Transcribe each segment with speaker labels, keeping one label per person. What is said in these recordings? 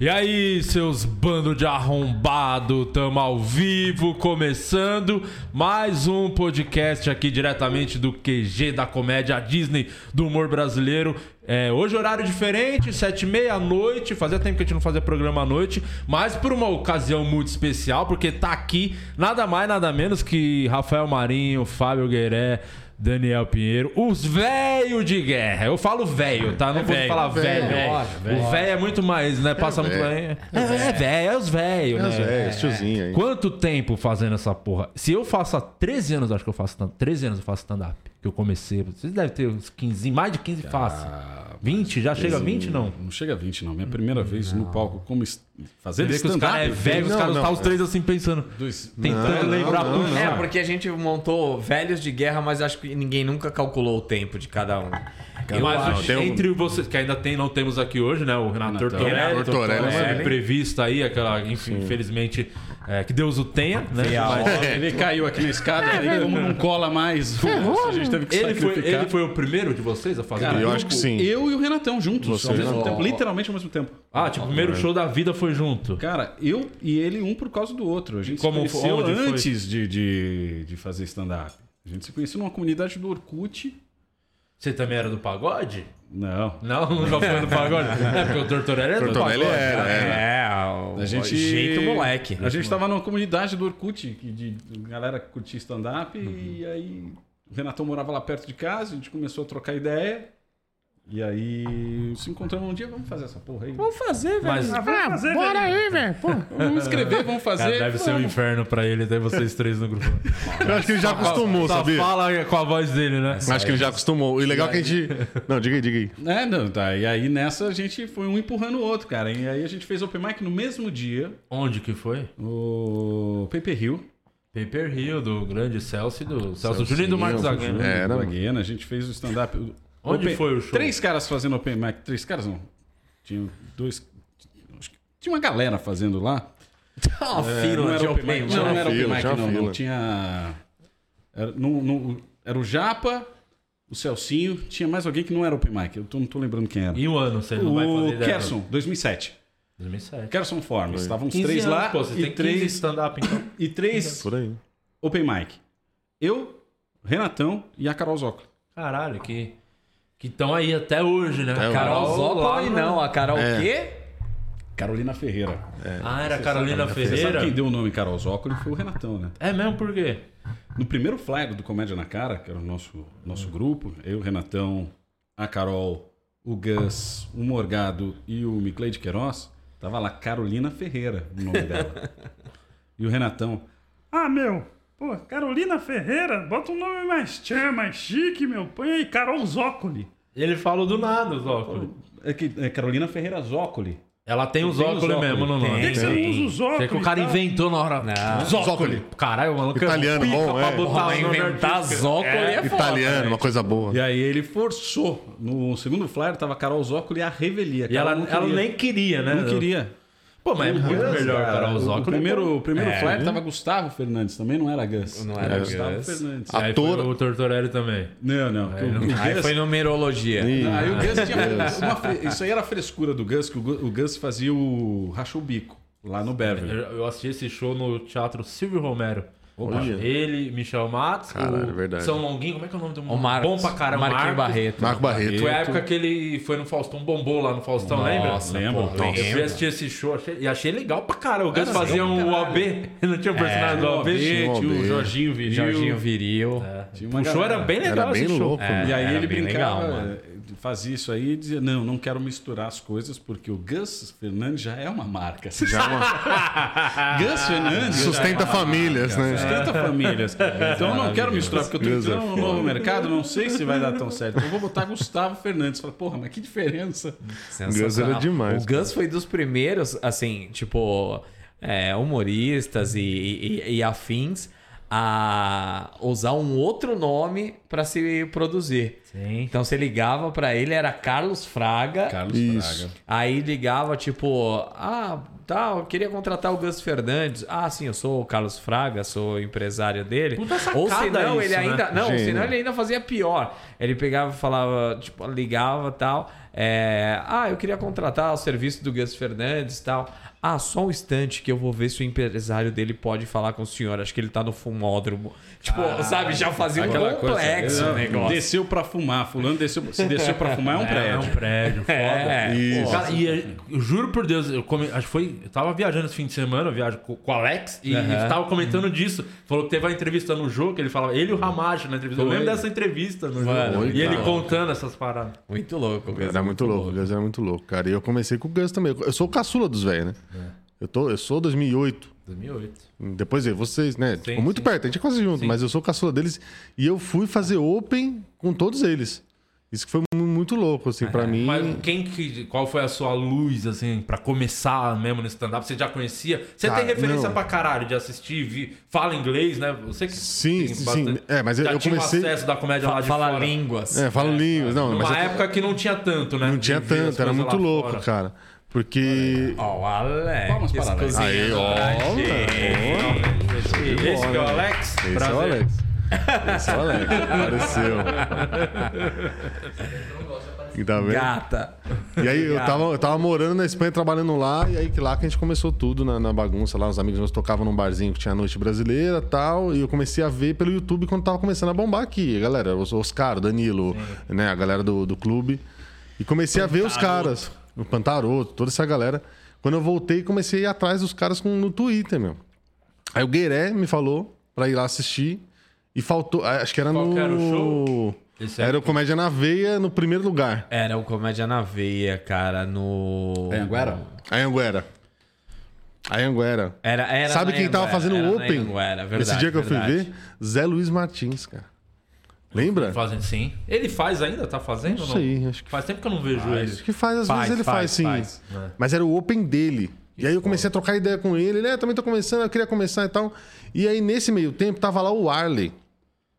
Speaker 1: E aí, seus bando de arrombado, tamo ao vivo, começando mais um podcast aqui diretamente do QG da comédia Disney do humor brasileiro. É, hoje horário diferente, sete e meia à noite, fazia tempo que a gente não fazia programa à noite, mas por uma ocasião muito especial, porque tá aqui nada mais, nada menos que Rafael Marinho, Fábio Gueré, Daniel Pinheiro, os velho de guerra. Eu falo velho, tá? Não vou
Speaker 2: velho,
Speaker 1: falar
Speaker 2: velho,
Speaker 1: velho. O velho é muito mais, né? Passa muito
Speaker 2: velho.
Speaker 1: bem. É, é velho, é os velhos, né?
Speaker 2: Mas é, esse tiozinho aí.
Speaker 1: Quanto tempo fazendo essa porra? Se eu faço há 13 anos, acho que eu faço stand 13 anos eu faço stand-up. Que eu comecei. Vocês devem ter uns 15, mais de 15 fácil. 20? Já chega a 20, não?
Speaker 3: Não chega a 20, não. Minha primeira vez no palco, como es-
Speaker 1: Você
Speaker 3: fazer
Speaker 1: vê que os
Speaker 3: stand-up.
Speaker 1: caras é velho, os
Speaker 2: Não,
Speaker 1: caras
Speaker 2: não,
Speaker 1: tá os três assim pensando.
Speaker 3: Dois-
Speaker 1: Tentando
Speaker 2: não,
Speaker 1: lembrar
Speaker 2: não,
Speaker 1: tudo.
Speaker 2: não.
Speaker 4: É, porque a gente montou velhos de guerra, mas acho que ninguém nunca calculou o tempo de cada um. Eu acho.
Speaker 1: Mas entre vocês, que ainda tem, não temos aqui hoje, né? O Renato
Speaker 3: Renatão.
Speaker 1: Tortorelli.
Speaker 2: Renato Tortorelli.
Speaker 1: É, imprevista aí, aquela, enfim, infelizmente, é, que Deus o tenha, né?
Speaker 4: Real.
Speaker 1: Mas-
Speaker 3: Ele caiu aqui na escada,
Speaker 1: É.
Speaker 3: aí como não cola mais, a gente teve que
Speaker 1: Ele foi,
Speaker 3: sacrificar.
Speaker 1: ele foi o primeiro de vocês a fazer?
Speaker 3: Cara,
Speaker 1: isso?
Speaker 2: Eu acho que sim.
Speaker 3: Eu e o Renatão juntos,
Speaker 2: Você
Speaker 1: é
Speaker 2: e
Speaker 3: ao
Speaker 2: o
Speaker 3: mesmo
Speaker 2: Renatão.
Speaker 3: tempo, literalmente ao mesmo tempo.
Speaker 1: Ah, tipo, o primeiro show da vida foi junto.
Speaker 3: Cara, eu e ele, um por causa do outro. A gente
Speaker 1: Como-
Speaker 3: se conheceu
Speaker 1: onde foi?
Speaker 3: antes de, de, de fazer stand-up. A gente se conheceu numa comunidade do Orkut.
Speaker 1: Você também era do pagode?
Speaker 3: Não.
Speaker 1: Não, nunca foi do pagode. é porque o Tortorelli era do pagode.
Speaker 2: Tortonelli era, era.
Speaker 4: É, o
Speaker 3: A gente.
Speaker 4: jeito moleque.
Speaker 3: A gente tava numa comunidade do Orkut, que de de galera que curtia stand-up, e aí o Renatão morava lá perto de casa, a gente começou a trocar ideia. E aí se encontramos um dia, vamos fazer essa porra aí.
Speaker 5: Vamos fazer, velho.
Speaker 1: Mas-
Speaker 5: Ah, bora aí, velho. Pô,
Speaker 3: Vamos escrever, vamos
Speaker 1: Cara,
Speaker 3: fazer.
Speaker 1: deve ser um inferno pra ele ter vocês três no grupo.
Speaker 2: Eu acho que ele já acostumou,
Speaker 1: Só
Speaker 2: sabia?
Speaker 1: fala com a voz dele, né?
Speaker 2: Acho que ele já acostumou. E legal que a gente. Não, diga aí, diga aí.
Speaker 3: É, não, tá. E aí nessa a gente foi um empurrando o outro, cara. E aí a gente fez open mic no mesmo dia,
Speaker 1: Onde que foi?
Speaker 3: o Paper Hill.
Speaker 1: Paper Hill, do grande Celso e do Celso Júnior e do Marcos Zagueiro.
Speaker 2: Júnior. É,
Speaker 3: Era.
Speaker 2: não.
Speaker 3: Baguena, a gente fez o stand-up.
Speaker 1: Onde
Speaker 3: Open-
Speaker 1: foi o show?
Speaker 3: Três caras fazendo open mic. Três caras não. Tinha dois. acho que Tinha uma galera fazendo lá. É,
Speaker 4: Tá uma fila de open mic.
Speaker 3: Não, não
Speaker 2: Tinha
Speaker 3: era open
Speaker 2: fila,
Speaker 3: mic,
Speaker 2: tinha
Speaker 3: não.
Speaker 2: fila.
Speaker 3: não. Tinha. Era, não- não- era o Japa, o Celcinho, tinha mais alguém que não era open mic. Eu tô- não tô lembrando quem era.
Speaker 1: E o ano, você não vai fazer
Speaker 3: o
Speaker 1: ideia.
Speaker 3: Kerson, 2007.
Speaker 1: 2007.
Speaker 3: Kerson Forms. Estavam os
Speaker 1: 15
Speaker 3: três
Speaker 1: anos,
Speaker 3: lá
Speaker 1: pô, você
Speaker 3: e,
Speaker 1: tem 15
Speaker 3: três,
Speaker 1: stand-up, então.
Speaker 3: e três
Speaker 2: Por aí.
Speaker 3: open mic. Eu, Renatão e a Carol Zocco.
Speaker 1: Caralho, que... Que estão aí até hoje, né?
Speaker 2: Até
Speaker 4: Carol
Speaker 2: hoje.
Speaker 1: lá
Speaker 4: Zópoli,
Speaker 1: no-
Speaker 4: não. A Carol
Speaker 2: É.
Speaker 4: quê?
Speaker 3: Carolina Ferreira.
Speaker 1: Ah, era Carolina
Speaker 3: Você
Speaker 1: Ferreira?
Speaker 3: sabe quem deu o nome Carol Zócoli foi o Renatão, né?
Speaker 1: É mesmo, por quê?
Speaker 3: No primeiro flyer do Comédia na Cara, que era o nosso, nosso grupo, eu, o Renatão, a Carol, o Gus, o Morgado e o Miclei de Queiroz, tava lá Carolina Ferreira, o nome dela. e o Renatão,
Speaker 5: ah, meu. Pô, Carolina Ferreira, bota um nome mais tchan, mais chique, meu. Põe aí, Carol Zócoli.
Speaker 1: Ele falou do nada, os óculos.
Speaker 3: é que é Carolina Ferreira Zócoli.
Speaker 1: Ela tem os
Speaker 3: Tem
Speaker 1: óculos,
Speaker 3: os óculos.
Speaker 1: mesmo no
Speaker 5: Por
Speaker 1: nome.
Speaker 5: que, que você não usa os óculos?
Speaker 1: É que o cara
Speaker 5: e tal?
Speaker 1: inventou na hora.
Speaker 4: Não.
Speaker 1: Zócoli. Caralho, o maluco é
Speaker 2: Italiano,
Speaker 1: pica
Speaker 2: bom,
Speaker 1: pra botar
Speaker 2: é.
Speaker 4: Porra,
Speaker 1: o nome
Speaker 4: inventar
Speaker 1: artístico.
Speaker 4: Zócoli é, foda.
Speaker 1: né?
Speaker 2: Italiano, uma coisa boa.
Speaker 3: E aí ele forçou. No segundo flyer tava Carol Zócoli e a Revelia.
Speaker 1: E ela,
Speaker 3: Carol não
Speaker 1: ela
Speaker 3: queria.
Speaker 1: nem queria, né?
Speaker 3: Não queria.
Speaker 1: Pô, mas é muito
Speaker 3: Gus,
Speaker 1: melhor, cara, é os
Speaker 3: O
Speaker 1: óculos.
Speaker 3: primeiro, o primeiro flyer tava Gustavo Fernandes, também não era Gus. É,
Speaker 4: Não era
Speaker 3: Gustavo
Speaker 4: Gus.
Speaker 3: Fernandes.
Speaker 1: Aí
Speaker 2: Ator-
Speaker 1: foi o Tortorelli também.
Speaker 3: Não, não. o, o
Speaker 4: Aí
Speaker 3: Gus-
Speaker 4: foi numerologia.
Speaker 2: Ih,
Speaker 3: Aí o Gus tinha. uma fre- Isso aí era a frescura do Gus, que o Gu- o Gus fazia o rachou o bico lá no Beverly.
Speaker 1: Eu eu assisti esse show no Teatro Silvio Romero.
Speaker 2: Olha.
Speaker 1: Ele, Michel Matos,
Speaker 2: Caralho,
Speaker 1: o
Speaker 2: verdade.
Speaker 1: São Longuinho, como é que é o nome do
Speaker 4: O Marcos.
Speaker 1: Bom pra caramba,
Speaker 4: Marquinhos
Speaker 1: Marcos.
Speaker 4: Barreto.
Speaker 2: Marco Barreto.
Speaker 1: Foi a época que ele foi no Faustão, bombou lá no Faustão, lembra?
Speaker 4: Nossa,
Speaker 3: Lembro,
Speaker 4: pô,
Speaker 3: nossa.
Speaker 1: Eu fui
Speaker 4: lembro.
Speaker 1: assistir esse show achei- e achei legal pra caralho. O Gus
Speaker 3: Era
Speaker 1: fazia
Speaker 3: legal
Speaker 1: um
Speaker 3: pra É,
Speaker 1: OB, não tinha o personagem do
Speaker 3: o
Speaker 1: OB.
Speaker 3: Abete,
Speaker 2: tinha o
Speaker 3: o Jorginho Viril.
Speaker 4: Jorginho Viril.
Speaker 3: Tinha uma
Speaker 1: O show era
Speaker 3: galera.
Speaker 1: bem legal
Speaker 2: Era bem
Speaker 1: esse show.
Speaker 2: louco.
Speaker 4: É.
Speaker 2: né?
Speaker 3: E aí
Speaker 4: Era
Speaker 3: ele
Speaker 4: bem
Speaker 3: brincava,
Speaker 4: legal, mano.
Speaker 3: fazia isso aí e dizia: Não, não quero misturar as coisas, porque o Gus Fernandes já é uma marca.
Speaker 2: Já é uma-
Speaker 3: Gus Fernandes.
Speaker 1: é.
Speaker 2: Sustenta famílias, né?
Speaker 3: Sustenta famílias. Então eu não quero misturar, porque eu tô
Speaker 2: Deus é
Speaker 3: entrando no
Speaker 2: foda.
Speaker 3: novo mercado, não sei se vai dar tão certo. Então eu vou botar Gustavo Fernandes. Fala, porra, mas que diferença.
Speaker 4: Sensacional.
Speaker 2: Gus era demais,
Speaker 4: O Gus foi dos primeiros, assim, tipo, é, humoristas e, e- e afins a usar um outro nome pra se produzir.
Speaker 6: Sim.
Speaker 4: Então você ligava pra ele, era Carlos Fraga.
Speaker 1: é.
Speaker 3: Carlos
Speaker 2: Isso.
Speaker 3: Fraga.
Speaker 4: Aí ligava, tipo, ah, tal, eu queria contratar o Gus Fernandes. Ah, sim, eu sou o Carlos Fraga, sou empresário dele.
Speaker 1: Puta sacada
Speaker 4: Ou senão
Speaker 1: isso,
Speaker 4: ele
Speaker 1: né?
Speaker 4: ainda. Não,
Speaker 2: Gênio.
Speaker 4: senão ele ainda fazia pior. Ele pegava e falava, tipo, ligava tal. é, ah, eu queria contratar o serviço do Gus Fernandes tal. Ah, só um instante que eu vou ver se o empresário dele pode falar com o senhor. Acho que ele tá no fumódromo. Tipo,
Speaker 1: Ah,
Speaker 4: sabe, já fazia um
Speaker 3: Aquela coisa.
Speaker 4: complexo o
Speaker 1: né?
Speaker 3: Ele
Speaker 4: negócio.
Speaker 3: Desceu pra fumar. Fulano desceu. Se desceu pra fumar, é um
Speaker 1: É
Speaker 3: prédio.
Speaker 1: um prédio, foda.
Speaker 4: É,
Speaker 1: Pô, Cara, e eh, eu juro por Deus, eu, come- acho que foi, eu tava viajando esse fim de semana, eu viajo co- com o Alex, e
Speaker 4: Aham.
Speaker 1: tava comentando disso. Falou que teve uma entrevista no jogo, que ele falava, ele e o Ramacho na entrevista. Eu
Speaker 3: Foi.
Speaker 1: lembro dessa entrevista no
Speaker 4: Mano,
Speaker 1: jogo.
Speaker 2: muito
Speaker 1: E ele
Speaker 2: louco.
Speaker 1: contando essas paradas.
Speaker 4: muito louco, Gus.
Speaker 2: Era muito louco, o Gus era muito louco, cara. E eu comecei com o Gus também. Eu sou o caçula dos velhos, né?
Speaker 1: É.
Speaker 2: Eu, tô, eu sou 2008.
Speaker 1: 2008.
Speaker 2: Depois eu, vocês, né? Tipo, muito
Speaker 1: sim.
Speaker 2: perto, a gente é quase junto, mas eu sou o caçula deles. E eu fui fazer open com todos eles. Isso que foi mu- muito louco, assim, pra mim.
Speaker 1: É, Mas quem que, qual foi a sua luz, assim, pra começar mesmo no stand-up? Você já conhecia? Você
Speaker 2: Cara,
Speaker 1: tem referência
Speaker 2: não.
Speaker 1: pra caralho de assistir, vi- fala inglês, né? Você que
Speaker 2: Sim,
Speaker 1: tem
Speaker 2: sim,
Speaker 1: bastante-
Speaker 2: é, mas eu-
Speaker 1: já
Speaker 2: eu
Speaker 1: tinha um
Speaker 2: comecei-
Speaker 1: acesso da comédia lá de
Speaker 4: Fala
Speaker 1: fora.
Speaker 4: línguas.
Speaker 2: É, falo línguas. Não,
Speaker 1: Numa
Speaker 2: mas eu-
Speaker 1: época que não tinha tanto, né?
Speaker 2: não tinha
Speaker 1: De ver as
Speaker 2: tanto, era
Speaker 1: coisas
Speaker 2: muito
Speaker 1: lá
Speaker 2: louco,
Speaker 1: fora.
Speaker 2: cara. Porque.
Speaker 4: Ó, o Alex.
Speaker 3: Palmas para Alex.
Speaker 4: cozinhando
Speaker 2: Aí,
Speaker 4: pra
Speaker 2: ó,
Speaker 4: gente.
Speaker 1: Esse
Speaker 2: Bom,
Speaker 1: que é o
Speaker 2: né?
Speaker 1: Alex.
Speaker 2: Esse é o
Speaker 1: prazer.
Speaker 2: Alex. Esse é o Alex. Apareceu. Tá Ainda bem.
Speaker 4: Gata.
Speaker 2: E aí eu tava, eu tava morando na Espanha, trabalhando lá, e aí que lá que a gente começou tudo na, na bagunça lá. Os amigos meus tocavam num barzinho que tinha noite brasileira e tal. E eu comecei a ver pelo YouTube quando tava começando a bombar aqui, a galera. Os Oscar, o Danilo, né? A galera do, do clube. E comecei a ver os caras. O Pantaroto, toda essa galera. Quando eu voltei, comecei a ir atrás dos caras com, no Twitter, meu. Aí o Gueré me falou pra ir lá assistir. E faltou. Acho que era
Speaker 1: Qual
Speaker 2: no.
Speaker 1: que era o show? Esse é-
Speaker 2: Era o Comédia na Veia no primeiro lugar.
Speaker 4: Era o Comédia na Veia, cara, no...
Speaker 3: Tem Anguera?
Speaker 2: A Anguera. A Anguera.
Speaker 4: Era, era
Speaker 2: Sabe
Speaker 4: na
Speaker 2: quem tava
Speaker 4: Anguera,
Speaker 2: fazendo
Speaker 4: era
Speaker 2: o
Speaker 4: na
Speaker 2: Open?
Speaker 4: Anguera, verdade,
Speaker 2: esse dia que eu
Speaker 4: verdade.
Speaker 2: fui ver? Zé Luiz Martins, cara. Lembra?
Speaker 1: tá Fazendo sim. Ele faz ainda? Tá fazendo ou
Speaker 2: Não
Speaker 1: não?
Speaker 2: sei, acho que
Speaker 1: Faz tempo que eu não vejo ele. É,
Speaker 2: Acho que faz, às
Speaker 4: Faz,
Speaker 2: vezes ele
Speaker 4: faz,
Speaker 2: faz,
Speaker 4: faz.
Speaker 2: sim. Mas era o Open dele. E aí eu comecei a trocar ideia com ele. Ele, é, também tô começando, eu queria começar e tal. E aí, nesse meio tempo, tava lá o Arley.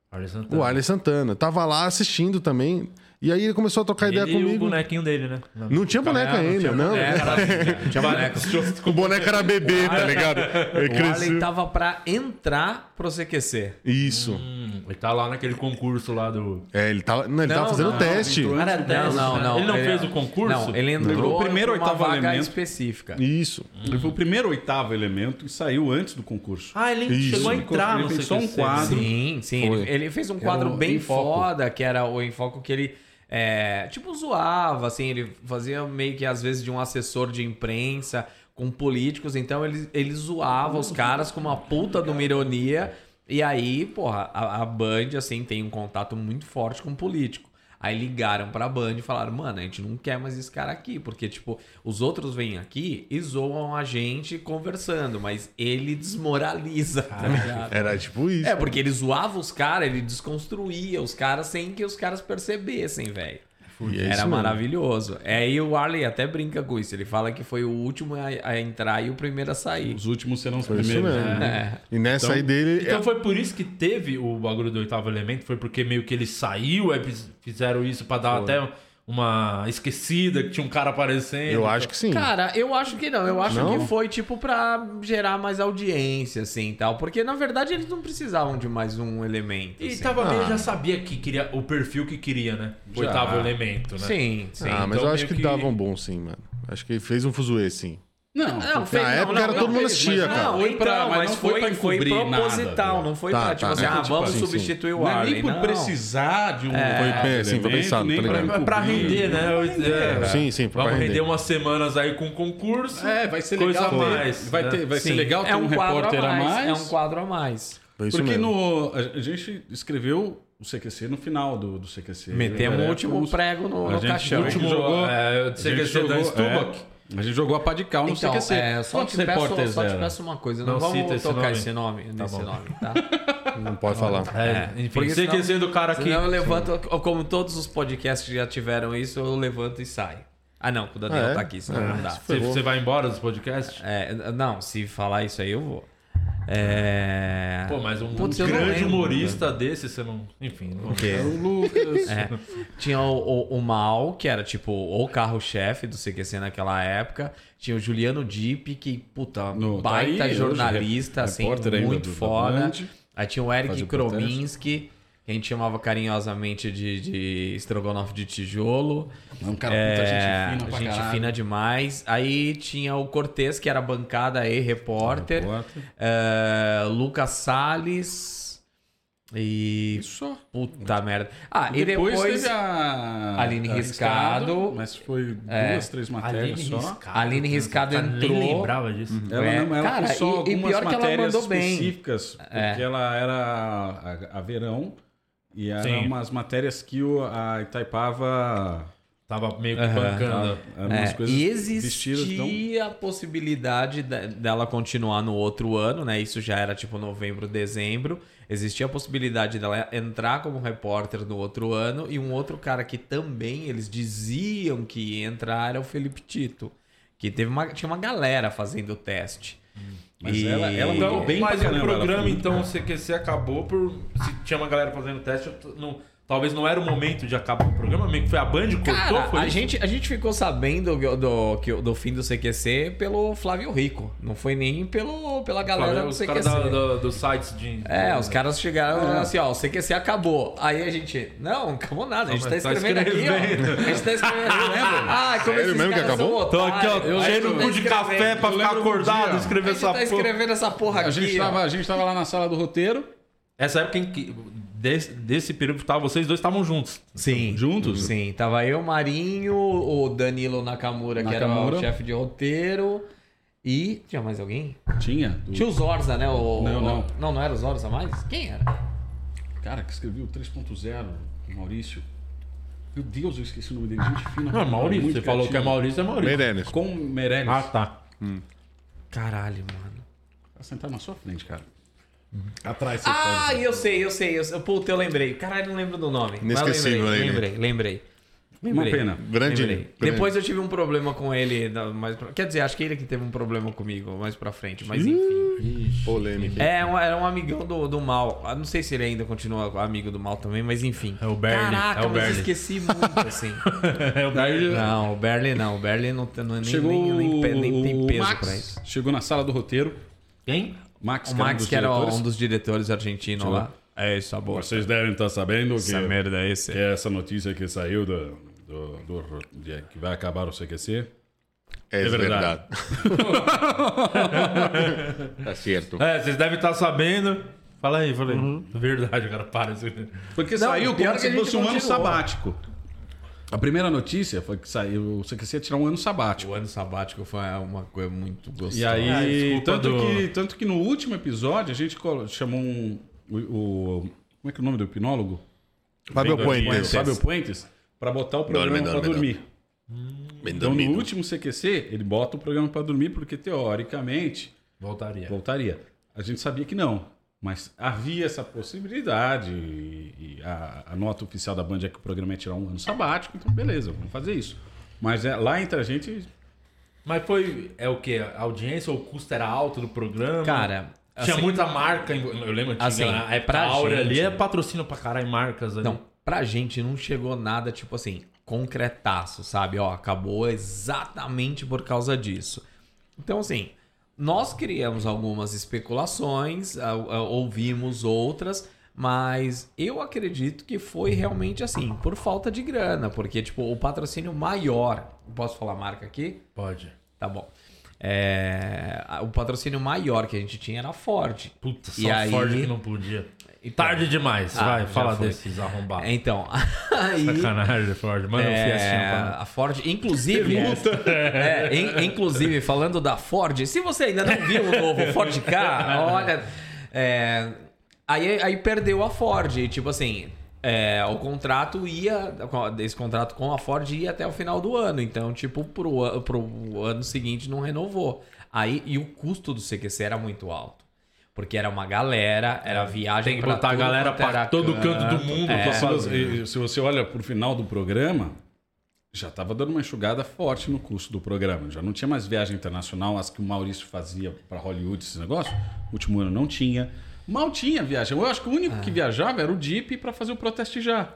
Speaker 1: Olha, Santana.
Speaker 2: O
Speaker 4: Tá.
Speaker 2: Arley Santana. Tava lá assistindo também. E aí ele começou a trocar ideia
Speaker 1: Ele e o
Speaker 2: comigo.
Speaker 1: bonequinho dele, né?
Speaker 2: Não tinha boneca
Speaker 4: não
Speaker 2: ainda, né?
Speaker 4: tinha
Speaker 2: não.
Speaker 4: boneca,
Speaker 1: Tinha boneco.
Speaker 2: O boneco era bebê, tá ligado? Ele
Speaker 4: O Arlen
Speaker 2: cresceu.
Speaker 4: tava pra entrar pro CQC.
Speaker 2: Isso.
Speaker 1: Ele tá lá naquele concurso lá do...
Speaker 2: É, ele tava, não, ele
Speaker 4: Não,
Speaker 2: tava fazendo
Speaker 4: não,
Speaker 2: teste.
Speaker 3: entrou-
Speaker 1: Cara, teste, né? Ele não fez o concurso?
Speaker 4: Não, ele entrou
Speaker 3: Entrou primeiro
Speaker 4: primeiro
Speaker 3: ou
Speaker 4: uma
Speaker 3: oitavo
Speaker 4: vaga
Speaker 3: elemento?
Speaker 4: específica.
Speaker 2: Isso.
Speaker 3: Ele foi o primeiro oitavo elemento e saiu antes do concurso.
Speaker 1: Ah, ele
Speaker 2: Isso.
Speaker 1: chegou a entrar, não
Speaker 3: Ele
Speaker 1: sei
Speaker 3: fez só um
Speaker 1: o que
Speaker 3: quadro.
Speaker 4: Sim, sim. Ele, ele fez um quadro
Speaker 2: o
Speaker 4: bem
Speaker 2: Enfoco.
Speaker 4: foda, que era o enfoque que ele. é, tipo, zoava, assim, ele fazia meio que às vezes de um assessor de imprensa com políticos, então ele, ele zoava os caras com uma puta de uma ironia. E aí, porra, a, a Band, assim, tem um contato muito forte com político. Aí ligaram pra Band e falaram, mano, a gente não quer mais esse cara aqui, porque, tipo, os outros vêm aqui e zoam a gente conversando, mas ele desmoraliza, tá ligado?
Speaker 2: Era tipo isso.
Speaker 4: É, porque ele zoava os caras, ele desconstruía os caras sem que os caras percebessem, velho.
Speaker 2: E é isso
Speaker 4: Era
Speaker 2: mesmo.
Speaker 4: maravilhoso. É, aí o Arley até brinca com isso. Ele fala que foi o último a, a entrar e o primeiro a sair.
Speaker 3: Os últimos serão os
Speaker 2: Foi isso
Speaker 3: primeiros.
Speaker 2: mesmo.
Speaker 3: né?
Speaker 2: E nessa aí dele.
Speaker 1: Então
Speaker 2: é-
Speaker 1: foi por isso que teve o bagulho do oitavo elemento? Foi porque meio que ele saiu, aí fiz- fizeram isso pra dar até uma esquecida, que tinha um cara aparecendo. então.
Speaker 2: eu acho que sim.
Speaker 4: Cara, eu acho que não. Eu acho
Speaker 2: Não?
Speaker 4: que foi, tipo, pra gerar mais audiência, assim, e tal. Porque, na verdade, eles não precisavam de mais um elemento,
Speaker 1: E
Speaker 4: assim.
Speaker 1: tava meio,
Speaker 2: Ah.
Speaker 1: já sabia que queria o perfil que queria, né? O
Speaker 3: Já.
Speaker 1: oitavo elemento, né?
Speaker 4: Sim, sim.
Speaker 2: ah, mas
Speaker 1: então
Speaker 2: eu acho
Speaker 1: meio
Speaker 2: que,
Speaker 1: que-
Speaker 2: dava um bom sim, mano. Acho que fez um fuzuê, sim.
Speaker 3: Não,
Speaker 4: fez-
Speaker 2: Na época era todo mundo assistia, cara.
Speaker 4: Não,
Speaker 3: Foi
Speaker 4: então,
Speaker 3: pra-
Speaker 4: mas, não foi, pra foi
Speaker 3: encobrir nada,
Speaker 4: proposital,
Speaker 3: né?
Speaker 4: não foi
Speaker 2: Tá,
Speaker 4: pra,
Speaker 2: tá,
Speaker 4: tipo assim,
Speaker 2: né?
Speaker 4: ah, vamos
Speaker 2: Sim, sim.
Speaker 4: substituir o
Speaker 3: Não é
Speaker 4: Arley.
Speaker 3: nem por
Speaker 4: não.
Speaker 3: precisar de um.
Speaker 2: Foi, sim, foi pensado,
Speaker 3: nem
Speaker 2: tá
Speaker 3: pra
Speaker 2: ligado?
Speaker 1: Mas pra
Speaker 3: encobrir.
Speaker 1: render, né? Eu- é.
Speaker 2: Sim, sim, foi pra
Speaker 1: Vamos render.
Speaker 2: render.
Speaker 1: umas semanas aí com o concurso.
Speaker 3: É, vai ser
Speaker 1: Coisa
Speaker 3: legal.
Speaker 1: a
Speaker 3: ter-
Speaker 1: mais,
Speaker 3: vai
Speaker 1: né?
Speaker 3: ter, vai ser
Speaker 4: Sim, É
Speaker 3: legal ter um,
Speaker 4: quadro
Speaker 3: repórter a mais.
Speaker 4: É um quadro a mais.
Speaker 2: Foi É isso
Speaker 3: Porque
Speaker 2: mesmo.
Speaker 3: no, a a gente escreveu o CQC no final do, do CQC.
Speaker 4: Metemos
Speaker 3: É,
Speaker 4: o último
Speaker 3: fomos-
Speaker 4: prego no,
Speaker 3: a
Speaker 4: no
Speaker 3: gente-
Speaker 4: caixão.
Speaker 3: o último- jogou-
Speaker 1: é,
Speaker 3: a
Speaker 1: eu sei
Speaker 3: gente
Speaker 1: que você da
Speaker 3: jogou-
Speaker 1: Stubach.
Speaker 3: é, a gente jogou a pá de cal no
Speaker 4: Então,
Speaker 3: CQC.
Speaker 4: é, só, te peço, só te
Speaker 3: assim. eram?
Speaker 4: peço uma coisa, não,
Speaker 1: Não
Speaker 4: vamos
Speaker 1: cita esse
Speaker 4: tocar
Speaker 1: nome.
Speaker 4: esse nome, nesse
Speaker 1: bom.
Speaker 4: nome, tá?
Speaker 2: Não pode falar.
Speaker 1: É, enfim,
Speaker 4: Porque
Speaker 1: sei que
Speaker 4: senão-
Speaker 1: esse do cara aqui.
Speaker 4: Senão eu levanto, como todos os podcasts que já tiveram isso, eu levanto e saio. Ah não, o Daniel
Speaker 2: Ah, é?
Speaker 4: tá aqui, senão
Speaker 2: Ah,
Speaker 4: não dá.
Speaker 1: Você, você vai embora dos podcasts?
Speaker 4: É, não, se falar isso aí eu vou. É...
Speaker 1: Pô, mas um,
Speaker 4: Putz,
Speaker 1: um
Speaker 4: eu não
Speaker 1: grande
Speaker 4: lembro,
Speaker 1: humorista desse, você não. Enfim, não
Speaker 4: Porque-
Speaker 3: É, O Lucas.
Speaker 4: É, Tinha o, o, o Mal, que era tipo o carro-chefe do CQC naquela época. Tinha o Juliano Dipp, que, puta,
Speaker 3: No- tá
Speaker 4: baita
Speaker 3: aí hoje,
Speaker 4: jornalista,
Speaker 3: re-
Speaker 4: assim,
Speaker 3: repórter ainda
Speaker 4: muito
Speaker 3: do- da
Speaker 4: foda.
Speaker 3: Band.
Speaker 4: Aí tinha o Eric
Speaker 3: Fazia o
Speaker 4: Krominski, que a gente chamava carinhosamente de, de estrogonofe de tijolo.
Speaker 3: É um cara
Speaker 4: É,
Speaker 3: puta gente fina pra
Speaker 4: gente
Speaker 3: caralho.
Speaker 4: fina demais. Aí tinha o Cortez, que era bancada aí, repórter.
Speaker 3: Repórter.
Speaker 4: É, Lucas Salles. E.
Speaker 3: E só.
Speaker 4: Puta merda. Ah, e
Speaker 3: depois,
Speaker 4: depois.
Speaker 3: teve a
Speaker 4: Aline
Speaker 3: a
Speaker 4: Riscado. É.
Speaker 3: mas foi duas, três matérias só.
Speaker 4: Aline
Speaker 3: tá
Speaker 4: Riscado entrou.
Speaker 1: Nem lembrava disso.
Speaker 3: Ela
Speaker 4: É,
Speaker 3: não, ela
Speaker 4: cara,
Speaker 3: fez só
Speaker 4: e- e
Speaker 3: algumas
Speaker 4: pior que ela
Speaker 3: matérias
Speaker 4: mandou bem. É.
Speaker 3: específicas, porque ela era a, a verão e eram
Speaker 1: Sim.
Speaker 3: umas matérias que o, a Itaipava
Speaker 1: Tava meio que
Speaker 4: Aham.
Speaker 1: bancando.
Speaker 3: eram
Speaker 4: É,
Speaker 3: umas coisas
Speaker 4: e
Speaker 3: vestidas
Speaker 4: existia
Speaker 3: tão
Speaker 4: a possibilidade de- dela continuar no outro ano, né? Isso já era tipo novembro, dezembro. Existia a possibilidade dela entrar como repórter no outro ano. E um outro cara que também eles diziam que ia entrar era o Felipe Tito. Que teve uma, tinha uma galera fazendo o teste.
Speaker 3: Hum, Mas ela- ela
Speaker 4: E-
Speaker 3: mandou
Speaker 1: Então,
Speaker 3: Ficou é bem
Speaker 1: mas
Speaker 3: pra
Speaker 1: o
Speaker 3: caramba, ela
Speaker 1: programa,
Speaker 3: foi-
Speaker 1: então, o CQC acabou por. Se tinha uma galera fazendo teste, eu t- não- talvez não era o momento de acabar o programa, meio que foi a Band que cortou,
Speaker 4: Cara,
Speaker 1: Então foi
Speaker 4: a
Speaker 1: isso?
Speaker 4: gente, a gente ficou sabendo do, do, que- do fim do CQC pelo Flávio Rico. Não foi nem pelo, pela galera
Speaker 1: é, os
Speaker 4: do CQC.
Speaker 1: caras da- da- dos sites de.
Speaker 4: É, os caras chegaram e falaram assim, ó, o CQC acabou. Aí a gente, não, não acabou nada, a gente
Speaker 1: Não,
Speaker 4: tá
Speaker 1: mas tá
Speaker 4: escrevendo aqui,
Speaker 1: escrevendo.
Speaker 4: ó. A gente tá escrevendo, lembra? Ah, como esses
Speaker 2: mesmo que
Speaker 4: caras são
Speaker 2: acabou?
Speaker 1: Então aqui, ó,
Speaker 4: otários.
Speaker 1: cheio no
Speaker 4: A
Speaker 1: cu
Speaker 4: gente
Speaker 1: de
Speaker 4: tá
Speaker 1: café
Speaker 4: escrevendo.
Speaker 1: pra ficar
Speaker 3: lembro de um
Speaker 1: acordado,
Speaker 3: dia.
Speaker 1: escrever
Speaker 4: A gente
Speaker 1: essa
Speaker 4: tá
Speaker 1: porra.
Speaker 4: escrevendo essa porra aqui,
Speaker 3: A gente,
Speaker 4: ó.
Speaker 3: tava, a gente tava lá na sala do roteiro.
Speaker 1: Essa época em que. Desse, desse período que tava, vocês dois estavam juntos. Então,
Speaker 4: Sim.
Speaker 3: Juntos?
Speaker 4: Sim, tava eu, Marinho, o Danilo Nakamura, que era
Speaker 3: Nakamura.
Speaker 4: o chefe de roteiro. E. Tinha mais alguém?
Speaker 3: Tinha. do-
Speaker 4: Tinha o Zorza, né? O,
Speaker 3: Não,
Speaker 4: o-
Speaker 3: não.
Speaker 4: Não, não era o Zorza mais? Quem era? um
Speaker 3: Cara, que escreveu 3.0, o Maurício. Meu Deus, eu esqueci o nome dele. Gente fina.
Speaker 1: Não, é Maurício. Você falou que é Maurício, é Maurício.
Speaker 2: Meirelles.
Speaker 3: Com o Meirelles.
Speaker 1: Ah, tá.
Speaker 4: Caralho, mano.
Speaker 3: Tá sentado na sua frente, cara. Atrás, você
Speaker 4: Ah, eu sei, eu sei, eu sei. Puta, eu lembrei. Caralho, não lembro do nome. Mas
Speaker 2: Inesquecível,
Speaker 4: lembrei,
Speaker 2: né, ele?
Speaker 4: lembrei, lembrei.
Speaker 3: Uma
Speaker 4: Lembrei.
Speaker 3: pena.
Speaker 2: Grande.
Speaker 4: Lembrei.
Speaker 2: grande.
Speaker 4: Depois eu tive um problema com ele. da- Mais pra- Quer dizer, acho que ele que teve um problema comigo mais pra frente, mas enfim.
Speaker 2: Polêmica.
Speaker 4: É, um- era um amigão do, do mal. Ah, Não sei se ele ainda continua amigo do mal também, mas enfim.
Speaker 1: É o Bernie,
Speaker 4: Caraca,
Speaker 1: é o
Speaker 4: mas eu
Speaker 1: Bernie.
Speaker 4: esqueci muito, assim.
Speaker 1: É o Daí,
Speaker 4: não, o Berlin não. O Berlin não, tem- não- nem,
Speaker 3: Chegou
Speaker 4: nem, nem, pe- nem tem
Speaker 3: o
Speaker 4: peso
Speaker 3: Max,
Speaker 4: pra isso.
Speaker 3: Chegou na sala do roteiro.
Speaker 1: Quem?
Speaker 3: Max,
Speaker 4: O Max, que
Speaker 3: que
Speaker 4: era
Speaker 3: um
Speaker 4: um
Speaker 3: dos diretores.
Speaker 4: dos diretores argentinos lá. É isso, a boa.
Speaker 3: Vocês devem estar sabendo
Speaker 4: Essa
Speaker 3: que,
Speaker 4: merda é esse.
Speaker 3: que é essa notícia que saiu do, do- do- de- que vai acabar o CQC.
Speaker 2: É,
Speaker 3: verdade.
Speaker 2: verdade. tá certo.
Speaker 1: É, vocês devem estar sabendo. Fala aí, fala aí.
Speaker 3: Uhum.
Speaker 1: Verdade, cara, para. assim. isso.
Speaker 3: Porque
Speaker 4: Não,
Speaker 3: saiu
Speaker 4: pior
Speaker 3: como
Speaker 4: é que a
Speaker 3: se
Speaker 4: gente
Speaker 3: fosse um ano
Speaker 4: continuou.
Speaker 3: sabático. A primeira notícia foi que saiu, o CQC ia tirar um ano sabático.
Speaker 4: O ano sabático foi uma coisa muito gostosa.
Speaker 3: E aí,
Speaker 1: Ah, desculpa
Speaker 3: tanto,
Speaker 1: do-
Speaker 3: que, tanto que no último episódio a gente colo- chamou um, o, o- Como é que é o nome do hipnólogo?
Speaker 2: Fábio
Speaker 1: Bem dormido.
Speaker 2: Puentes.
Speaker 3: Fábio Puentes, pra botar o programa
Speaker 2: Dorme,
Speaker 3: pra
Speaker 2: dorme,
Speaker 3: dormir.
Speaker 2: Bem
Speaker 3: Então, no
Speaker 2: dormido.
Speaker 3: último CQC, ele bota o programa pra dormir, porque teoricamente
Speaker 1: Voltaria.
Speaker 3: voltaria. A gente sabia que não, mas havia essa possibilidade. E, e a, a nota oficial da Band é que o programa ia tirar um ano sabático, então beleza, vamos fazer isso. Mas é, lá entre a gente,
Speaker 1: Mas foi. É o quê? A audiência ou o custo era alto do programa?
Speaker 4: Cara,
Speaker 1: Tinha
Speaker 4: assim-
Speaker 1: muita marca. em- Eu lembro, tinha
Speaker 4: Assim,
Speaker 1: é pra
Speaker 4: pra
Speaker 1: Aura
Speaker 4: gente-
Speaker 1: ali, é patrocínio pra caralho, marcas ali.
Speaker 4: Não, pra gente não chegou nada, tipo assim, concretaço, sabe? Ó, acabou exatamente por causa disso. Então, assim, nós criamos algumas especulações, ah, ah, ouvimos outras, mas eu acredito que foi realmente assim, por falta de grana, porque, tipo, o patrocínio maior. Posso falar a marca aqui?
Speaker 1: Pode.
Speaker 4: Tá bom. É, a- o patrocínio maior que a gente tinha era a Ford.
Speaker 1: Puta, só
Speaker 4: E aí-
Speaker 1: Ford que não podia.
Speaker 4: Então-
Speaker 1: Tarde demais.
Speaker 4: Ah,
Speaker 1: Vai,
Speaker 4: já
Speaker 1: fala
Speaker 4: foi.
Speaker 1: desses arrombados.
Speaker 4: Então, aí,
Speaker 1: Sacanagem, Ford. Manda um
Speaker 4: é,
Speaker 1: fiastinho pra
Speaker 4: a Ford, inclusive, é, in- inclusive falando da Ford, se você ainda não viu o novo Ford K, olha, é, aí, aí perdeu a Ford, e, tipo assim, é, o contrato ia, esse contrato com a Ford ia até o final do ano, então tipo pro, an- pro ano seguinte não renovou, aí e o custo do CQC era muito alto. Porque era uma galera, era
Speaker 3: É,
Speaker 4: viagem
Speaker 1: Tem que
Speaker 4: pra
Speaker 1: botar a
Speaker 4: tudo
Speaker 1: galera
Speaker 4: quanto era
Speaker 1: É, pra todo canto do mundo.
Speaker 3: Porque
Speaker 1: pra
Speaker 3: se,
Speaker 1: fazer.
Speaker 3: você, se você olha pro final do programa, já estava dando uma enxugada forte no custo do programa. Já não tinha mais viagem internacional, as que o Maurício fazia para Hollywood, esse negócio. Último ano não tinha. Mal tinha viagem. Eu acho que o único
Speaker 1: É.
Speaker 3: que viajava era o Jeep para fazer o protesto já.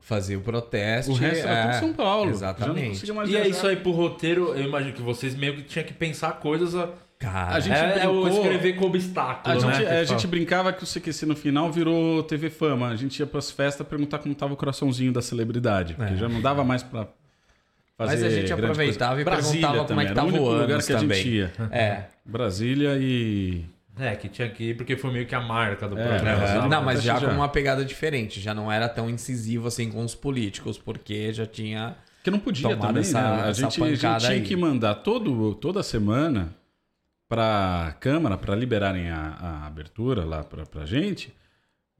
Speaker 4: Fazer o protesto.
Speaker 3: O resto era tudo
Speaker 4: é,
Speaker 3: São Paulo. Já não
Speaker 4: Exatamente.
Speaker 3: conseguia mais
Speaker 1: E é
Speaker 3: viajar.
Speaker 1: isso aí pro roteiro, eu imagino que vocês meio que tinham que pensar coisas. A,
Speaker 4: Cara,
Speaker 3: A gente
Speaker 1: é, é o
Speaker 3: brincou-
Speaker 1: escrever com obstáculo,
Speaker 3: A
Speaker 1: né?
Speaker 3: gente,
Speaker 1: que
Speaker 3: é, a
Speaker 1: fala.
Speaker 3: gente brincava que o CQC no final virou TV Fama. A gente ia pras festas perguntar como tava o coraçãozinho da celebridade. Porque já não dava mais pra fazer.
Speaker 4: É. Mas a gente
Speaker 3: grande
Speaker 4: aproveitava
Speaker 3: coisa.
Speaker 4: e
Speaker 3: Brasília
Speaker 4: perguntava como é
Speaker 3: também,
Speaker 4: que
Speaker 3: era o
Speaker 4: tava o
Speaker 3: único lugar
Speaker 4: ânus
Speaker 3: que a gente
Speaker 4: também.
Speaker 3: ia.
Speaker 4: É.
Speaker 3: Brasília e.
Speaker 1: É, que tinha que ir porque foi meio que a marca do
Speaker 3: É,
Speaker 1: programa.
Speaker 3: é.
Speaker 1: sabe?
Speaker 4: Não, mas já
Speaker 3: Já.
Speaker 4: com uma pegada diferente. Já não era tão incisivo assim com os políticos, porque já tinha.
Speaker 3: Que não podia
Speaker 4: Tomar
Speaker 3: também,
Speaker 4: essa-
Speaker 3: né? A
Speaker 4: essa
Speaker 3: gente, a gente
Speaker 4: pancada
Speaker 3: tinha
Speaker 4: aí.
Speaker 3: que mandar todo, toda semana pra Câmara, pra liberarem a, a abertura lá pra, pra gente,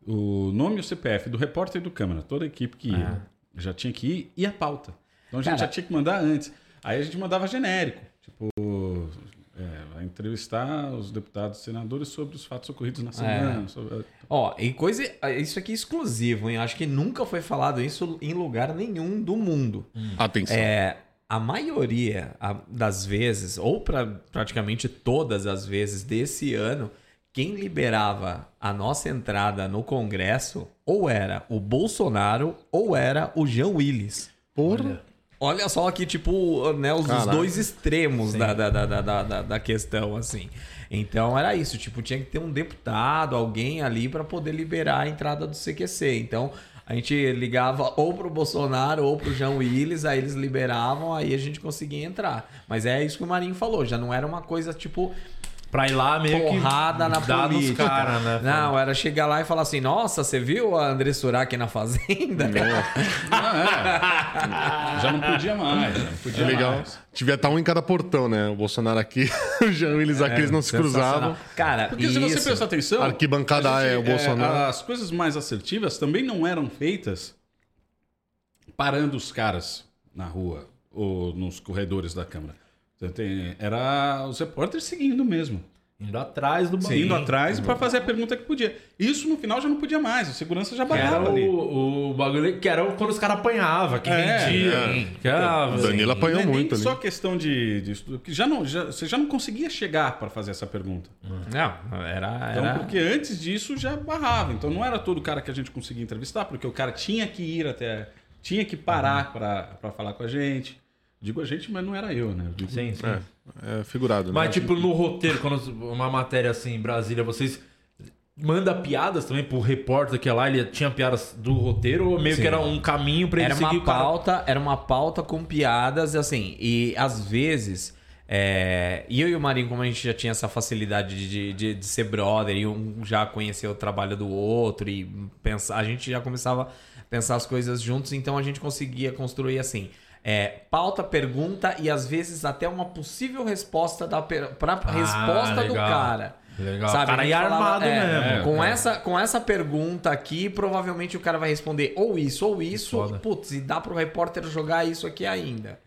Speaker 3: o nome e o CPF do repórter e do Câmara, toda a equipe que ia. Já tinha que ir e a pauta. Então a gente
Speaker 4: Ah. Cara.
Speaker 3: já tinha que mandar antes. Aí a gente mandava genérico, tipo, é, vai entrevistar os deputados e senadores sobre os fatos ocorridos
Speaker 4: É.
Speaker 3: na semana. sobre-
Speaker 4: Ó, e coisa. Isso aqui é exclusivo, hein? Acho que nunca foi falado isso em lugar nenhum do mundo.
Speaker 2: Atenção.
Speaker 4: É, a maioria a- das vezes, ou pra, praticamente todas as vezes desse ano, quem liberava a nossa entrada no Congresso ou era o Bolsonaro ou era o Jean Willis.
Speaker 2: Porra.
Speaker 4: Olha só que, tipo, né, os, os
Speaker 2: Caralho.
Speaker 4: dois extremos da, da, da, da, da, da- da questão, assim. Então era isso, tipo, tinha que ter um deputado, alguém ali pra poder liberar a entrada do CQC. Então a gente ligava ou pro Bolsonaro ou pro João Willis, aí eles liberavam, aí a gente conseguia entrar. Mas é isso que o Marinho falou, já não era uma coisa, tipo,
Speaker 1: Pra ir lá meio que.
Speaker 4: porrada na
Speaker 1: dar nos
Speaker 4: política.
Speaker 1: cara,
Speaker 2: É
Speaker 1: né?
Speaker 4: Não, era chegar lá e falar assim, nossa, você viu a André Surak na Fazenda?
Speaker 3: Ah, é. já não podia mais. Já não
Speaker 2: É
Speaker 3: podia
Speaker 2: legal.
Speaker 3: mais.
Speaker 2: Devia estar um em cada portão, né? O Bolsonaro aqui, o Jean Willis aqui, eles não se cruzavam.
Speaker 4: Cara,
Speaker 3: Porque
Speaker 4: isso...
Speaker 3: se você prestar atenção.
Speaker 2: Arquibancada
Speaker 3: Então, a
Speaker 2: é o Bolsonaro.
Speaker 3: as coisas mais assertivas também não eram feitas parando os caras na rua ou nos corredores da Câmara. Então, tem- era os repórteres seguindo mesmo.
Speaker 1: Indo atrás do bagulho.
Speaker 3: Indo atrás pra fazer a pergunta que podia. Isso no final já não podia mais, o segurança já
Speaker 1: Que era
Speaker 3: barrava ali.
Speaker 1: o, o bagulho que era quando os caras apanhavam, que
Speaker 3: É,
Speaker 1: vendia.
Speaker 2: é.
Speaker 1: Que assim. era,
Speaker 2: O Danilo
Speaker 3: Não
Speaker 2: apanhou
Speaker 3: é
Speaker 2: muito
Speaker 3: nem
Speaker 2: ali.
Speaker 3: só questão de, de estudo, que já não, já- você já não conseguia chegar pra fazer essa pergunta.
Speaker 4: Não, era.
Speaker 3: Então,
Speaker 4: era...
Speaker 3: porque antes disso já barrava. Então não era todo cara que a gente conseguia entrevistar, porque o cara tinha que ir até. tinha que
Speaker 1: Uhum.
Speaker 3: parar pra para falar com a gente. Digo a gente, mas não era eu, né? Eu digo-
Speaker 1: Sim, sim.
Speaker 2: É figurado, né?
Speaker 1: Mas, tipo, no roteiro, quando uma matéria assim, em Brasília, vocês manda piadas também pro repórter que é lá, ele tinha piadas do roteiro, ou meio
Speaker 4: Sim.
Speaker 1: que era um caminho pra ele
Speaker 4: era
Speaker 1: seguir
Speaker 4: uma
Speaker 1: o cara?
Speaker 4: pauta, era uma pauta com piadas, assim, e às vezes. é, e eu e o Marinho, como a gente já tinha essa facilidade de, de, de ser brother, e um já conhecer o trabalho do outro, e pensar, a gente já começava a pensar as coisas juntos, então a gente conseguia construir assim: é, pauta, pergunta e às vezes até uma possível resposta da, per- pra resposta do
Speaker 1: Ah, legal.
Speaker 4: cara.
Speaker 1: Legal.
Speaker 4: Sabe?
Speaker 1: O cara
Speaker 4: A gente
Speaker 1: ia
Speaker 4: falava,
Speaker 1: armado
Speaker 4: é,
Speaker 1: mesmo.
Speaker 4: Com,
Speaker 1: cara.
Speaker 4: Essa, com essa pergunta aqui, provavelmente o cara vai responder ou isso ou isso.
Speaker 1: foda.
Speaker 4: Putz, e dá pro repórter jogar isso aqui ainda.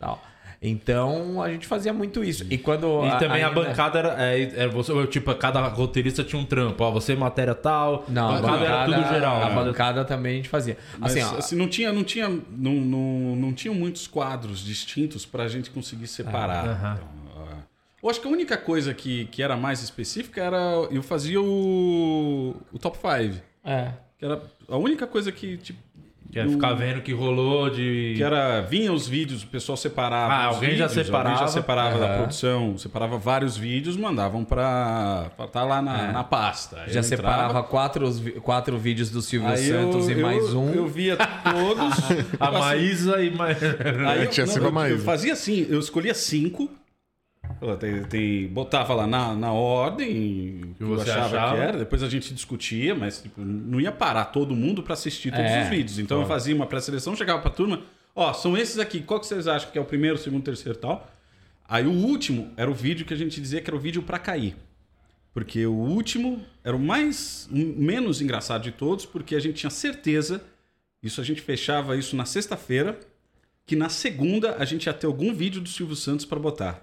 Speaker 4: Tal. Então a gente fazia muito isso. E quando.
Speaker 1: E também a
Speaker 4: ainda-
Speaker 1: bancada era, é, era você, ou, tipo, cada roteirista tinha um trampo. Ó, você matéria tal.
Speaker 4: Não, a
Speaker 1: bancada
Speaker 4: bancada,
Speaker 1: era tudo geral.
Speaker 4: A
Speaker 1: né?
Speaker 4: bancada também a gente fazia.
Speaker 3: Mas,
Speaker 4: Assim,
Speaker 3: assim,
Speaker 4: ó,
Speaker 3: não tinha, não tinha, não, não, não tinham muitos quadros distintos pra gente
Speaker 1: Ah,
Speaker 3: conseguir separar. Então, ah, eu acho que a única coisa que, que era mais específica era eu fazia o, o top 5,
Speaker 4: é.
Speaker 3: que era a única coisa que tipo,
Speaker 1: Que é ficar vendo o que rolou de.
Speaker 3: Que era, vinha os vídeos, o pessoal separava.
Speaker 1: Ah,
Speaker 3: os
Speaker 1: alguém já
Speaker 3: vídeos,
Speaker 1: separava.
Speaker 3: Alguém já separava da
Speaker 4: Aham.
Speaker 3: produção, separava vários vídeos, mandavam pra estar lá na, na pasta. Aí
Speaker 4: É. Já
Speaker 3: eu
Speaker 4: separava
Speaker 3: entrava,
Speaker 4: quatro, vi- quatro vídeos do Silvio
Speaker 3: aí
Speaker 4: Santos
Speaker 3: eu,
Speaker 4: e mais
Speaker 3: eu-
Speaker 4: um.
Speaker 3: Eu via todos. assim,
Speaker 1: A
Speaker 3: tipo
Speaker 1: Maísa e. Ma-
Speaker 3: Aí eu,
Speaker 2: Tinha
Speaker 3: não,
Speaker 2: sido a
Speaker 3: eu-
Speaker 2: Maísa.
Speaker 3: eu fazia assim, eu escolhia cinco. Pô, Tem, tem- botava lá na, na ordem que eu
Speaker 1: você
Speaker 3: achava,
Speaker 1: achava.
Speaker 3: que era, depois a gente discutia, mas tipo, não ia parar todo mundo pra assistir todos
Speaker 4: É,
Speaker 3: os vídeos. Então eu fazia uma pré-seleção, chegava pra turma, ó, são esses aqui, qual que vocês acham que é o primeiro, o segundo, o terceiro e tal? Aí o último era o vídeo que a gente dizia que era o vídeo pra cair. Porque o último era o mais o menos engraçado de todos, porque a gente tinha certeza, isso a gente fechava isso na sexta-feira, que na segunda a gente ia ter algum vídeo do Silvio Santos pra botar.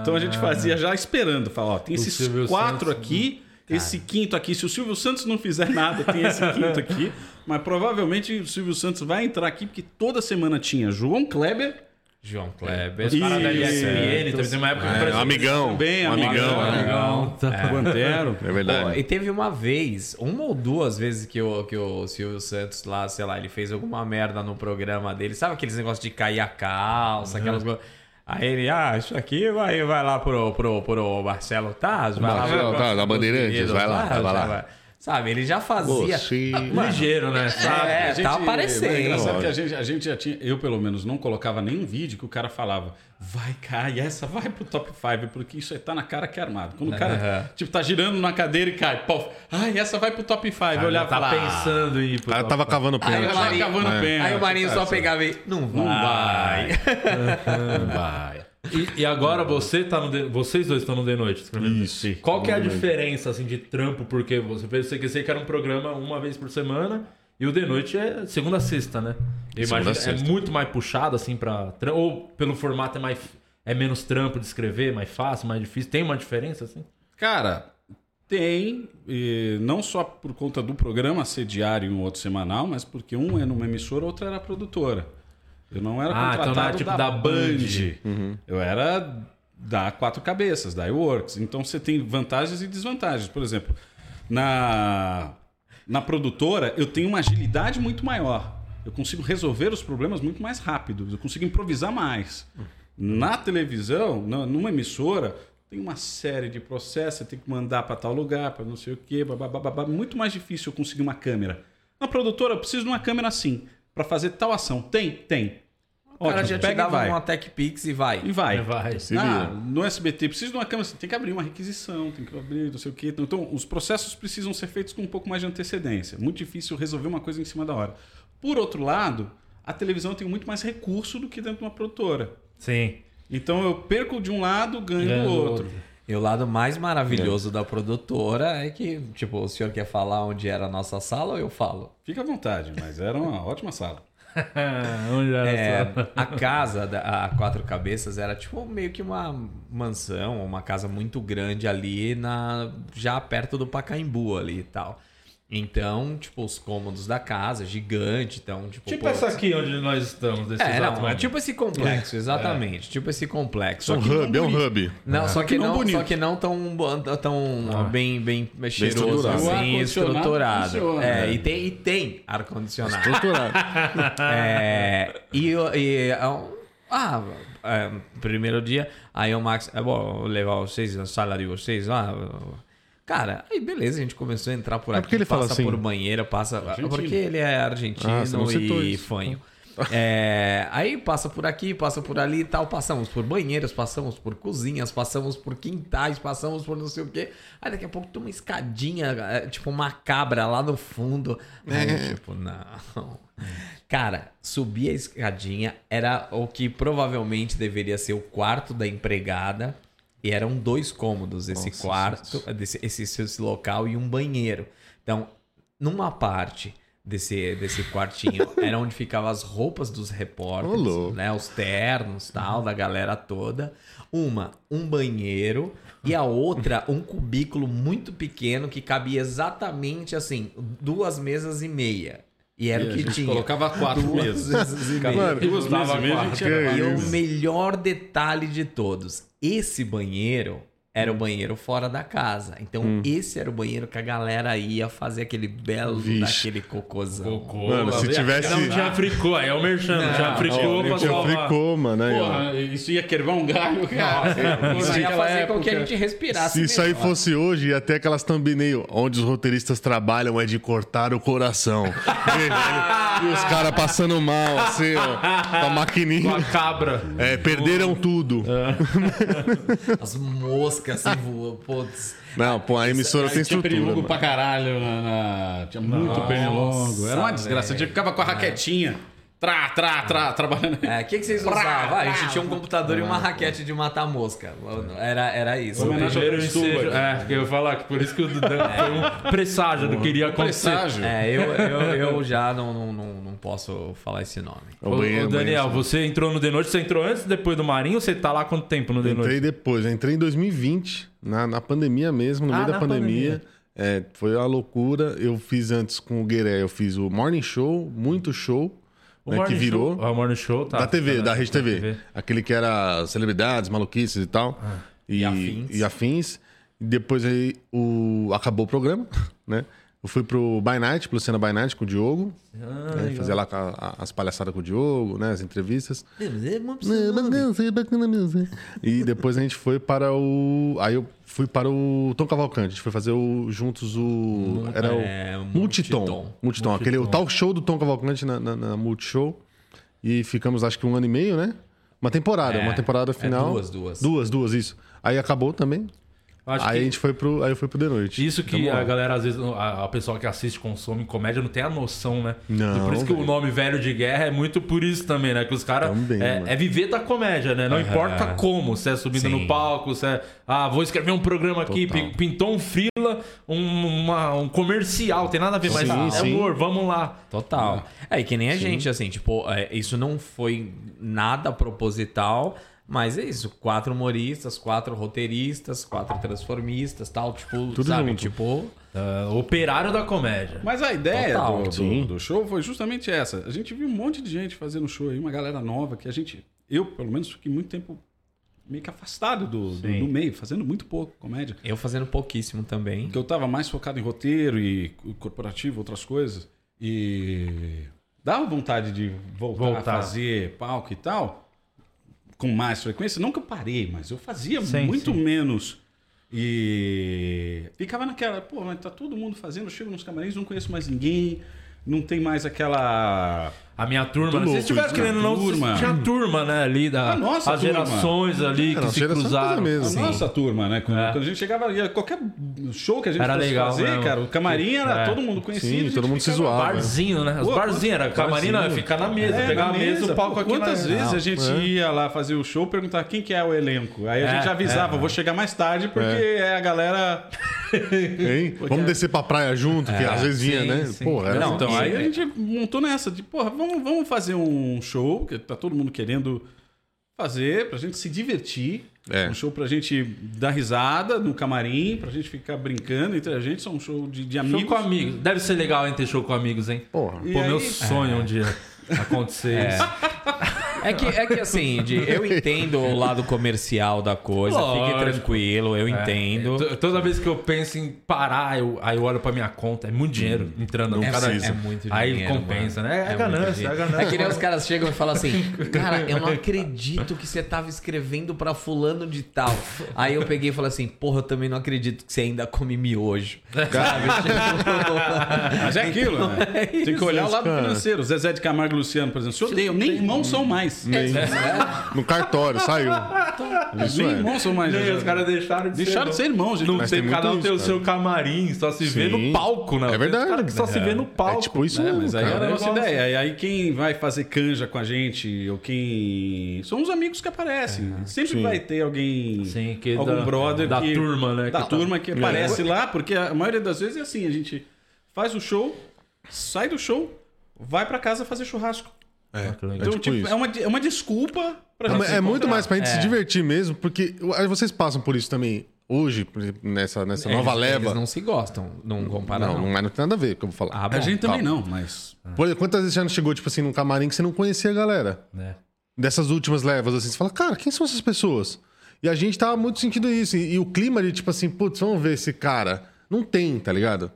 Speaker 3: Então a gente fazia já esperando, falar, ó, tem
Speaker 1: Do
Speaker 3: esses
Speaker 1: Ah. Silvio
Speaker 3: quatro
Speaker 1: Santos, hum,
Speaker 3: aqui Esse quinto aqui, se o Silvio Santos não fizer nada, tem esse quinto aqui. Mas provavelmente o Silvio Santos vai entrar aqui, porque toda semana tinha João Kleber.
Speaker 4: João Kleber.
Speaker 3: Isso.
Speaker 4: Para da ESPN, também tem uma época que o
Speaker 2: É, um
Speaker 4: Brasil...
Speaker 2: amigão.
Speaker 3: Bem
Speaker 2: um amigão.
Speaker 3: amigão,
Speaker 2: né?
Speaker 3: amigão.
Speaker 1: Tá.
Speaker 3: Guantero.
Speaker 2: É
Speaker 4: Pô,
Speaker 2: verdade.
Speaker 4: e teve uma vez, uma ou duas vezes que o, que o Silvio Santos lá, sei lá, ele fez alguma merda no programa dele. Sabe aqueles negócios de cair a calça, aquelas coisas. Aí ele, ah, isso aqui vai, vai lá pro, pro, pro Marcelo Taz, vai lá.
Speaker 2: Marcelo
Speaker 4: pro-
Speaker 2: Taz, da
Speaker 4: pros
Speaker 2: Bandeirantes,
Speaker 4: queridos
Speaker 2: vai lá, vai lá.
Speaker 4: Sabe, ele já fazia.
Speaker 2: Você-
Speaker 1: Ligeiro, né? Sabe?
Speaker 4: É,
Speaker 3: A gente-
Speaker 4: tá
Speaker 3: É
Speaker 4: aparecendo.
Speaker 3: engraçado que a gente, a gente já tinha. Eu, pelo menos, não colocava nenhum vídeo que o cara falava, vai cai, essa vai pro top 5, porque isso aí tá na cara que é armado. Quando o cara, tipo, tá girando na cadeira e cai, pof, ai, essa vai pro top 5. Eu olhava e
Speaker 1: tá
Speaker 3: falava,
Speaker 1: pensando em ir
Speaker 2: O
Speaker 1: pro
Speaker 2: cara
Speaker 1: top
Speaker 2: tava cavando
Speaker 4: Aí
Speaker 2: pênalti.
Speaker 4: o
Speaker 2: né?
Speaker 3: Maria- cavando
Speaker 4: Marinho-
Speaker 3: pênalti,
Speaker 4: Aí o Marinho só
Speaker 3: cara,
Speaker 4: pegava e. Não vai.
Speaker 3: Não vai.
Speaker 1: Não vai. E, e agora você tá no The- vocês dois estão no The Noite,
Speaker 2: Hum.
Speaker 1: escrevendo.
Speaker 2: Isso.
Speaker 1: Qual que é a diferença assim de trampo? Porque você fez o CQC que era um programa uma vez por semana e o The Noite é segunda a sexta, né? Eu
Speaker 2: Segunda
Speaker 1: imagino
Speaker 2: a sexta.
Speaker 1: é muito mais puxado assim para ou pelo formato é mais é menos trampo de escrever, mais fácil, mais difícil. Tem uma diferença assim?
Speaker 3: Cara, tem, e não só por conta do programa ser diário e um outro semanal, mas porque um era uma emissora, outra era produtora. Eu não era
Speaker 1: Ah, então
Speaker 3: contratado
Speaker 1: não era tipo
Speaker 3: da,
Speaker 1: da Band.
Speaker 3: Band. Uhum. Eu era da Quatro Cabeças, da iWorks. Então você tem vantagens e desvantagens. Por exemplo, na, na produtora eu tenho uma agilidade muito maior. Eu consigo resolver os problemas muito mais rápido. Eu consigo improvisar mais. Na televisão, na- numa emissora, tem uma série de processos. Você tem que mandar para tal lugar, para não sei o quê. babá, babá, babá. Muito mais difícil eu conseguir uma câmera. Na produtora, eu preciso de uma câmera assim. Para fazer tal ação. Tem? Tem.
Speaker 4: O cara
Speaker 3: Ótimo,
Speaker 4: já te
Speaker 3: pega e
Speaker 4: dava
Speaker 3: vai.
Speaker 4: uma Tech Pix e vai.
Speaker 3: E vai.
Speaker 1: Vai.
Speaker 2: Se vira.
Speaker 3: Ah, no SBT precisa de uma câmera, você tem que abrir uma requisição, tem que abrir não sei o quê. Então, os processos precisam ser feitos com um pouco mais de antecedência. Muito difícil resolver uma coisa em cima da hora. Por outro lado, a televisão tem muito mais recurso do que dentro de uma produtora.
Speaker 1: Sim.
Speaker 3: Então, eu perco de um lado, ganho
Speaker 1: Ganho
Speaker 3: do
Speaker 1: do
Speaker 3: outro.
Speaker 4: E o lado mais maravilhoso
Speaker 2: É.
Speaker 4: da produtora é que, tipo, o senhor quer falar onde era a nossa sala ou eu falo?
Speaker 3: Fica à vontade, mas era uma ótima sala.
Speaker 1: Onde era
Speaker 4: É,
Speaker 1: essa?
Speaker 4: a casa da a Quatro Cabeças era tipo meio que uma mansão, uma casa muito grande ali na já perto do Pacaembu ali e tal. Então, tipo, os cômodos da casa, gigante, então, tipo,
Speaker 1: Tipo
Speaker 4: pô,
Speaker 1: essa aqui onde nós estamos, desse
Speaker 4: É,
Speaker 1: exato
Speaker 4: não, é
Speaker 1: momento.
Speaker 4: tipo esse complexo, exatamente. Tipo esse complexo.
Speaker 2: É
Speaker 4: Só
Speaker 2: um
Speaker 4: que
Speaker 2: hub, é um hub.
Speaker 4: Não, só que
Speaker 3: Não
Speaker 4: não,
Speaker 3: bonito.
Speaker 4: só que não tão, bo- tão bem, bem cheiroso,
Speaker 2: Ah. estruturado.
Speaker 3: O ar-condicionado
Speaker 4: assim, estruturado.
Speaker 3: funciona,
Speaker 4: É,
Speaker 3: né?
Speaker 4: e tem, e tem ar-condicionado.
Speaker 2: Estruturado.
Speaker 4: É, e, eu- e ah, ah, é, primeiro dia, aí o Max, é bom, vou levar vocês na sala de vocês lá. Cara, aí beleza, a gente começou a entrar por
Speaker 2: Mas
Speaker 4: aqui,
Speaker 2: por que ele
Speaker 4: passa
Speaker 2: fala assim?
Speaker 4: por banheira, passa.
Speaker 3: Argentino.
Speaker 4: Porque ele é argentino
Speaker 2: Ah, você não citou
Speaker 4: e
Speaker 2: isso.
Speaker 4: fanho. É, aí passa por aqui, passa por ali e tal. Passamos por banheiros, passamos por cozinhas, passamos por quintais, passamos por não sei o quê. Aí daqui a pouco tem uma escadinha, é, tipo uma cabra lá no fundo. Aí,
Speaker 2: É.
Speaker 4: tipo, não. Cara, subir a escadinha era o que provavelmente deveria ser o quarto da empregada. E eram dois cômodos esse quarto, desse, esse, esse local e um banheiro. Então, numa parte desse, desse quartinho era onde ficavam as roupas dos
Speaker 2: Ô,
Speaker 4: repórteres,
Speaker 2: louco.
Speaker 4: né? Os ternos tal, da galera toda. Uma, um banheiro. E a outra, um cubículo muito pequeno que cabia exatamente assim, duas mesas e meia. E era
Speaker 3: E
Speaker 4: o
Speaker 3: a
Speaker 4: que
Speaker 3: gente
Speaker 4: tinha.
Speaker 3: colocava quatro
Speaker 4: duas
Speaker 3: mesas.
Speaker 4: mesas e meia.
Speaker 2: Mano,
Speaker 3: Duas
Speaker 1: Dava
Speaker 3: mesas e meia, a gente
Speaker 2: quatro.
Speaker 3: era
Speaker 4: E
Speaker 3: quatro
Speaker 4: o
Speaker 3: mesas.
Speaker 4: melhor detalhe de todos: esse banheiro era o banheiro fora da casa. Então, esse era o banheiro que a galera ia fazer aquele belo
Speaker 2: Vixe.
Speaker 4: daquele cocôzão.
Speaker 1: Cocô,
Speaker 2: Mano, se
Speaker 1: lá-
Speaker 2: tivesse-
Speaker 1: Não tinha fricô, aí é o Merchan, não, tinha fricô pra
Speaker 2: Já
Speaker 1: salvar.
Speaker 2: ficou, mano. aí, ó.
Speaker 3: Porra, isso ia querer um galho, cara.
Speaker 4: Isso ia
Speaker 3: Naquela
Speaker 4: fazer com que a
Speaker 3: época.
Speaker 4: gente respirasse.
Speaker 2: Se isso aí
Speaker 4: melhor.
Speaker 2: fosse hoje, ia ter aquelas thumbnail onde os roteiristas trabalham é de cortar o coração. e os caras passando mal, assim, ó, com a
Speaker 1: Com a
Speaker 2: maquininha.
Speaker 1: cabra.
Speaker 2: É, perderam tudo.
Speaker 4: As moscas assim voam. Putz.
Speaker 2: Não, pô, a emissora tem
Speaker 3: tinha
Speaker 2: estrutura.
Speaker 3: pernilongo
Speaker 2: mano.
Speaker 3: pra caralho. Na, na- Tinha muito pernilongo. Era uma
Speaker 4: velho.
Speaker 3: desgraça. Eu ficava com a raquetinha. Trá, trá, trá, trabalhando.
Speaker 4: É, O que, que vocês usavam? Ah, a gente tinha um computador e uma raquete de matar mosca. Era, era isso.
Speaker 1: O
Speaker 3: Homenagem
Speaker 1: primeiro
Speaker 3: ao Stuart.
Speaker 1: ensejo. É, que eu ia falar que por isso que o Dudan foi um presságio do que iria acontecer.
Speaker 3: Presságio.
Speaker 4: É, eu, eu, eu já não, não, não, não posso falar esse nome.
Speaker 1: Ô,
Speaker 2: O banheiro,
Speaker 1: ô, Daniel, você entrou no The Noite, você entrou antes ou depois do Marinho ou você tá lá há quanto tempo no The
Speaker 2: Eu
Speaker 1: Noite?
Speaker 2: entrei depois, eu entrei em 2020, na, na pandemia mesmo, no
Speaker 1: Ah,
Speaker 2: meio da
Speaker 1: na
Speaker 2: pandemia. É, foi uma loucura. Eu fiz antes com o Gueré, eu fiz o Morning Show, muito show, né, que
Speaker 1: Morning
Speaker 2: virou.
Speaker 1: Show, ah, o Morning Show, tá.
Speaker 2: da TV,
Speaker 1: tá,
Speaker 2: da Rede TV. Aquele que era celebridades, maluquices e tal. e,
Speaker 4: E afins.
Speaker 2: E afins. E depois aí o... acabou o programa, né? Eu fui pro By Night, pro Luciana By Night com o Diogo. né? Fazia lá a- a- as palhaçadas com o Diogo, né? As entrevistas. E depois a gente foi para o. Aí eu fui para o Tom Cavalcante. A gente foi fazer o juntos o. Era o.
Speaker 4: é,
Speaker 2: Multitom. Multitom.
Speaker 4: Multitom.
Speaker 2: Aquele, o tal show do Tom Cavalcante na, na, na Multishow. E ficamos acho que um ano e meio, né? Uma temporada,
Speaker 4: É,
Speaker 2: uma temporada
Speaker 4: é
Speaker 2: final.
Speaker 4: duas, duas.
Speaker 2: Duas, duas, isso. Aí acabou também.
Speaker 1: Acho
Speaker 2: aí
Speaker 1: que
Speaker 2: a gente foi pro. Aí eu fui pro The Noite. Então,
Speaker 1: Isso que a galera, às vezes, a, a pessoa que assiste, consome comédia, não tem a noção, né?
Speaker 2: Não,
Speaker 1: E por isso que
Speaker 2: velho.
Speaker 1: o nome Velho de Guerra é muito por isso também, né? Que os caras.
Speaker 2: Também,
Speaker 1: É,
Speaker 2: mano.
Speaker 1: é viver da comédia, né? Não importa como, se é subindo no palco, se é. Ah, vou escrever um programa aqui, pin- pintou um frila, um, uma- um comercial, tem nada a ver, mas
Speaker 2: Sim,
Speaker 1: ah, é
Speaker 2: sim.
Speaker 1: humor, vamos lá.
Speaker 4: Total. É, e que nem a gente, assim, tipo, é, isso não foi nada proposital, mas é isso. Quatro humoristas, quatro roteiristas, quatro transformistas, tal, tipo,
Speaker 2: Tudo
Speaker 4: sabe?
Speaker 2: junto.
Speaker 4: Tipo,
Speaker 1: Ah, operário da comédia.
Speaker 3: Mas a ideia
Speaker 4: Total.
Speaker 3: do, do-
Speaker 2: Sim.
Speaker 3: do show foi justamente essa. A gente viu um monte de gente fazendo show aí, uma galera nova que a gente. Eu, pelo menos, fiquei muito tempo meio que afastado do, do, do meio, fazendo muito pouco comédia.
Speaker 4: eu fazendo pouquíssimo também.
Speaker 3: Porque eu tava mais focado em roteiro e corporativo, outras coisas. E dava vontade de voltar,
Speaker 1: Voltar.
Speaker 3: a fazer palco e tal, com mais frequência. Nunca parei, mas eu fazia
Speaker 1: Sim,
Speaker 3: muito
Speaker 1: sim.
Speaker 3: menos. E ficava naquela, pô, mas tá todo mundo fazendo, eu chego nos camarins, não conheço mais ninguém, não tem mais aquela.
Speaker 1: A minha turma,
Speaker 2: Muito
Speaker 1: se
Speaker 2: louco
Speaker 1: estiver
Speaker 3: isso,
Speaker 1: querendo ou
Speaker 3: né?
Speaker 1: não,
Speaker 3: Turma.
Speaker 1: tinha a turma, né? Ali, da,
Speaker 3: A nossa
Speaker 1: as
Speaker 3: turma.
Speaker 1: gerações ali
Speaker 2: É,
Speaker 1: que
Speaker 2: não,
Speaker 1: se
Speaker 2: cheira só coisa
Speaker 1: cruzaram.
Speaker 2: mesmo.
Speaker 3: A
Speaker 2: Sim.
Speaker 3: nossa turma, né? Quando,
Speaker 1: É.
Speaker 3: quando a gente chegava, ia- qualquer show que a gente
Speaker 1: Era
Speaker 3: fosse
Speaker 1: legal,
Speaker 3: fazer,
Speaker 1: né?
Speaker 3: cara, o camarim era
Speaker 1: É.
Speaker 3: todo mundo conhecido. a gente
Speaker 2: todo mundo se
Speaker 3: ficava-
Speaker 2: zoava.
Speaker 1: Barzinho, né? Os
Speaker 3: Pô,
Speaker 1: barzinhos, era camarina, ficar na mesa,
Speaker 3: É,
Speaker 1: pegar
Speaker 3: na
Speaker 1: a mesa, o palco
Speaker 3: Pô,
Speaker 1: aqui.
Speaker 3: Quantas
Speaker 1: na-
Speaker 3: vezes
Speaker 1: Não.
Speaker 3: a gente ia lá fazer o show perguntar quem que é o elenco? Aí a
Speaker 1: É,
Speaker 3: gente avisava,
Speaker 1: é.
Speaker 3: vou chegar mais tarde porque
Speaker 2: É.
Speaker 3: é, a galera.
Speaker 2: Hein? Vamos descer pra praia junto, que às vezes vinha,
Speaker 4: é- sim,
Speaker 2: né?
Speaker 4: sim.
Speaker 2: Porra, era
Speaker 4: Não,
Speaker 2: assim.
Speaker 4: então,
Speaker 3: e
Speaker 4: aí-
Speaker 3: a gente montou nessa de, porra, vamos, vamos fazer um show que tá todo mundo querendo fazer pra gente se divertir.
Speaker 2: É.
Speaker 3: Um show pra gente dar risada no camarim, pra gente ficar brincando entre a gente, só um show de, de amigos.
Speaker 1: Show com amigos. Deve ser legal, hein, ter show com amigos, hein?
Speaker 2: Porra.
Speaker 3: E
Speaker 1: Pô, meu
Speaker 3: aí-
Speaker 1: sonho um dia acontecer isso.
Speaker 4: É que, é que assim, de- eu entendo o lado comercial da coisa, fique
Speaker 1: Lógico.
Speaker 4: tranquilo, eu entendo.
Speaker 1: T- Toda vez que eu penso em parar, eu, aí eu olho pra minha conta. É muito dinheiro entrando.
Speaker 2: Não
Speaker 1: no cada-
Speaker 2: precisa.
Speaker 4: É muito
Speaker 1: Aí
Speaker 4: dinheiro,
Speaker 1: compensa,
Speaker 4: mano.
Speaker 1: né? É,
Speaker 4: muito
Speaker 1: ganância,
Speaker 4: dinheiro.
Speaker 1: é ganância.
Speaker 4: É que nem os caras chegam e falam assim: Cara, eu não acredito que você tava escrevendo pra fulano de tal. Aí eu peguei e falei assim: Porra, eu também não acredito que você ainda come miojo. Sabe?
Speaker 3: Mas é aquilo, né? Tem que olhar o lado
Speaker 2: cara.
Speaker 3: financeiro. Zezé de Camargo e Luciano, por exemplo, se odeiam, nem irmãos
Speaker 1: um
Speaker 3: são mais.
Speaker 2: Nem- No cartório, saiu. Isso
Speaker 3: nem
Speaker 2: é.
Speaker 3: irmãos são mais. né?
Speaker 1: E aí, os caras deixaram de
Speaker 3: Deixaram de ser
Speaker 1: ser.
Speaker 3: irmãos, gente.
Speaker 1: Não
Speaker 2: Mas
Speaker 1: tem,
Speaker 2: tem
Speaker 1: cada
Speaker 2: muito
Speaker 1: um tem o
Speaker 2: isso,
Speaker 1: seu camarim, só se vê
Speaker 2: Sim.
Speaker 1: no palco, né?
Speaker 2: É verdade.
Speaker 1: Tem os caras que só se vê no palco.
Speaker 2: É tipo isso
Speaker 3: É,
Speaker 2: mesmo,
Speaker 3: mas aí
Speaker 2: cara.
Speaker 3: era a nossa
Speaker 1: Negócio.
Speaker 3: ideia. E aí quem vai fazer canja com a gente, ou quem. São os amigos que aparecem. Sempre
Speaker 2: É, Sim.
Speaker 3: vai ter alguém.
Speaker 1: Sim, que
Speaker 3: algum
Speaker 1: da-
Speaker 3: brother
Speaker 1: da
Speaker 3: que-
Speaker 1: turma, né,
Speaker 3: Da
Speaker 1: que tá-
Speaker 3: turma que aparece lá, porque a maioria das vezes é assim, a gente faz o show, sai do show, vai pra casa fazer churrasco.
Speaker 2: É, é
Speaker 3: Então,
Speaker 2: tipo
Speaker 3: tipo,
Speaker 2: isso.
Speaker 3: é, uma, de- é uma desculpa pra
Speaker 2: É,
Speaker 3: gente.
Speaker 2: mas
Speaker 3: se
Speaker 2: é muito
Speaker 3: encontrar.
Speaker 2: mais pra gente se divertir mesmo, porque aí vocês passam por isso também hoje, por exemplo, nessa, nessa nova
Speaker 4: Eles-
Speaker 2: leva.
Speaker 4: Eles não se gostam, É, não comparam.
Speaker 2: não,
Speaker 4: Não,
Speaker 2: não, é- não tem nada a ver com o que eu vou falar.
Speaker 4: Ah, bom.
Speaker 3: A gente também
Speaker 2: Calma.
Speaker 3: não, mas.
Speaker 2: Por exemplo, quantas vezes já não chegou, tipo assim, num camarim que você não conhecia a galera?
Speaker 1: É.
Speaker 2: Dessas últimas levas, assim, você fala, cara, quem são essas pessoas? E a gente tava muito sentindo isso. E, e o clima de, tipo assim, putz, vamos ver esse cara. Não tem, tá ligado?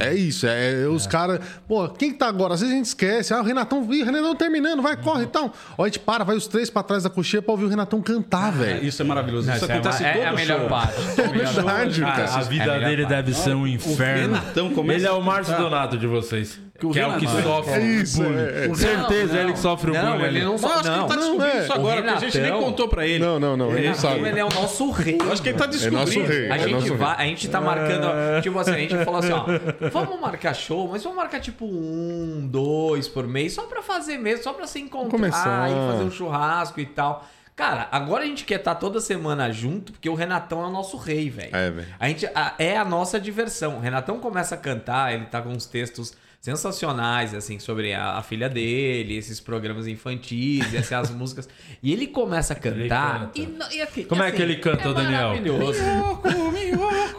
Speaker 2: É isso, é, é os caras. Pô, quem que tá agora? Às vezes a gente esquece. Ah, o Renatão, ih, Renatão terminando, vai, corre e tal. Ó, a gente para, vai os três pra trás da coxinha pra ouvir o Renatão cantar, velho.
Speaker 3: Isso é maravilhoso. isso,
Speaker 4: isso é,
Speaker 3: acontece
Speaker 4: uma- é-
Speaker 3: todo
Speaker 4: é a melhor
Speaker 3: show.
Speaker 4: parte. É a melhor parte.
Speaker 2: Verdade, cara.
Speaker 1: Ah, A vida
Speaker 4: É melhor
Speaker 1: dele
Speaker 4: pra-
Speaker 1: deve ser um inferno.
Speaker 3: Renatão começa
Speaker 1: ele é
Speaker 3: a
Speaker 1: o Márcio
Speaker 3: cantar.
Speaker 1: Donato de vocês. Que,
Speaker 3: o
Speaker 1: é o que
Speaker 3: Renato-
Speaker 1: sofre.
Speaker 2: É isso,
Speaker 1: bullying.
Speaker 2: é, é.
Speaker 1: Com certeza
Speaker 4: Não,
Speaker 1: é ele que sofre o
Speaker 4: Não,
Speaker 1: bullying.
Speaker 4: ele
Speaker 1: ali.
Speaker 4: não
Speaker 3: Nossa,
Speaker 4: sofre.
Speaker 3: ele
Speaker 4: Não,
Speaker 3: tá
Speaker 4: não,
Speaker 3: descobrindo
Speaker 2: é.
Speaker 3: isso agora, porque a gente nem
Speaker 4: Renatão-
Speaker 3: contou pra ele.
Speaker 2: Não, não, não, ele não sabe.
Speaker 4: ele é o nosso rei.
Speaker 3: Eu acho que ele tá
Speaker 2: É
Speaker 3: descobrindo.
Speaker 2: nosso rei.
Speaker 4: A
Speaker 2: é
Speaker 4: gente,
Speaker 2: nosso É.
Speaker 4: vai, a gente tá marcando, ó, tipo assim, a gente falou assim, ó, vamos marcar show, mas vamos marcar tipo um, dois por mês, só pra fazer mesmo, só pra se encontrar
Speaker 2: Começar.
Speaker 4: e fazer um churrasco e tal. Cara, agora a gente quer estar toda semana junto, porque o Renatão é o nosso rei, velho.
Speaker 2: É, velho.
Speaker 4: A gente a- é a nossa diversão. O Renatão começa a cantar, ele tá com uns textos sensacionais, assim, sobre a, a filha dele, esses programas infantis, e essas músicas. E ele começa a cantar.
Speaker 1: canta.
Speaker 4: e no- e assim-
Speaker 1: Como é
Speaker 4: assim,
Speaker 1: que ele canta, Daniel?
Speaker 4: maravilhoso.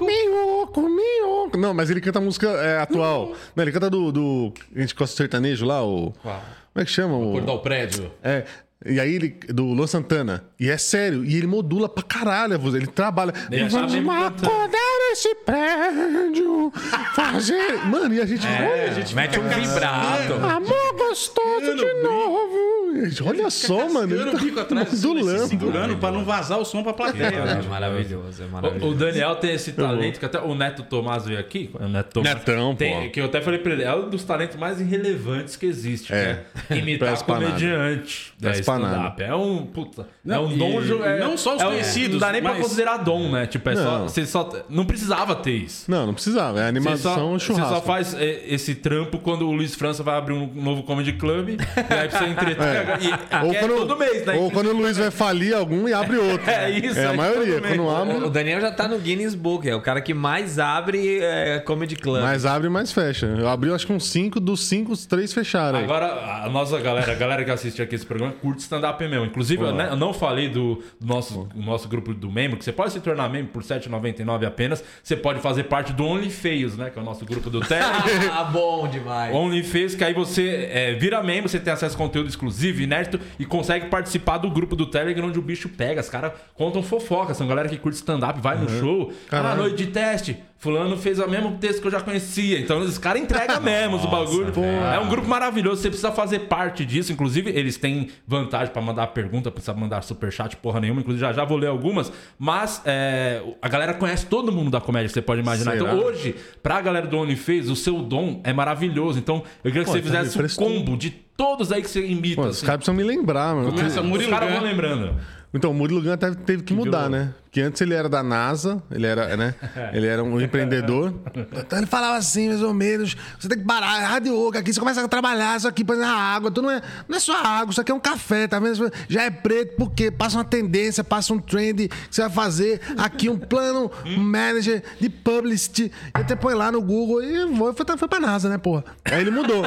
Speaker 2: Minhoco, minhoco. Não, mas ele canta música é, atual. Não, ele canta do, do. A gente gosta do sertanejo lá, o.
Speaker 4: Qual?
Speaker 2: Como é que chama? O...
Speaker 1: Acordar o prédio.
Speaker 2: É. E aí ele. Do Luan Santana. E é sério. E ele modula pra caralho a voz. Ele trabalha.
Speaker 1: Ele achava
Speaker 2: Vamos
Speaker 1: mesmo cantando.
Speaker 2: acordar esse prédio. Fazer. Mano, e a gente. É. olha,
Speaker 4: É, mete um vibrato.
Speaker 2: Amor gostoso de novo. E a gente, Olha só, mano. Ele
Speaker 3: Segurando o bico
Speaker 2: tá
Speaker 3: atrás, assim, se
Speaker 2: modulando.
Speaker 3: segurando pra não vazar o som pra plateia.
Speaker 4: É
Speaker 3: né?
Speaker 4: maravilhoso, é
Speaker 1: O, o
Speaker 4: maravilhoso.
Speaker 1: Daniel tem esse talento que até o Neto Tomás veio aqui. O Neto Tomás.
Speaker 2: Netão,
Speaker 1: Tem-
Speaker 2: pô.
Speaker 1: que eu até falei pra ele, é um dos talentos mais irrelevantes que existe,
Speaker 2: É.
Speaker 1: né? Imitar
Speaker 2: Parece pra nada.
Speaker 1: comediante. É,
Speaker 2: Parece pra nada.
Speaker 1: stand-up. É um. Puta,
Speaker 3: Não,
Speaker 1: é um
Speaker 3: e
Speaker 1: dom. ju- é-
Speaker 3: não só os
Speaker 1: é um-
Speaker 3: conhecidos,
Speaker 1: Não dá nem pra
Speaker 3: mas-
Speaker 1: considerar dom, né? Tipo, é só.
Speaker 2: Não.
Speaker 1: Você só. Não precisava ter isso.
Speaker 2: Não, não precisava. É
Speaker 1: Você
Speaker 2: animação
Speaker 1: só,
Speaker 2: e churrasco.
Speaker 1: você só faz é, esse trampo quando o Luiz França vai abrir um novo comedy club e aí precisa entreter. E, aqui é todo mês, né?
Speaker 2: ou quando o Luiz vai falir algum e abre outro.
Speaker 1: É isso,
Speaker 2: É
Speaker 1: é
Speaker 2: a
Speaker 1: de
Speaker 2: maioria.
Speaker 1: todo mês.
Speaker 2: Quando
Speaker 4: O
Speaker 2: abre,
Speaker 4: Daniel já tá no Guinness Book, é o cara que mais abre é, comedy club.
Speaker 2: mais abre, mais fecha. Eu abri, eu acho que uns 5, dos 5, os 3 fecharam. aí.
Speaker 1: Agora, a nossa galera, a galera que assiste aqui esse programa, curte stand-up mesmo. Inclusive, eu, né, eu não falei do nosso, do nosso grupo do membro, que você pode se tornar membro por R$7,99 apenas. Você pode fazer parte do Only Feios, né? Que é o nosso grupo do Telegram.
Speaker 4: Ah, bom demais.
Speaker 1: OnlyFans, que aí você é, vira membro, você tem acesso a conteúdo exclusivo, inédito, e consegue participar do grupo do Telegram onde o bicho pega. Os caras contam fofocas, são galera que curte stand-up, vai no show. Ah, noite de teste. Fulano fez o mesmo texto que eu já conhecia. Então os caras entregam mesmo os bagulho. É um grupo maravilhoso, você precisa fazer parte disso. Inclusive, eles têm vantagem pra mandar pergunta, precisa mandar superchat, porra nenhuma. Inclusive, já já vou ler algumas. Mas é, a galera conhece todo mundo da comédia, você pode imaginar.
Speaker 2: Será?
Speaker 1: Então, hoje, pra galera do OnlyFans, o seu dom é maravilhoso. Então, eu queria que você
Speaker 2: tá
Speaker 1: fizesse um
Speaker 2: emprestando.
Speaker 1: combo de todos aí que você imita.
Speaker 2: Pô, os
Speaker 1: assim.
Speaker 2: caras precisam me lembrar, mano.
Speaker 3: Começa
Speaker 1: Os
Speaker 3: Murilo
Speaker 1: caras
Speaker 4: né?
Speaker 3: Gun.
Speaker 1: vão lembrando.
Speaker 2: Então, o Murilo Gun até teve que mudar, né? Porque antes ele era da NASA, ele era, né? Ele era um empreendedor. Então ele falava assim, mais ou menos, você tem que parar, é rádio oca aqui, você começa a trabalhar, isso aqui, põe na água, tu não é, não é só água, isso aqui é um café, tá vendo? Já é preto, por quê? Passa uma tendência, passa um trend, que você vai fazer aqui um plano manager de publicity, e até põe lá no Google e foi, foi, foi pra NASA, né, porra? Aí ele mudou.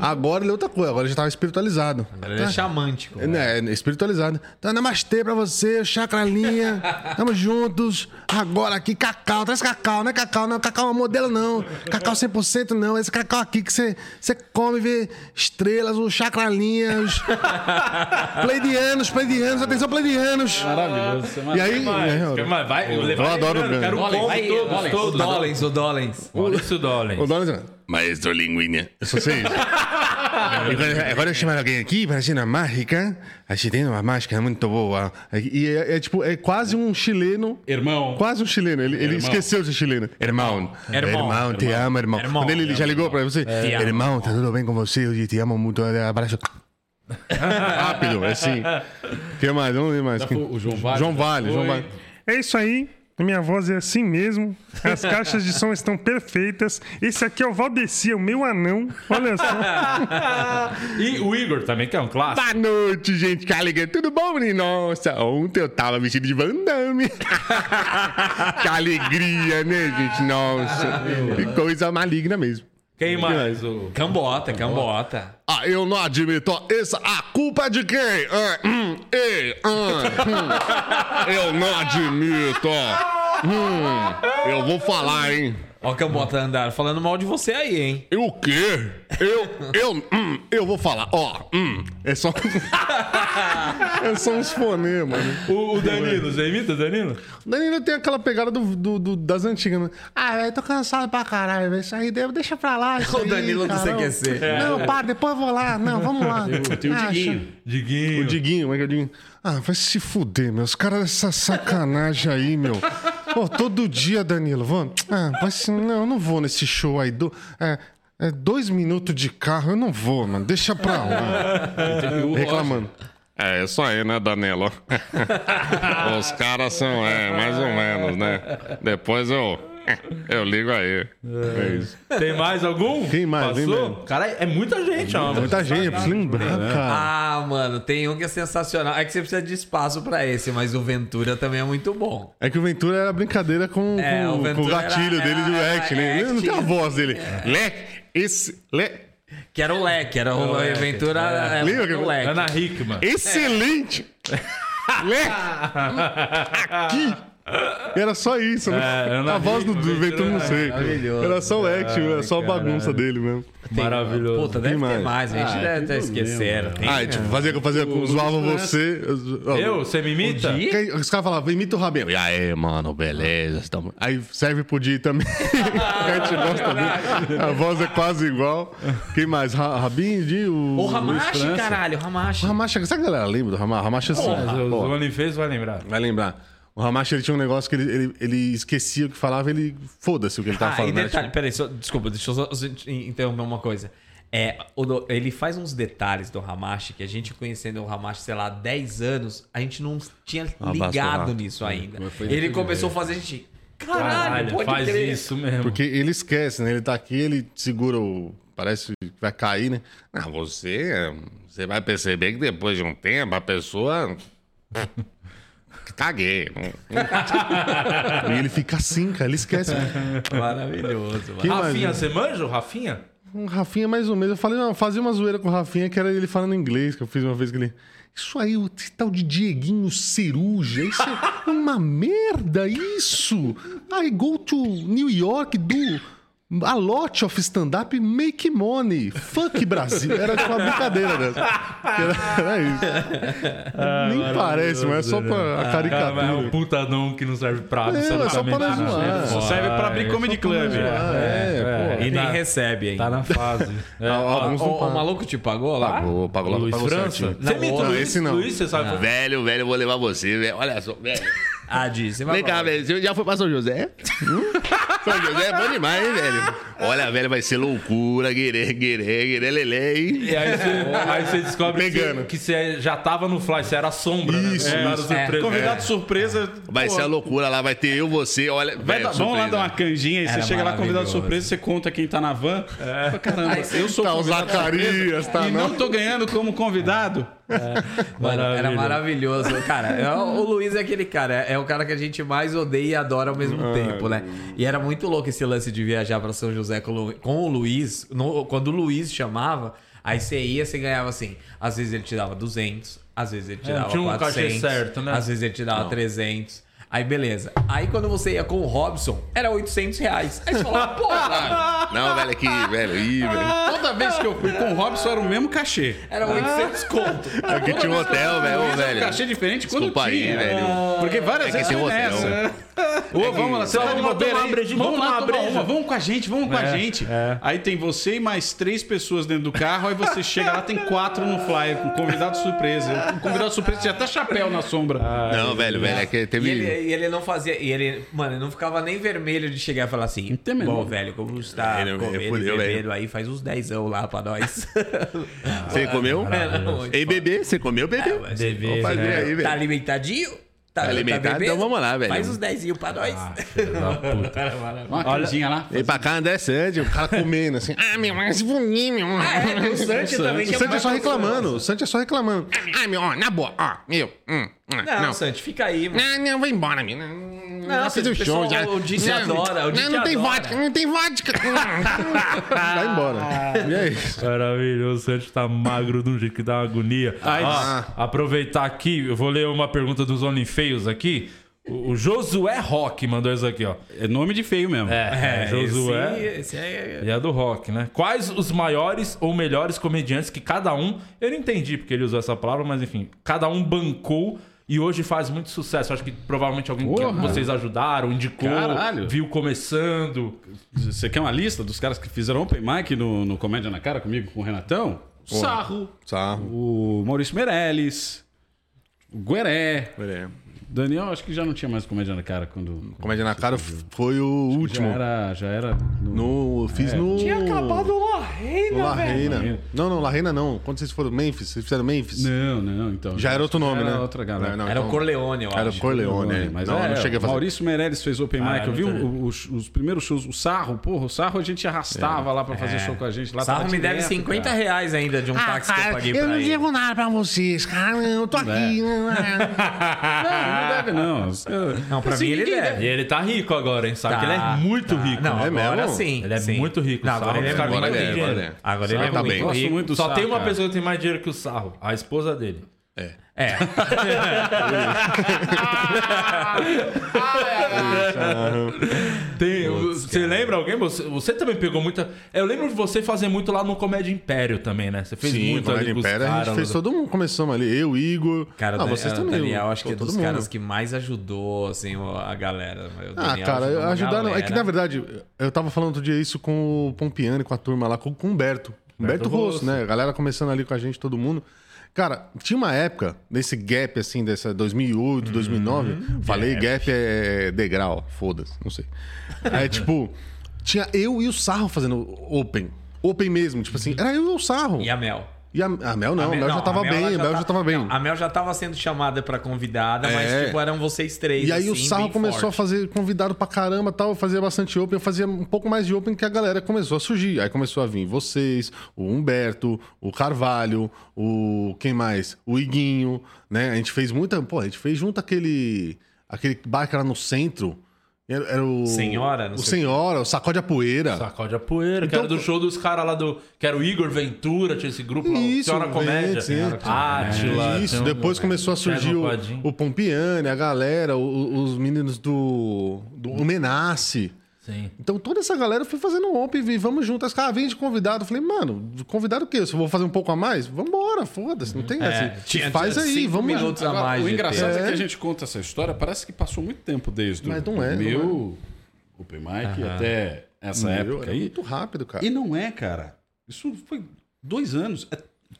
Speaker 2: Agora ele é outra coisa, agora ele já tava espiritualizado.
Speaker 4: Ele é chamântico.
Speaker 2: É, né, é espiritualizado. Então, namastê pra você, chacralinha. Tamo juntos. Agora aqui, cacau. Traz cacau, não é cacau, não. Cacau é modelo, não. Cacau 100% não. Esse cacau aqui que você você come, vê estrelas, o chacralinha, os pleidianos, pleidianos. Atenção, pleidianos.
Speaker 3: Maravilhoso.
Speaker 2: E aí... né,
Speaker 1: Mas vai, eu
Speaker 2: eu adoro o
Speaker 1: Quero
Speaker 2: Gun.
Speaker 1: um combo
Speaker 4: Vai,
Speaker 1: todos, todos.
Speaker 4: Dolens, o Dolens, o Dolens.
Speaker 1: Olha isso, Dolens.
Speaker 2: O Donald... Maestro Linguinha. Eu só sei isso. agora, agora eu chamar alguém aqui para cena mágica. A gente tem uma máscara muito boa. E é, é tipo, é quase um chileno
Speaker 3: Irmão.
Speaker 2: Quase um chileno. Ele, ele esqueceu de ser chileno. Irmão.
Speaker 4: Irmão.
Speaker 2: Irmão, te amo, irmão.
Speaker 4: Irmão.
Speaker 2: Quando ele ele já ligou pra você. Irmão, tá tudo bem com você? Hoje te amo muito. Abraço. Rápido, é assim. O que mais? Vamos ver mais.
Speaker 3: O João Vale.
Speaker 2: João Vale. João
Speaker 3: Oi.
Speaker 2: Vale.
Speaker 5: É isso aí. A minha voz é assim mesmo. As caixas de som estão perfeitas. Esse aqui é o Valdeci, é o meu anão. Olha só.
Speaker 1: E o Igor também, que é um clássico.
Speaker 2: Boa noite, gente. Caligan, tudo bom, menino? Nossa, ontem eu tava vestido de Van Damme. que alegria, né, gente? Nossa, que coisa maligna mesmo.
Speaker 1: Quem mais? O...
Speaker 4: Cambota, cambota.
Speaker 2: Ah, eu não admito. Essa, a culpa é de quem? Ah, hum, ei, ah, hum. Eu não admito. Hum, eu vou falar, hein?
Speaker 4: Ó, cambota andar falando mal de você aí, hein?
Speaker 2: Eu o quê? Eu, eu, hum, eu vou falar. Ó, hum. É só. é só uns fonemas, né?
Speaker 1: O, o Danilo, você imita o Danilo?
Speaker 2: Danilo tem aquela pegada do, do- do- das antigas, né? Ah, velho, tô cansado pra caralho, velho. Isso aí deu- deixa pra lá. isso
Speaker 4: O
Speaker 2: aí,
Speaker 4: Danilo do
Speaker 2: caramba.
Speaker 4: CQC.
Speaker 2: Não, para, depois eu vou lá. Não, vamos lá.
Speaker 3: Tem o
Speaker 2: Ah,
Speaker 3: Diguinho.
Speaker 1: Diguinho.
Speaker 2: O Diguinho, como é que é o Diguinho? Ah, vai se fuder, meu. Os caras dessa sacanagem aí, meu. Pô, todo dia, Danilo, vamos. Ah, vai se... Não, eu não vou nesse show aí. Do... É, é dois minutos de carro, eu não vou, mano. Deixa pra lá.
Speaker 3: Tem o
Speaker 2: Reclamando. É, isso aí, né, Danilo? Os caras são, é, mais ou menos, né? Depois eu. Eu ligo aí. É isso.
Speaker 1: Tem mais algum?
Speaker 2: Quem mais? Vem
Speaker 1: Passou?
Speaker 2: mesmo.
Speaker 1: Cara, é muita gente, ó.
Speaker 2: Muita gente, eu preciso lembrar, cara.
Speaker 4: Ah, mano, tem um que é sensacional. É que você precisa de espaço pra esse, mas o Ventura também é muito bom.
Speaker 2: É que o Ventura era brincadeira com,
Speaker 4: É,
Speaker 2: com-
Speaker 4: o
Speaker 2: com o,
Speaker 4: Ventura
Speaker 2: gatilho
Speaker 4: era-
Speaker 2: dele do
Speaker 4: era- é,
Speaker 2: Leque, né?
Speaker 4: era
Speaker 2: Ele não tem a
Speaker 4: acting.
Speaker 2: voz dele. Leque, esse. Le,
Speaker 4: Que era o Leque, era o
Speaker 1: Leque,
Speaker 4: Ventura é,
Speaker 2: Lembra que-
Speaker 4: o Leque.
Speaker 1: Ana Hickman.
Speaker 2: excelente! Leque! Aqui! Era só isso, né?
Speaker 1: É, eu não
Speaker 2: a voz
Speaker 1: vi,
Speaker 2: do
Speaker 1: eu
Speaker 2: Dudu
Speaker 1: vi,
Speaker 2: veio todo mundo
Speaker 1: é,
Speaker 2: sei.
Speaker 4: maravilhoso. né?
Speaker 2: Era só o act,
Speaker 4: Ai,
Speaker 2: era só a
Speaker 4: caralho.
Speaker 2: bagunça dele mesmo.
Speaker 4: Tem-
Speaker 1: Maravilhoso.
Speaker 4: Puta, deve
Speaker 2: Demais.
Speaker 4: ter mais. A gente
Speaker 3: Ah,
Speaker 4: deve até
Speaker 3: tem problema,
Speaker 4: esquecer.
Speaker 3: né?
Speaker 4: Tem,
Speaker 2: Ah, tipo, fazia, fazia zoava você. ó,
Speaker 1: Eu? Você me imita?
Speaker 4: Podia?
Speaker 2: Que- Os caras falavam, imita o Rabelo. E aí, mano, beleza. estamos- Aí serve pro Di também. a gente gosta dele. A voz é quase igual. Quem mais? Ra Rabinho, Di, o...
Speaker 4: O Hamashi,
Speaker 3: França.
Speaker 4: caralho, o Hamashi.
Speaker 2: O Ramacha, sabe que a galera lembra do Ramacha? Ramacha assim,
Speaker 1: Mas o
Speaker 2: porra,
Speaker 1: Zoni fez, vai lembrar.
Speaker 2: vai lembrar. O Ramacha, ele tinha um negócio que ele, ele, ele esquecia o que falava, ele foda-se o que ele tava
Speaker 4: Ah, e
Speaker 2: falando. né?
Speaker 4: detalhe, peraí, só- desculpa, deixa eu só só te interromper uma coisa. É, o do- ele faz uns detalhes do Hamashi que a gente conhecendo o Hamashi, sei lá, 10 anos, a gente não tinha
Speaker 2: Ah,
Speaker 4: ligado
Speaker 2: basta,
Speaker 4: nisso ainda.
Speaker 3: mas foi
Speaker 4: Ele
Speaker 3: depois
Speaker 4: começou a fazer a gente. Caralho, pode
Speaker 1: faz
Speaker 4: crer.
Speaker 1: isso mesmo.
Speaker 2: Porque ele esquece, né? Ele tá aqui, ele segura o. Parece que vai cair, né? Não, você. é um- Você vai perceber que depois de um tempo a pessoa. Caguei.
Speaker 3: Tá.
Speaker 2: não- e ele fica assim, cara. Ele esquece.
Speaker 4: Maravilhoso.
Speaker 2: Quem mais?
Speaker 1: Rafinha, você manja o Rafinha?
Speaker 2: Um Rafinha, mais ou menos. Eu falei, não, fazia uma zoeira com o Rafinha, que era ele falando inglês, que eu fiz uma vez que ele. Isso aí, o tal de Dieguinho Ceruja, isso é uma merda, isso! I go to New York do a lot of stand-up make money. Fuck Brasil. Era tipo uma brincadeira dessa. Era, era isso. Nem parece, mas é só pra
Speaker 1: Cara,
Speaker 2: a
Speaker 1: mas é um
Speaker 2: caricatura.
Speaker 1: putadão que não serve pra
Speaker 2: É, é só
Speaker 1: absolutamente
Speaker 2: para
Speaker 1: nada.
Speaker 2: zoar. É.
Speaker 1: Só
Speaker 3: Serve pra abrir comedy club.
Speaker 2: Ah, é,
Speaker 1: é.
Speaker 2: pô.
Speaker 4: E nem
Speaker 1: Tá-
Speaker 4: recebe ainda.
Speaker 1: Tá na fase. É.
Speaker 2: Ah,
Speaker 4: Ó,
Speaker 2: Alguns
Speaker 4: o,
Speaker 2: não
Speaker 4: o
Speaker 2: pagam.
Speaker 4: maluco te pagou lá?
Speaker 2: Pagou, pagou,
Speaker 1: Luiz
Speaker 2: pagou
Speaker 1: França?
Speaker 2: certinho.
Speaker 1: Você
Speaker 4: Não,
Speaker 1: imita o
Speaker 4: outro.
Speaker 1: Luiz,
Speaker 2: Esse não.
Speaker 1: Luiz, você sabe.
Speaker 6: Velho, velho, eu vou levar você, velho. Olha só, velho.
Speaker 4: Ah, diz. Você
Speaker 3: Tá
Speaker 4: vai
Speaker 6: Vem cá,
Speaker 4: falar.
Speaker 6: velho. Você já foi pra São José? Hum? São José é bom demais, hein, velho? Olha, velho, vai ser loucura. Guirê, guirê, guirê, lelê, hein?
Speaker 1: E aí você, aí você descobre que,
Speaker 2: Negando.
Speaker 1: que você já tava no fly, você era a sombra,
Speaker 2: Isso,
Speaker 1: né? Convidado
Speaker 2: isso.
Speaker 1: surpresa.
Speaker 3: Convidado surpresa.
Speaker 6: Vai
Speaker 3: pô,
Speaker 6: ser a loucura lá, vai ter eu, você, olha.
Speaker 3: Vai
Speaker 6: velho,
Speaker 3: dar, vamos lá
Speaker 6: surpresa.
Speaker 3: dar uma canjinha aí. Você
Speaker 4: Era
Speaker 3: chega lá, convidado
Speaker 4: maravilhoso.
Speaker 3: surpresa, você conta quem tá na van. Fala, Caramba, eu sou
Speaker 2: Tá o
Speaker 3: convidado
Speaker 2: Zacarias, tá
Speaker 3: e
Speaker 2: não?
Speaker 3: não tô ganhando como convidado.
Speaker 4: Mano, era
Speaker 1: Maravilhoso.
Speaker 4: maravilhoso, cara. É, O Luiz é aquele cara, é, é o cara que a gente mais odeia e adora ao mesmo tempo, né? E era muito louco esse lance de viajar pra São José com o, Lu- com o Luiz. No- quando o Luiz chamava, aí você ia, você ganhava assim. Às vezes ele te dava 200, às vezes ele te
Speaker 1: É,
Speaker 4: dava
Speaker 1: tinha um cachê
Speaker 4: 400,
Speaker 1: certo, né?
Speaker 4: às vezes ele te dava 300. Aí beleza. Aí quando você ia com o Robson, era 800 reais. Aí você falava, porra,
Speaker 6: Não, velho, aqui, velho. Ih, velho.
Speaker 3: Toda vez que eu fui com o Robson era o mesmo cachê.
Speaker 4: era 800 conto.
Speaker 6: Aqui tinha um hotel, velho, ô,
Speaker 3: Era um cachê
Speaker 6: velho.
Speaker 3: diferente quando
Speaker 6: Desculpa aí,
Speaker 3: tinha.
Speaker 6: velho.
Speaker 3: Porque várias
Speaker 6: É que
Speaker 3: vezes
Speaker 6: tem
Speaker 3: foi
Speaker 6: hotel.
Speaker 3: nessa. Ô, vamos lá, você tá de
Speaker 1: vamos lá
Speaker 3: bobeira
Speaker 1: tomar
Speaker 3: aí? É.
Speaker 1: uma brejinha, vamos
Speaker 3: Vamos lá
Speaker 1: tomar
Speaker 3: tomar
Speaker 1: breja.
Speaker 3: uma, vamos com a gente, vamos com a
Speaker 6: É.
Speaker 3: gente. Aí tem você e mais três pessoas dentro do carro, aí você chega lá, tem quatro no flyer, com convidado surpresa. O convidado surpresa tinha até chapéu na sombra.
Speaker 6: Não, velho, velho, é que
Speaker 4: E
Speaker 6: teve.
Speaker 4: ele, e ele não fazia. E ele, mano, ele não ficava nem vermelho de chegar e falar assim:
Speaker 3: tem menor.
Speaker 4: Bom, velho, como está
Speaker 6: Ele- ele
Speaker 4: comendo e
Speaker 6: fudeu, né?
Speaker 4: bebendo aí, faz uns dezão lá pra nós.
Speaker 6: Você comeu?
Speaker 4: Era muito
Speaker 6: Ei,
Speaker 4: foda.
Speaker 6: bebê, você comeu, bebê?
Speaker 4: É,
Speaker 1: Bebê,
Speaker 6: Faz
Speaker 1: né?
Speaker 6: aí,
Speaker 4: assim, Tá
Speaker 6: velho.
Speaker 4: alimentadinho? Tá, tá
Speaker 6: alimentado?
Speaker 4: bebendo?
Speaker 6: Então vamos lá, velho.
Speaker 4: Faz uns dezinho pra nós.
Speaker 3: Uma canzinha lá.
Speaker 2: Vem pra cá, André Sandy, o cara comendo assim. Ah, meu, mas bonito, meu.
Speaker 4: Ah, é, tem o Santi também.
Speaker 2: O
Speaker 4: que
Speaker 2: Sandy é só
Speaker 4: mais
Speaker 2: reclamando, o Sandy é só reclamando.
Speaker 6: Ah, meu, ó, na boa, ó, meu. hum, hum, Ah,
Speaker 4: gostoso. Não, Santi, fica aí, mano.
Speaker 6: Não, não, vai embora, menina.
Speaker 4: Não,
Speaker 6: Nossa,
Speaker 4: o
Speaker 6: do show
Speaker 4: pessoal-
Speaker 6: já.
Speaker 4: o Didi adora, o Didi
Speaker 6: não, não tem
Speaker 4: adora.
Speaker 6: vodka, não tem vodka.
Speaker 2: Vai embora. E é isso.
Speaker 1: Maravilhoso, o Santos tá magro de um jeito que dá uma agonia. Ó, aproveitar aqui, eu vou ler uma pergunta dos Only Feios aqui. O, o Josué Rock mandou isso aqui, ó.
Speaker 3: É nome de feio mesmo.
Speaker 1: É, Josué.
Speaker 4: Esse, esse é.
Speaker 1: E é do rock, né? Quais os maiores ou melhores comediantes que cada um. Eu não entendi porque ele usou essa palavra, mas enfim, cada um bancou e hoje faz muito sucesso. Acho que provavelmente alguém que
Speaker 3: Porra.
Speaker 1: vocês ajudaram, indicou,
Speaker 3: Caralho.
Speaker 1: viu começando.
Speaker 3: Você quer uma lista dos caras que fizeram open mic no, no Comédia na Cara comigo, com o Renatão? Sarro,
Speaker 2: Sarro.
Speaker 3: o Maurício Meirelles, o Gueré. Daniel, acho que já não tinha mais Comédia na Cara quando...
Speaker 2: Comédia é na cara foi o
Speaker 3: Já
Speaker 2: último.
Speaker 3: era, já era no-
Speaker 2: No, fiz no. Tinha acabado
Speaker 4: o Lorraine,
Speaker 2: no La Reina.
Speaker 3: velho.
Speaker 2: Não, não, La Reina não. Quando vocês foram Memphis, vocês fizeram Memphis?
Speaker 3: Não, não, então.
Speaker 2: Já era outro nome,
Speaker 3: era
Speaker 2: né?
Speaker 3: outra galera.
Speaker 2: Não, não,
Speaker 4: Era o
Speaker 2: então-
Speaker 4: Corleone, eu
Speaker 2: Era
Speaker 4: acho.
Speaker 2: o Corleone.
Speaker 3: É,
Speaker 2: é.
Speaker 3: mas
Speaker 2: não,
Speaker 3: é,
Speaker 2: eu não cheguei a fazer. Ah,
Speaker 3: Maurício Meirelles fez open mic.
Speaker 1: Caralho,
Speaker 3: eu vi
Speaker 1: não sabia.
Speaker 3: o- os, os primeiros shows. O Sarro, porra, o Sarro a gente
Speaker 2: É.
Speaker 3: arrastava lá pra fazer show com a gente. Lá
Speaker 4: Sarro
Speaker 3: tava
Speaker 4: me deve
Speaker 3: direto,
Speaker 4: 50
Speaker 3: cara.
Speaker 4: reais ainda
Speaker 2: Ah,
Speaker 4: de um táxi que eu paguei pra ele. É.
Speaker 2: nada pra vocês, cara. Eu tô aqui. né,
Speaker 3: Ah, Não, não deve não.
Speaker 4: Não, pra
Speaker 3: Assim,
Speaker 4: mim ele
Speaker 3: ninguém
Speaker 4: deve.
Speaker 1: E ele tá rico agora, hein? Sabe
Speaker 4: Tá,
Speaker 1: que ele é muito
Speaker 4: tá.
Speaker 1: rico.
Speaker 4: Não,
Speaker 2: É
Speaker 4: agora
Speaker 2: mesmo?
Speaker 4: sim.
Speaker 1: Ele é
Speaker 4: sim.
Speaker 1: muito rico,
Speaker 4: Não,
Speaker 1: o
Speaker 4: agora
Speaker 1: Sarro
Speaker 4: ele é
Speaker 1: dos caras
Speaker 4: muito
Speaker 1: tem
Speaker 2: Agora
Speaker 1: mais
Speaker 2: é,
Speaker 1: dinheiro.
Speaker 2: agora é.
Speaker 4: Agora ele é
Speaker 2: Tá
Speaker 4: muito
Speaker 2: bem.
Speaker 3: Gosto
Speaker 4: rico.
Speaker 3: muito é. do
Speaker 1: Só
Speaker 3: Sarro,
Speaker 1: tem uma
Speaker 3: cara.
Speaker 1: pessoa que tem mais dinheiro que o Sarro, a esposa dele.
Speaker 2: É.
Speaker 4: É.
Speaker 1: Tem, você lembra alguém? Você, você também pegou muita. Eu lembro de você fazer muito lá no Comédia Império também, né? Você fez
Speaker 2: Sim,
Speaker 1: muito
Speaker 2: quando
Speaker 1: ali
Speaker 2: era
Speaker 1: com os
Speaker 2: Império, a
Speaker 1: caras.
Speaker 2: gente fez todo mundo. Começamos ali, eu, Igor.
Speaker 4: Cara, o
Speaker 2: ah,
Speaker 4: Daniel,
Speaker 2: vocês também.
Speaker 4: Daniel acho que é
Speaker 2: todo
Speaker 4: dos
Speaker 2: mundo.
Speaker 4: caras que mais ajudou, assim, o- a galera. O
Speaker 2: Ah,
Speaker 4: Daniel ajudou
Speaker 2: cara,
Speaker 4: uma
Speaker 2: ajudaram. É que na
Speaker 4: galera.
Speaker 2: verdade, eu tava falando outro dia isso com o Pompiani, com a turma lá, com, com o Humberto. Humberto Rosso, né? A galera começando ali com a gente, todo mundo. Cara, tinha uma época, nesse gap, assim, dessa
Speaker 4: Uhum.
Speaker 2: 2008, 2009. falei gap é degrau, foda-se, não sei. É tipo, tinha eu e o Sarro fazendo open. Open mesmo, tipo assim, era eu e o Sarro.
Speaker 4: Uhum. E a Mel.
Speaker 2: E a, a Mel não, a Mel, já
Speaker 4: não,
Speaker 2: tava
Speaker 4: a Mel,
Speaker 2: bem,
Speaker 4: ela
Speaker 2: a Mel já
Speaker 4: tá-
Speaker 2: tava bem.
Speaker 4: não, a Mel já tava sendo chamada pra convidada, mas
Speaker 2: É.
Speaker 4: tipo, eram vocês três.
Speaker 2: E aí o
Speaker 4: assim,
Speaker 2: Sarro
Speaker 4: bem
Speaker 2: começou
Speaker 4: forte.
Speaker 2: a fazer convidado pra caramba tal. Eu fazia bastante open, eu fazia um pouco mais de open que a galera começou a surgir. Aí começou a vir vocês, o Humberto, o Carvalho, o. quem mais? O Iguinho, né? A gente fez muita. Pô, a gente fez junto aquele. aquele bar que era no centro. Era, era o.
Speaker 4: Senhora, não
Speaker 2: O
Speaker 4: sei o quê.
Speaker 2: Senhora, o Sacode a
Speaker 3: Ah.
Speaker 2: Poeira.
Speaker 1: Sacode a poeira, que
Speaker 3: Então,
Speaker 1: era do show dos caras lá do. Que era o Igor Ventura, tinha esse grupo lá.
Speaker 2: Isso,
Speaker 1: Isso, Senhora
Speaker 2: vem,
Speaker 1: Comédia.
Speaker 2: sim.
Speaker 1: Átila.
Speaker 2: Isso,
Speaker 1: tem um-
Speaker 2: depois começou a surgir
Speaker 4: um
Speaker 1: César
Speaker 2: o,
Speaker 1: Padim.
Speaker 2: o Pompiani, a galera, o- o- os meninos do. do Menace.
Speaker 1: Sim.
Speaker 2: Então toda essa galera foi fazendo um open, vi, vamos juntas, cara, vem de convidado. Eu Falei, mano, convidado o quê? Se eu vou fazer um pouco a mais? Vambora, foda-se, não tem essa.
Speaker 4: tinha-
Speaker 2: Faz
Speaker 4: tinha
Speaker 2: aí,
Speaker 4: cinco
Speaker 2: vamos
Speaker 4: minutos a
Speaker 2: junto.
Speaker 3: Agora,
Speaker 4: mais
Speaker 3: o
Speaker 4: de
Speaker 3: engraçado
Speaker 2: tempo.
Speaker 3: é que
Speaker 2: É.
Speaker 3: a gente conta essa história, parece que passou muito tempo desde
Speaker 2: Mas
Speaker 3: o
Speaker 2: não é, não é.
Speaker 3: meu Open Mic até essa
Speaker 2: Meu,
Speaker 3: época
Speaker 2: era
Speaker 3: aí.
Speaker 2: muito rápido, cara.
Speaker 3: E não é, cara. Isso foi dois anos. É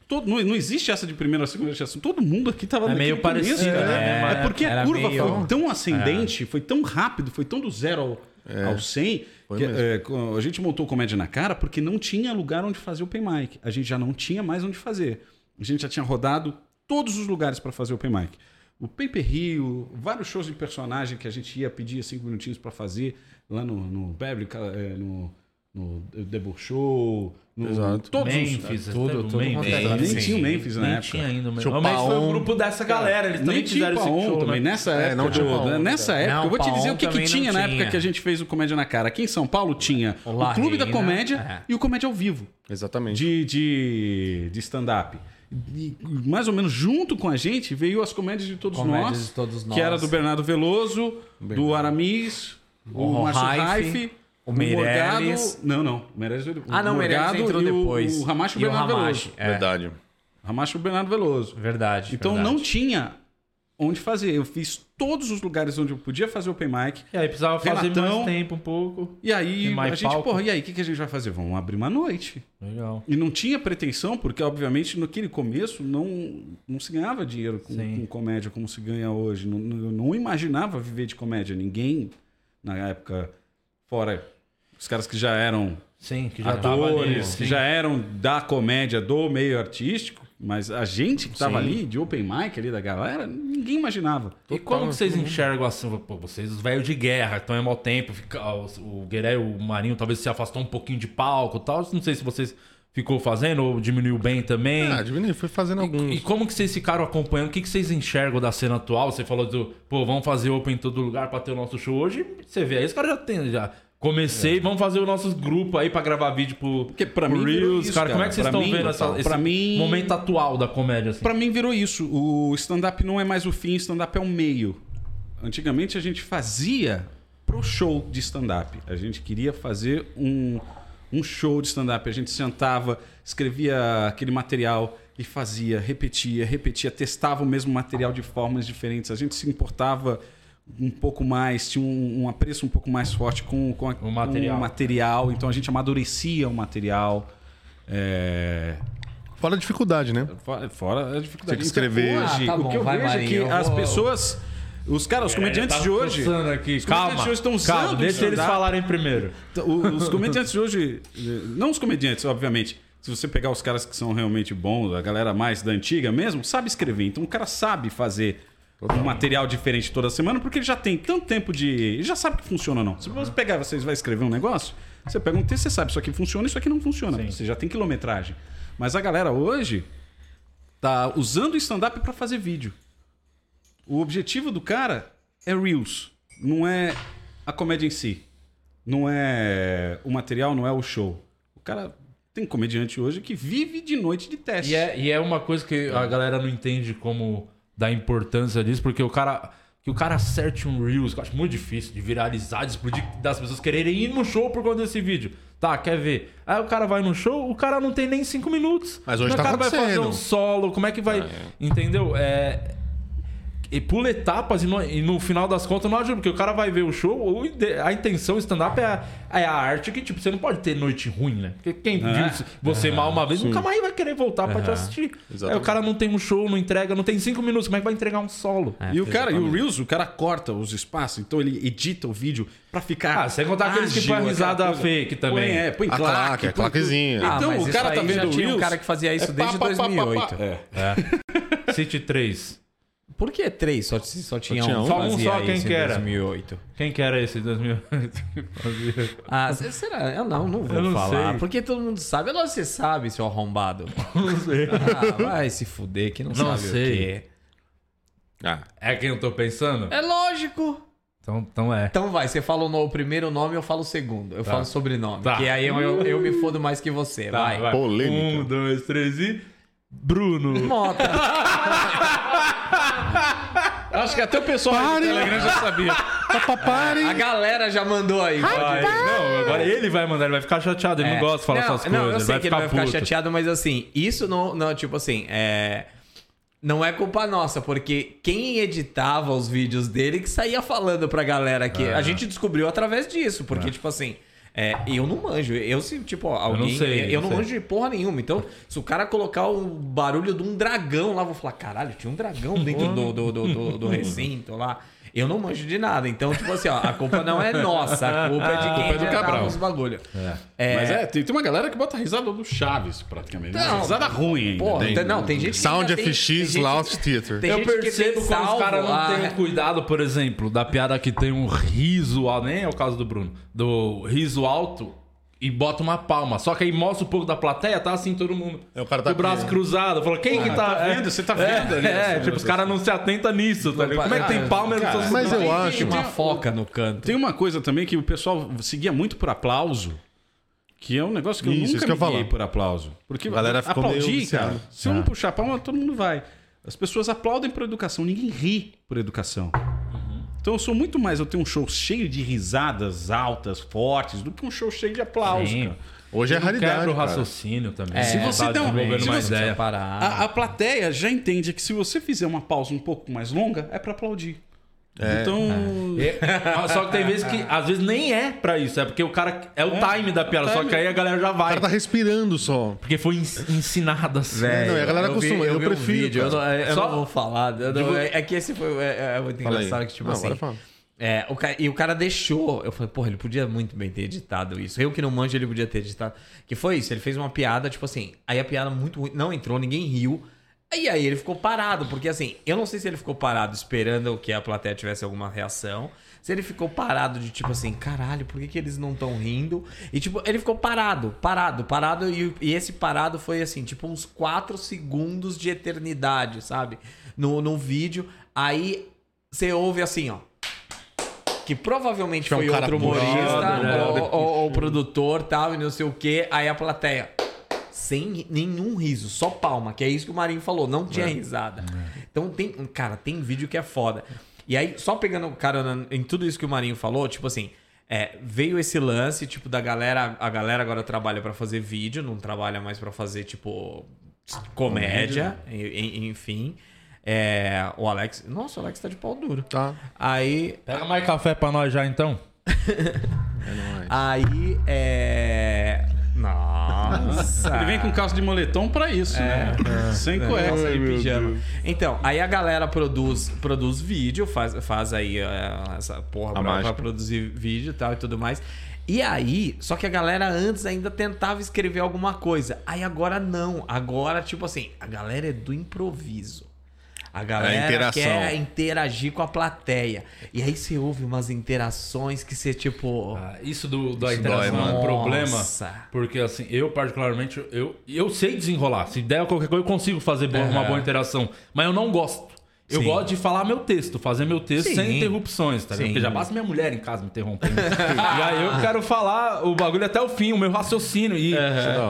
Speaker 3: todo, não, não existe essa de primeira a segunda geração. Todo mundo aqui tava
Speaker 1: É
Speaker 3: naquele
Speaker 1: meio parecido, né?
Speaker 3: É,
Speaker 1: Era-
Speaker 3: porque a
Speaker 4: era
Speaker 3: curva
Speaker 4: meio-
Speaker 3: foi Então,
Speaker 2: É.
Speaker 3: tão ascendente, foi tão rápido, foi tão do zero ao, ao 100.
Speaker 2: Foi
Speaker 3: que,
Speaker 2: mesmo.
Speaker 3: é, co- a gente montou o Comédia na Cara porque não tinha lugar onde fazer open mic. A gente já não tinha mais onde fazer. A gente já tinha rodado todos os lugares para fazer open mic. O Paper Rio, vários shows de personagem que a gente ia pedir cinco minutinhos para fazer lá no, no Beverly, cara, é, no, no Debor Show, no
Speaker 2: Exato.
Speaker 3: todos os-
Speaker 1: Memphis,
Speaker 2: Tudo-
Speaker 1: teve o
Speaker 2: tudo
Speaker 1: Memphis.
Speaker 2: aconteceu.
Speaker 3: Nem tinha o Memphis na
Speaker 1: nem
Speaker 3: época.
Speaker 1: tinha ainda o Memphis.
Speaker 2: Tinha o
Speaker 1: O Memphis foi
Speaker 2: Paon.
Speaker 1: um grupo dessa galera, eles também
Speaker 3: Nem tipo tinha
Speaker 1: fizeram esse
Speaker 3: Paon
Speaker 1: show,
Speaker 3: também.
Speaker 1: né?
Speaker 3: Nessa
Speaker 4: É,
Speaker 3: época,
Speaker 2: não
Speaker 4: tipo
Speaker 2: tinha
Speaker 3: do-
Speaker 2: Paon,
Speaker 3: da- nessa
Speaker 4: cara.
Speaker 3: época
Speaker 4: né? Não,
Speaker 3: eu vou te dizer
Speaker 4: Paon
Speaker 3: o que, que
Speaker 4: também não
Speaker 3: tinha na
Speaker 4: tinha. É,
Speaker 3: época que a gente fez o Comédia na Cara. Aqui em São Paulo tinha
Speaker 4: O
Speaker 3: o,
Speaker 4: La
Speaker 3: Clube da
Speaker 4: Reina,
Speaker 3: Comédia
Speaker 4: é.
Speaker 3: e o Comédia ao Vivo
Speaker 2: Exatamente.
Speaker 3: de, de, de stand-up. E Mais ou menos junto com a gente veio as comédias de todos,
Speaker 4: Comédias
Speaker 3: nós,
Speaker 4: de todos nós.
Speaker 3: que era do Bernardo Veloso, do Aramis,
Speaker 4: O
Speaker 3: o Márcio
Speaker 4: Raife,
Speaker 3: Raife,
Speaker 4: o Meirelles.
Speaker 3: Morgado- Não, não. o Meirelles, o
Speaker 4: Ah, não, o Meirelles
Speaker 3: Morgado
Speaker 4: entrou
Speaker 3: e o-
Speaker 4: depois.
Speaker 3: O Ramacho e
Speaker 4: E o
Speaker 3: o Bernardo
Speaker 4: Ramacho.
Speaker 3: Veloso.
Speaker 4: É.
Speaker 2: Verdade.
Speaker 3: Ramacho e o Bernardo Veloso.
Speaker 4: Verdade.
Speaker 3: Então
Speaker 4: verdade.
Speaker 3: não tinha onde fazer. Eu fiz todos os lugares onde eu podia fazer open mic.
Speaker 1: E aí precisava fazer
Speaker 3: Renatão.
Speaker 1: mais tempo um pouco.
Speaker 3: E aí
Speaker 1: E mais
Speaker 3: a gente,
Speaker 1: palco.
Speaker 3: porra, e aí, o que, que a gente vai fazer? Vamos abrir uma noite.
Speaker 1: Legal.
Speaker 3: E não tinha pretensão, porque obviamente naquele começo não, não se ganhava dinheiro com,
Speaker 1: Sim.
Speaker 3: com comédia como se ganha hoje. Não, não- eu não imaginava viver de comédia. Ninguém na época, fora os caras que já eram
Speaker 1: Sim, que já tava ali.
Speaker 3: atores, que já eram da comédia, do meio artístico, mas a gente que tava
Speaker 1: Sim.
Speaker 3: ali, de open mic ali da galera, ninguém imaginava.
Speaker 1: E
Speaker 3: né?
Speaker 1: como que vocês enxergam assim? Pô, vocês, os velhos de guerra, estão em mau tempo. Fica, o o Gueré, o Marinho, talvez se afastou um pouquinho de palco e tal. Não sei se vocês ficou fazendo ou diminuiu bem também.
Speaker 2: Ah, diminuiu, foi fazendo alguns.
Speaker 1: E como que vocês ficaram acompanhando? O que, que vocês enxergam da cena atual? Você falou do, pô, vamos fazer open em todo lugar pra ter o nosso show hoje. Você vê, aí os caras já tem, já comecei, vamos fazer o nosso grupo aí pra gravar vídeo pro,
Speaker 3: É. Porque pra
Speaker 1: pro
Speaker 3: mim virou
Speaker 1: Reels,
Speaker 3: isso,
Speaker 1: cara. Como
Speaker 3: cara.
Speaker 1: é que vocês
Speaker 3: Pra
Speaker 1: estão
Speaker 3: mim,
Speaker 1: vendo essa-
Speaker 3: Gustavo,
Speaker 1: esse
Speaker 3: pra mim-
Speaker 1: momento atual da comédia? Assim?
Speaker 3: Pra mim virou isso. O stand-up não é mais o fim, stand-up é o meio. Antigamente a gente fazia pro show de stand-up. A gente queria fazer um, um show de stand-up. A gente sentava, escrevia aquele material e fazia, repetia, repetia, testava o mesmo material de formas diferentes. A gente se importava um pouco mais, tinha um, um apreço um pouco mais forte com, com, a- com
Speaker 1: material.
Speaker 3: o material. Então a gente amadurecia o material. É,
Speaker 2: Fora a dificuldade, né?
Speaker 3: Fora, fora a dificuldade.
Speaker 2: Tinha que escrever.
Speaker 3: Então, hoje,
Speaker 4: Ah, tá bom,
Speaker 3: o que eu
Speaker 4: vai,
Speaker 3: vejo é que
Speaker 4: Marinho, eu
Speaker 3: as
Speaker 4: vou- É, tá
Speaker 3: pessoas, os caras, os
Speaker 1: é
Speaker 3: comediantes de
Speaker 1: Aqui.
Speaker 3: hoje,
Speaker 1: é
Speaker 3: os comediantes
Speaker 1: Calma,
Speaker 3: de hoje estão usando
Speaker 1: calma, deixa
Speaker 3: isso,
Speaker 1: eles
Speaker 3: tá?
Speaker 1: falarem primeiro.
Speaker 3: t- o- os comediantes de hoje, eh, não os comediantes, obviamente, se você pegar os caras que são realmente bons, a galera mais da antiga mesmo, sabe escrever. Então o cara sabe fazer um material diferente toda semana, porque ele já tem tanto tempo de. Ele já sabe que funciona ou não. Se você pegar, vocês vai escrever um negócio, você pega um texto, você sabe, isso aqui funciona, isso aqui não funciona. Você já tem quilometragem. Mas a galera hoje tá usando o stand-up pra fazer vídeo. O objetivo do cara é Reels, não é a comédia em si. Não é o material, não é o show. O cara tem
Speaker 4: é-
Speaker 3: comediante hoje que vive de noite de teste.
Speaker 1: E é, e é uma coisa que a galera não entende como da importância disso, porque o cara. Que o cara acerte um Reels, que eu acho muito difícil de viralizar, de explodir, das pessoas quererem ir no show por conta desse vídeo. Tá, quer ver? Aí o cara vai no show, o cara não tem nem cinco minutos.
Speaker 2: Mas
Speaker 1: Como
Speaker 2: hoje
Speaker 1: é que
Speaker 2: tá
Speaker 1: O cara vai fazer
Speaker 2: acontecendo. Ah,
Speaker 1: um solo, como é que vai. Entendeu? É, e pula etapas e no, e no final das contas não ajuda, porque o cara vai ver o show, o ide- a intenção stand-up é, a- é a arte que, tipo, você não pode ter noite ruim, né? Porque quem
Speaker 3: É.
Speaker 1: viu se- você mal uma vez, nunca mais vai querer voltar pra te assistir. Aí o cara não tem um show, não entrega, não tem cinco minutos, como é que vai entregar um solo?
Speaker 3: E o cara, e o Reels, o cara corta os espaços, então ele edita o vídeo pra ficar.
Speaker 1: Ah, sem contar aqueles que
Speaker 3: ágil,
Speaker 1: põem a risada
Speaker 3: aquela coisa.
Speaker 1: fake também.
Speaker 3: Põe, é, põe
Speaker 2: A claque, a
Speaker 3: põe tudo.
Speaker 2: claquezinha.
Speaker 3: Então,
Speaker 4: Ah, mas
Speaker 3: o
Speaker 4: isso
Speaker 3: cara tá
Speaker 4: aí já
Speaker 3: vendo o
Speaker 4: tinha um
Speaker 3: Reels.
Speaker 4: cara que fazia isso desde 2008.
Speaker 3: É.
Speaker 1: City 3.
Speaker 4: Por que três? Só, só tinha,
Speaker 2: tinha
Speaker 4: um.
Speaker 2: um?
Speaker 4: que
Speaker 1: Só um
Speaker 4: fazia
Speaker 1: só, quem
Speaker 4: isso em
Speaker 1: que era?
Speaker 4: 2008.
Speaker 1: Quem que era esse 2000?
Speaker 4: Ah, c- será? Eu não, não vou
Speaker 1: Eu não
Speaker 4: falar.
Speaker 1: sei.
Speaker 4: Porque todo mundo sabe. Agora você sabe, seu arrombado.
Speaker 1: não sei.
Speaker 4: Ah, vai se fuder que não,
Speaker 1: Não
Speaker 4: sabe
Speaker 1: sei.
Speaker 4: o que é.
Speaker 1: É quem eu tô pensando?
Speaker 4: É lógico.
Speaker 1: Então, então é.
Speaker 4: Então vai, você fala o no- o primeiro nome, eu falo o segundo. Eu falo o sobrenome.
Speaker 1: Tá.
Speaker 4: Que aí eu, eu, eu me fodo mais que você.
Speaker 1: Tá,
Speaker 4: vai.
Speaker 2: Polêmica.
Speaker 1: Um, dois, três e. Bruno.
Speaker 4: Mota.
Speaker 3: Acho que até o pessoal do Telegram já sabia.
Speaker 4: A galera já mandou aí.
Speaker 1: Vai. Não, agora ele vai mandar, ele vai ficar chateado, ele não gosta de falar
Speaker 4: É. não,
Speaker 1: essas coisas.
Speaker 4: não, eu sei
Speaker 1: vai
Speaker 4: que ele
Speaker 1: ficar
Speaker 4: vai ficar
Speaker 1: puto.
Speaker 4: chateado, mas assim, isso não, não tipo assim, é. Não é culpa nossa, porque quem editava os vídeos dele que saía falando pra galera
Speaker 1: É.
Speaker 4: que a gente descobriu através disso, porque tipo assim, é, eu não manjo, eu se tipo ó, alguém, eu não,
Speaker 1: sei,
Speaker 4: eu
Speaker 1: não
Speaker 4: não
Speaker 1: sei.
Speaker 4: manjo de porra nenhuma. Então, se o cara colocar o barulho de um dragão lá, eu vou falar, caralho, tinha um dragão dentro do, do, do, do- do recinto lá. Eu não manjo de nada, então tipo assim, ó, a culpa não é nossa, a culpa é de quem
Speaker 3: do
Speaker 4: editava
Speaker 3: Cabral.
Speaker 4: os bagulho.
Speaker 3: Mas é, tem, tem uma galera que bota risada do Chaves, praticamente.
Speaker 4: Não.
Speaker 3: risada ruim ainda.
Speaker 4: Porra, né? tem- não, tem gente que
Speaker 2: Sound
Speaker 4: ainda tem- tem
Speaker 2: FX,
Speaker 4: gente
Speaker 2: Loud
Speaker 4: que-
Speaker 2: Theater.
Speaker 4: tem
Speaker 1: eu
Speaker 4: gente que
Speaker 1: percebo
Speaker 4: tem
Speaker 1: quando os
Speaker 4: salvo ah.
Speaker 1: caras
Speaker 4: lá.
Speaker 1: não têm cuidado, por exemplo, da piada que tem um riso alto, nem é o caso do Bruno, do riso alto e bota uma palma. Só que aí mostra um pouco da plateia, tá assim todo mundo.
Speaker 2: É, o cara tá
Speaker 1: com o braço
Speaker 2: aqui, né?
Speaker 1: cruzado. Falou, quem que tá.
Speaker 3: tá vendo? Você tá vendo
Speaker 1: é,
Speaker 3: ali,
Speaker 1: É,
Speaker 3: assim,
Speaker 1: tipo, os caras não se atentam nisso, tá ligado? Como é que tem palma? e não são-
Speaker 2: Mas eu
Speaker 4: Tem
Speaker 2: acho.
Speaker 4: uma foca no canto.
Speaker 3: Tem uma coisa também que o pessoal seguia muito por aplauso, que é um negócio que eu
Speaker 2: Isso, isso
Speaker 3: nunca
Speaker 2: que eu ia
Speaker 3: me guiei
Speaker 2: falar.
Speaker 3: por aplauso. Porque
Speaker 2: galera ficou meio
Speaker 3: aplaudir,
Speaker 2: viciada. Ah.
Speaker 3: cara, se eu não puxar palma, todo mundo vai. As pessoas aplaudem por educação, ninguém ri por educação.
Speaker 1: Uhum.
Speaker 3: Então eu sou muito mais, eu tenho um show cheio de risadas altas, fortes, do que um show cheio de aplauso.
Speaker 1: Sim.
Speaker 3: cara.
Speaker 2: Hoje é
Speaker 1: Quebra
Speaker 2: raridade.
Speaker 1: o
Speaker 2: cara.
Speaker 1: raciocínio
Speaker 4: É,
Speaker 1: também.
Speaker 3: se você
Speaker 1: tá
Speaker 3: der um-
Speaker 1: desenvolvendo
Speaker 3: se
Speaker 1: uma
Speaker 3: você-
Speaker 2: É.
Speaker 1: ideia.
Speaker 4: Parar.
Speaker 3: A, a plateia já entende que se você fizer uma pausa um pouco mais longa, é pra aplaudir. Então,
Speaker 1: É, só que tem vezes que, às vezes, nem é pra isso. É porque o cara. É o time da piada. Só que aí a galera já
Speaker 2: O
Speaker 1: vai.
Speaker 2: cara tá respirando só.
Speaker 1: Porque foi ens- ensinado assim.
Speaker 4: É.
Speaker 2: Não, e a galera acostuma, eu
Speaker 4: vi um
Speaker 2: prefiro,
Speaker 4: vídeo, eu
Speaker 2: cara.
Speaker 4: não, eu
Speaker 1: Só-
Speaker 4: não vou falar. eu não- é, é que esse foi é, é muito
Speaker 2: Fala aí.
Speaker 4: engraçado que, tipo
Speaker 2: Não,
Speaker 4: assim.
Speaker 2: agora fala.
Speaker 4: é, o ca- e o cara deixou. Eu falei, porra, ele podia muito bem ter editado isso. Eu que não manjo, ele podia ter editado. Que foi isso, ele fez uma piada, tipo assim. Aí a piada muito ruim, não entrou, ninguém riu. E aí ele ficou parado, porque assim, eu não sei se ele ficou parado esperando que a plateia tivesse alguma reação. Se ele ficou parado de tipo assim, caralho, por que, que eles não estão rindo? E tipo, ele ficou parado, parado, parado. E, e esse parado foi assim, tipo uns 4 segundos de eternidade, sabe? No, no vídeo. Aí você ouve assim, ó. Que provavelmente
Speaker 2: Que é um
Speaker 4: foi
Speaker 2: cara
Speaker 4: outro
Speaker 2: puxado,
Speaker 4: humorista,
Speaker 1: né?
Speaker 4: ou, ou- ou produtor, tal, e não sei o quê. Aí a plateia sem nenhum riso, só palma, que é isso que o Marinho falou, não tinha risada. Então tem, cara, tem vídeo que é foda. E aí, só pegando cara em tudo isso que o Marinho falou, tipo assim, é, veio esse lance, tipo, da galera, a galera agora trabalha pra fazer vídeo, não trabalha mais pra fazer, tipo, comédia, en- en- enfim. É, o Alex, nossa, o Alex tá de pau duro.
Speaker 2: Tá.
Speaker 4: Aí,
Speaker 1: Pega mais café pra nós já então.
Speaker 4: aí, é... Nossa!
Speaker 3: ele vem com calça de moletom pra
Speaker 1: É.
Speaker 3: isso, né? Sem
Speaker 2: É.
Speaker 3: cueca.
Speaker 4: calça de pijama. Então, aí a galera produz, produz vídeo, faz, faz aí é, essa porra pra,
Speaker 2: mágica.
Speaker 4: pra produzir vídeo e tal e tudo mais. E aí, só que a galera antes ainda tentava escrever alguma coisa. Aí agora não. Agora, tipo assim, a galera é do improviso. A galera
Speaker 2: É interação.
Speaker 4: quer interagir com a plateia. E aí você ouve umas interações que você, tipo.
Speaker 1: Ah, Isso do, da
Speaker 2: Isso
Speaker 1: interação
Speaker 2: dói,
Speaker 1: é um
Speaker 4: mano.
Speaker 1: problema.
Speaker 4: Nossa.
Speaker 1: Porque assim, eu particularmente, eu, eu sei desenrolar. Se der qualquer coisa, eu consigo fazer boa- uma boa interação. Mas eu não gosto. Eu
Speaker 4: Sim.
Speaker 1: gosto de falar meu texto, fazer meu texto
Speaker 4: Sim.
Speaker 1: sem interrupções, tá ligado?
Speaker 4: Sim.
Speaker 1: Porque já basta minha mulher em casa me interrompendo. e aí eu quero falar o bagulho até o fim, o meu raciocínio. E,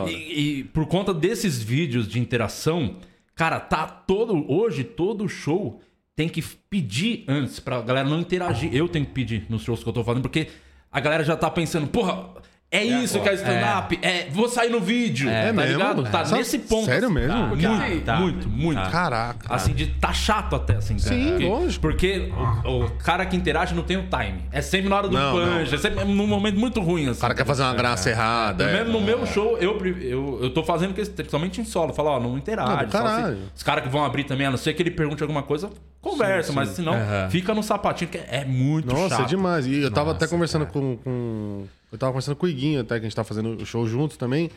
Speaker 1: e, e por conta desses vídeos de interação,
Speaker 7: Cara, tá todo. Hoje, todo show tem que pedir antes, pra galera não interagir. Eu tenho que pedir nos shows que eu tô fazendo, porque a galera já tá pensando, porra, é isso que é stand-up, é. vou sair no vídeo.
Speaker 2: É
Speaker 7: tá
Speaker 2: mesmo?
Speaker 7: ligado? Tá
Speaker 2: Sabe-
Speaker 7: nesse ponto.
Speaker 2: Sério
Speaker 7: assim.
Speaker 2: mesmo?
Speaker 7: Muito,
Speaker 4: Tá, tá.
Speaker 7: muito, muito.
Speaker 2: Caraca.
Speaker 7: Assim, de tá chato até, assim. cara.
Speaker 2: Sim,
Speaker 7: Porque-
Speaker 2: lógico.
Speaker 7: Porque o, o cara que interage não tem o time. É sempre na hora do
Speaker 2: Não,
Speaker 7: punch, é sempre num momento muito ruim, assim.
Speaker 2: O cara quer fazer uma graça errada.
Speaker 7: No
Speaker 2: é.
Speaker 7: mesmo- no meu show, eu, pre- eu, eu tô fazendo que principalmente em solo. Fala, ó, não
Speaker 2: Ah,
Speaker 7: interage.
Speaker 2: do
Speaker 7: só se-
Speaker 2: caralho.
Speaker 7: os caras que vão abrir também, a não ser que ele pergunte alguma coisa, conversa. Mas senão, fica no sapatinho, que é é muito
Speaker 2: Nossa,
Speaker 7: chato.
Speaker 2: é demais. E eu tava até conversando com, com- Eu tava conversando com o Iguinho, até que a gente tava fazendo o show junto também.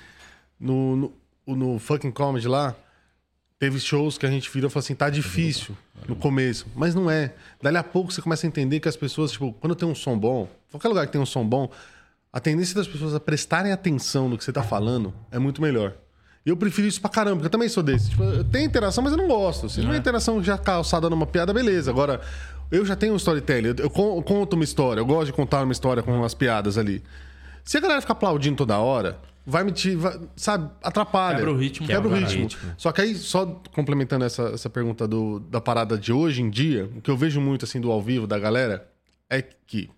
Speaker 2: No, no, o- no fucking comedy lá, teve shows que a gente virou e falou assim: tá difícil no começo, mas não é. Dali a pouco você começa a entender que as pessoas, tipo, quando tem um som bom, qualquer lugar que tem um som bom, a tendência das pessoas a prestarem atenção no que você tá falando é muito melhor. Eu prefiro isso pra caramba, porque eu também sou desse. Tipo, eu tenho interação, mas eu não gosto. Se não é interação já calçada numa piada, beleza. Agora, eu já tenho um storytelling. Eu, eu con- conto uma história. Eu gosto de contar uma história com umas piadas ali. Se a galera ficar aplaudindo toda hora, vai me... te- vai- sabe? Atrapalha.
Speaker 7: Quebra o ritmo.
Speaker 2: Quebra o
Speaker 7: Quebra o
Speaker 2: ritmo. Só que aí, só complementando essa, essa pergunta do, da parada de hoje em dia, o que eu vejo muito assim do ao vivo da galera é que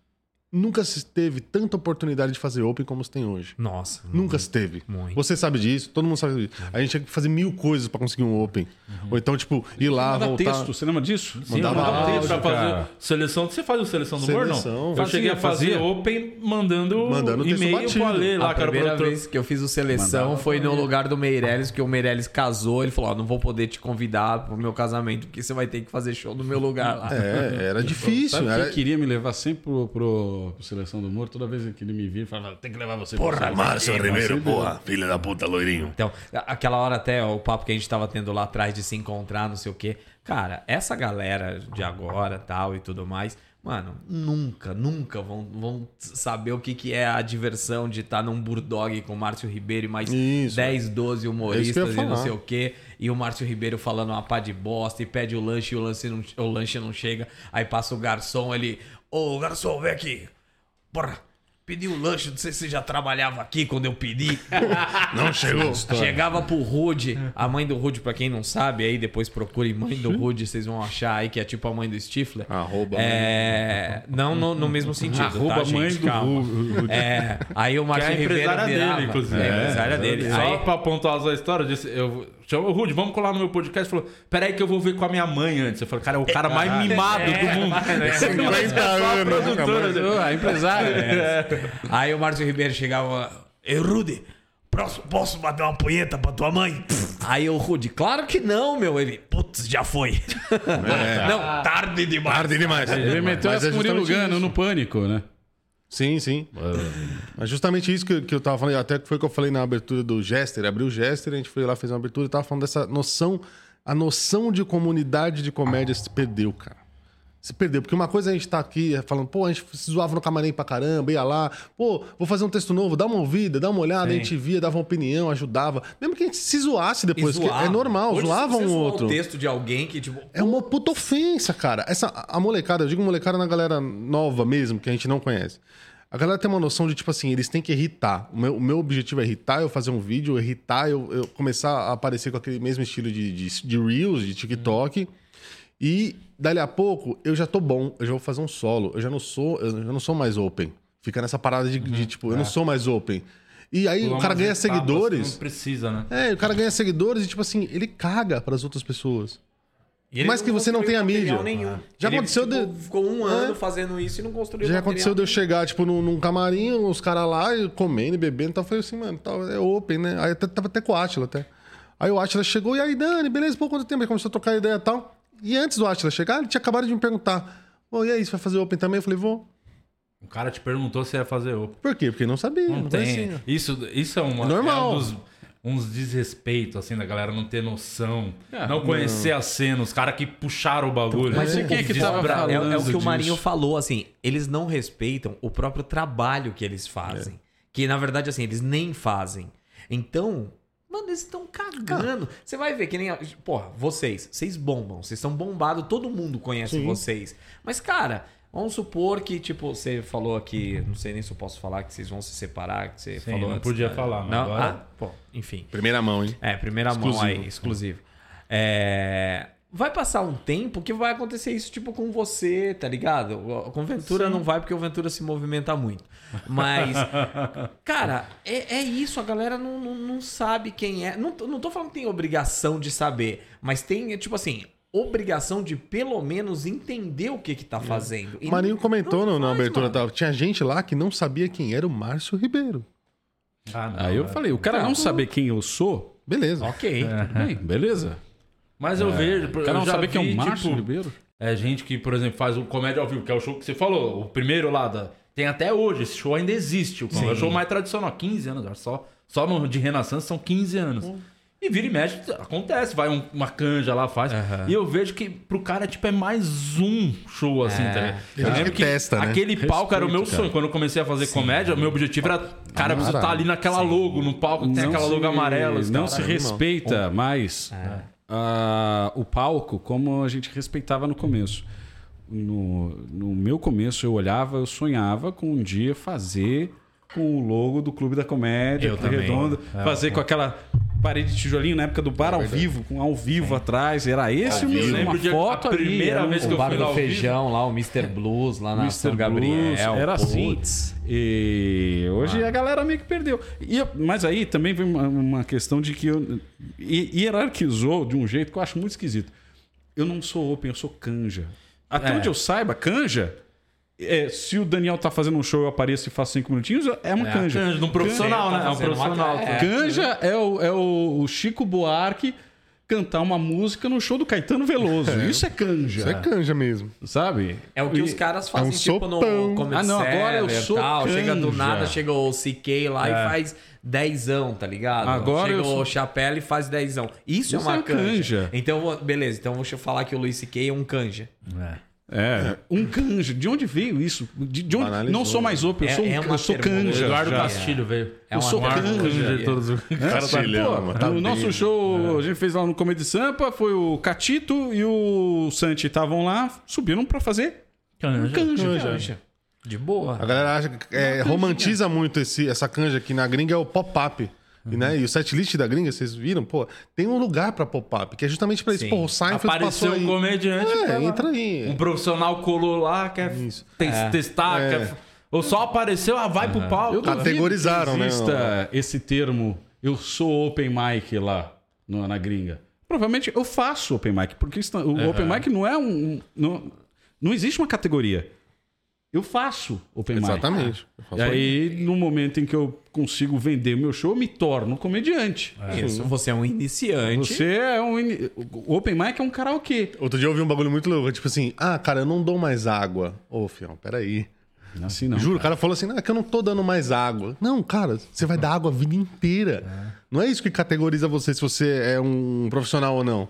Speaker 2: nunca se teve tanta oportunidade de fazer open como se tem hoje.
Speaker 4: Nossa.
Speaker 2: Nunca se teve. Você sabe disso, todo mundo sabe disso. A gente tinha que fazer mil coisas pra conseguir um open. Ou então, tipo, ir lá,
Speaker 3: Manda
Speaker 2: voltar...
Speaker 3: texto, você lembra disso?
Speaker 7: Sim,
Speaker 2: Mandava
Speaker 7: mandava
Speaker 2: áudio,
Speaker 7: texto pra
Speaker 3: cara.
Speaker 7: fazer seleção. Você faz o seleção do humor, não?
Speaker 2: Seleção.
Speaker 7: Eu
Speaker 3: Fazia,
Speaker 7: cheguei a fazer
Speaker 3: fazia.
Speaker 7: open mandando,
Speaker 2: Mandando texto
Speaker 7: e-mail
Speaker 2: batido.
Speaker 7: pro Alê lá,
Speaker 4: A
Speaker 7: cara. o
Speaker 4: primeira
Speaker 7: produtor.
Speaker 4: vez que eu fiz o seleção foi no lugar do Meirelles, que o Meirelles casou. Ele falou: ó, não vou poder te convidar pro meu casamento, porque você vai ter que fazer show no meu lugar lá.
Speaker 2: É, era difícil.
Speaker 3: Sabe
Speaker 2: Era...
Speaker 3: quem queria me levar sempre pro, pro- pro Seleção do Humor? Toda vez que ele me via, ele falava, tem que levar você pro Seleção".
Speaker 6: Márcio Ribeiro, porra. Filha da puta, loirinho.
Speaker 4: Então, a- aquela hora até, ó, o papo que a gente tava tendo lá atrás de se encontrar, não sei o quê. Cara, essa galera de agora, tal e tudo mais, mano, nunca, nunca vão, vão saber o que, que é a diversão de estar num Burdog com o Márcio Ribeiro e mais
Speaker 2: Isso.
Speaker 4: 10, 12
Speaker 2: É isso
Speaker 4: humoristas
Speaker 2: que eu
Speaker 4: e
Speaker 2: ia
Speaker 4: não
Speaker 2: falar.
Speaker 4: sei o quê. E o Márcio Ribeiro falando uma pá de bosta e pede o lanche e o lanche não, o lanche não chega. Aí passa o garçom, ele... Ô, garçom, vem aqui. Porra, pedi um lanche, não sei se você já trabalhava aqui quando eu pedi.
Speaker 2: Não chegou.
Speaker 4: Chegava pro Rude, a mãe do Rude, pra quem não sabe, aí depois procure mãe do Rude, vocês vão achar aí que é tipo a mãe do Stifler.
Speaker 2: Arroba.
Speaker 4: É, não no, no mesmo sentido,
Speaker 3: Arroba
Speaker 4: tá, gente?
Speaker 3: mãe do
Speaker 4: Calma.
Speaker 3: Ru- Ru-
Speaker 4: É, aí o Márcio
Speaker 1: Que é a
Speaker 4: Ribeiro
Speaker 1: empresária
Speaker 4: virava.
Speaker 1: dele, inclusive.
Speaker 4: É,
Speaker 1: É,
Speaker 4: a empresária dele.
Speaker 1: Só
Speaker 4: Aí-
Speaker 1: pra pontuar essa história, eu disse, eu chamo o Rude, vamos colar no meu podcast. Falou, peraí que eu vou ver com a minha mãe antes. Eu falei, cara, é o cara mais mimado do mundo. é
Speaker 2: 50 anos.
Speaker 1: Produtora,
Speaker 4: é,
Speaker 1: né?
Speaker 3: Ah, empresário.
Speaker 1: é.
Speaker 4: Aí o Márcio Ribeiro chegava. Ei, Rude, posso, posso bater uma punheta pra tua mãe? Aí o Rude, claro que não, meu. Ele, putz, já foi.
Speaker 1: É.
Speaker 4: Não, tarde demais.
Speaker 2: Tarde demais.
Speaker 3: Ele meteu
Speaker 2: Mas
Speaker 3: essa
Speaker 2: é
Speaker 3: com o Murilo
Speaker 2: justamente
Speaker 3: Lugano no pânico, né?
Speaker 2: Sim, sim. Mas justamente isso que, que eu tava falando, até que foi o que eu falei na abertura do Jester, abriu o Jester, a gente foi lá, fez uma abertura e tava falando dessa noção, a noção de comunidade de comédia se perdeu, cara. Se perdeu, porque uma coisa a gente tá aqui falando, pô, a gente se zoava no camarim pra caramba, ia lá, pô, vou fazer um texto novo, dá uma ouvida, dá uma olhada, a gente via, dava uma opinião, ajudava. Mesmo que a gente se zoasse depois, que é normal,
Speaker 4: Hoje, se
Speaker 2: zoava
Speaker 4: você
Speaker 2: um
Speaker 4: zoar
Speaker 2: outro.
Speaker 4: o texto de alguém que, tipo,
Speaker 2: É uma puta ofensa, cara. Essa, a molecada, eu digo molecada na galera nova mesmo, que a gente não conhece. A galera tem uma noção de, tipo assim, eles têm que irritar. O meu, o meu objetivo é irritar, eu fazer um vídeo, irritar, eu, eu começar a aparecer com aquele mesmo estilo de, de, de Reels, de TikTok. E dali a pouco eu já tô bom, eu já vou fazer um solo. Eu já não sou, eu já não sou mais open. Fica nessa parada de, de, tipo, eu não sou mais open. E aí o
Speaker 7: Umas
Speaker 2: cara ganha
Speaker 7: etapas
Speaker 1: tá
Speaker 7: que
Speaker 2: seguidores.
Speaker 7: Não precisa, né?
Speaker 2: É, o cara ganha seguidores e, tipo assim, ele caga pras outras pessoas.
Speaker 4: Ele
Speaker 2: Mas que você não
Speaker 4: construiu
Speaker 2: tem a mídia.
Speaker 4: material Nenhum.
Speaker 2: Já
Speaker 4: Ele,
Speaker 2: aconteceu
Speaker 4: tipo,
Speaker 2: de-
Speaker 4: Ficou um
Speaker 2: É.
Speaker 4: ano fazendo isso e não construiu
Speaker 2: Já
Speaker 4: material.
Speaker 2: aconteceu de eu chegar, tipo, num, num camarim, os caras lá e comendo e bebendo e tal. Eu falei assim, mano, tal, é open, né? Aí até, tava até com o Átila, até. Aí o Átila chegou, e aí, Dani, beleza, pô, quanto tempo? Aí começou a trocar ideia e tal. E antes do Átila chegar, ele tinha acabado de me perguntar. Pô, e aí, você vai fazer open também? Eu falei, vou.
Speaker 7: O cara te perguntou se ia fazer open.
Speaker 2: Por quê? Porque não sabia. assim,
Speaker 7: Não
Speaker 2: Não
Speaker 7: tem.
Speaker 2: conhecia.
Speaker 7: Isso, isso é uma,
Speaker 2: um Normal.
Speaker 7: é um dos- uns desrespeitos, assim, da galera não ter noção, não conhecer a cena, os caras que puxaram o bagulho.
Speaker 4: Mas
Speaker 7: o
Speaker 4: o que
Speaker 3: que tava
Speaker 7: desbra-
Speaker 3: falando?
Speaker 4: É, é o que o
Speaker 3: disso.
Speaker 4: Marinho falou, assim, eles não respeitam o próprio trabalho que eles fazem. Que, na verdade, assim, eles nem fazem. Então, mano, eles estão cagando. Você vai ver que nem... a- Porra, vocês, vocês bombam. Vocês estão bombados, todo mundo conhece vocês. Mas, cara... Vamos supor que, tipo, você falou aqui, não sei nem se eu posso falar que vocês vão se separar, que você
Speaker 7: Sim,
Speaker 4: falou
Speaker 7: não
Speaker 4: antes,
Speaker 7: podia
Speaker 4: né?
Speaker 7: falar, mas
Speaker 4: não?
Speaker 7: agora-
Speaker 4: Ah, pô, enfim.
Speaker 2: Primeira mão, hein?
Speaker 4: É, primeira mão
Speaker 2: Exclusivo.
Speaker 4: aí, exclusivo. É, Vai passar um tempo que vai acontecer isso, tipo, com você, tá ligado? Com o Ventura não vai, porque o Ventura se movimenta muito. Mas, cara, é, é isso. A galera não, não, não sabe quem é. Não, tô- não tô falando que tem obrigação de saber, mas tem, é, tipo assim, obrigação de pelo menos entender o que que
Speaker 7: É.
Speaker 4: tá fazendo. E
Speaker 2: O Marinho comentou
Speaker 4: não
Speaker 2: no- na
Speaker 4: faz,
Speaker 2: abertura
Speaker 4: mano.
Speaker 2: da. Tinha gente lá que não sabia quem era o Márcio Ribeiro.
Speaker 7: Ah, não,
Speaker 3: Aí eu
Speaker 7: é.
Speaker 3: falei, o cara não saber quem eu sou,
Speaker 2: Beleza.
Speaker 4: Ok.
Speaker 3: tudo bem, beleza.
Speaker 7: Mas eu vejo.
Speaker 3: O cara
Speaker 7: eu
Speaker 3: não
Speaker 7: já
Speaker 3: saber quem é
Speaker 7: vi,
Speaker 3: o Márcio
Speaker 7: tipo,
Speaker 3: Ribeiro.
Speaker 7: É gente que, por exemplo, faz o Comédia ao Vivo, que é o show que você falou, o primeiro lá da. Tem até hoje, esse show ainda existe. O é o show mais tradicional, 15 anos, acho, só, só no de Renaissance são 15 anos. E vira e mexe, acontece, vai um- uma canja lá, faz. E eu vejo que pro cara, tipo, é mais um show assim, tá ligado? Eu
Speaker 2: Ele
Speaker 7: lembro
Speaker 2: que testa, né?
Speaker 7: aquele palco era o meu sonho. Quando eu comecei a fazer comédia, o meu objetivo era, cara, eu preciso estar ali naquela logo, no palco, que tem aquela logo amarela. os
Speaker 3: Não
Speaker 7: caras.
Speaker 3: se respeita mais
Speaker 7: é.
Speaker 3: né? ah, o palco como a gente respeitava no começo. No, no meu começo, eu olhava, eu sonhava com um dia fazer com o logo do Clube da Comédia,
Speaker 7: Eu
Speaker 3: Clube
Speaker 7: também. É
Speaker 3: redondo, fazer com aquela parede de tijolinho na época do bar ao vivo, com ao vivo atrás. Era esse o
Speaker 7: vivo.
Speaker 3: mesmo,
Speaker 7: Eu
Speaker 3: uma
Speaker 7: lembro de- a
Speaker 3: foto ali,
Speaker 7: primeira
Speaker 3: era um-
Speaker 7: vez que
Speaker 4: O
Speaker 7: eu
Speaker 4: bar
Speaker 7: fui lá
Speaker 4: do
Speaker 7: ao
Speaker 4: feijão lá, o Mr. Blues lá na
Speaker 3: Mr.
Speaker 4: São
Speaker 3: Blues,
Speaker 4: Gabriel.
Speaker 3: era assim.
Speaker 4: putz.
Speaker 3: E hoje a galera meio que perdeu. E eu- mas aí também vem uma, uma questão de que eu hi- hierarquizou de um jeito que eu acho muito esquisito. Eu não sou open, eu sou canja. Até
Speaker 7: É.
Speaker 3: onde eu saiba, canja. é, se o Daniel tá fazendo um show, eu apareço e faço cinco minutinhos, é um
Speaker 7: É,
Speaker 3: canja.
Speaker 7: canja de um profissional, né? É um profissional.
Speaker 4: É.
Speaker 3: Canja é o, é o- o Chico Buarque cantar uma música no show do Caetano Veloso. Isso é canja.
Speaker 2: Isso é canja mesmo.
Speaker 3: Sabe?
Speaker 4: É o que
Speaker 3: E-
Speaker 4: os caras fazem,
Speaker 2: um
Speaker 4: tipo,
Speaker 2: sopão.
Speaker 4: no Comedy
Speaker 3: Ah, não, agora eu
Speaker 4: Cellar e
Speaker 3: sou
Speaker 4: tal. Chega do
Speaker 3: canja.
Speaker 4: nada, chega o CK lá e faz dezão, tá ligado?
Speaker 3: É. Agora
Speaker 4: chega
Speaker 3: eu sou-
Speaker 4: o Chapelle e faz dezão. Isso,
Speaker 3: Isso
Speaker 4: é uma
Speaker 3: é um
Speaker 4: canja.
Speaker 3: canja.
Speaker 4: Então, eu vou- beleza. Então, deixa eu falar que o Luiz CK é um canja.
Speaker 3: É, um canja. De onde veio isso? De, de onde?
Speaker 2: Banalizou.
Speaker 3: Não sou mais open, eu
Speaker 4: É-
Speaker 3: sou, um
Speaker 4: é
Speaker 3: ca-
Speaker 4: uma
Speaker 3: eu sou
Speaker 4: termo-
Speaker 3: canja.
Speaker 7: Eduardo
Speaker 3: já.
Speaker 7: Castilho veio. É.
Speaker 4: É uma é
Speaker 3: sou
Speaker 4: marca
Speaker 3: canja.
Speaker 7: de todos os
Speaker 3: Cara, tá-
Speaker 2: Castilhão,
Speaker 3: pô,
Speaker 2: mano, tá
Speaker 3: o nosso
Speaker 2: bem.
Speaker 3: show a gente fez lá no Comedy Sampa, foi o Catito e o Santi estavam lá, subiram pra fazer um canja.
Speaker 4: De boa.
Speaker 2: A galera acha que, é, romantiza muito esse, essa canja aqui na gringa, é o pop-up.
Speaker 7: Uhum.
Speaker 2: E, né, e o setlist da gringa, vocês viram? Pô, tem um lugar pra pop-up, que é justamente pra isso. Pô, o Seinfeld
Speaker 7: Apareceu
Speaker 2: passou aí.
Speaker 7: um comediante.
Speaker 2: É,
Speaker 7: foi lá.
Speaker 2: entra aí.
Speaker 7: Um profissional colou lá, quer te- testar,
Speaker 2: É.
Speaker 7: quer- Ou só apareceu, ah, vai pro palco.
Speaker 3: Eu duvido
Speaker 2: Categorizaram,
Speaker 3: que
Speaker 2: né?
Speaker 3: exista esse termo, eu sou open mic lá no- na gringa. Provavelmente eu faço open mic, porque isso- tá- o open mic não é um... um- não, não existe uma categoria. Eu faço open mic.
Speaker 2: Exatamente.
Speaker 3: E aí, no momento em que eu consigo vender meu show, eu me torno comediante.
Speaker 4: Isso, você é um iniciante.
Speaker 3: Você é um. ini- O Open mic é um karaokê.
Speaker 2: Outro dia eu ouvi um bagulho muito louco, tipo assim, ah, cara, eu não dou mais água. Ô, fião, peraí.
Speaker 3: Assim não.
Speaker 2: Juro, o cara falou assim, ah, que eu não tô dando mais água. Não, cara, você vai dar água a vida inteira. Não é isso que categoriza você se você é um profissional ou não.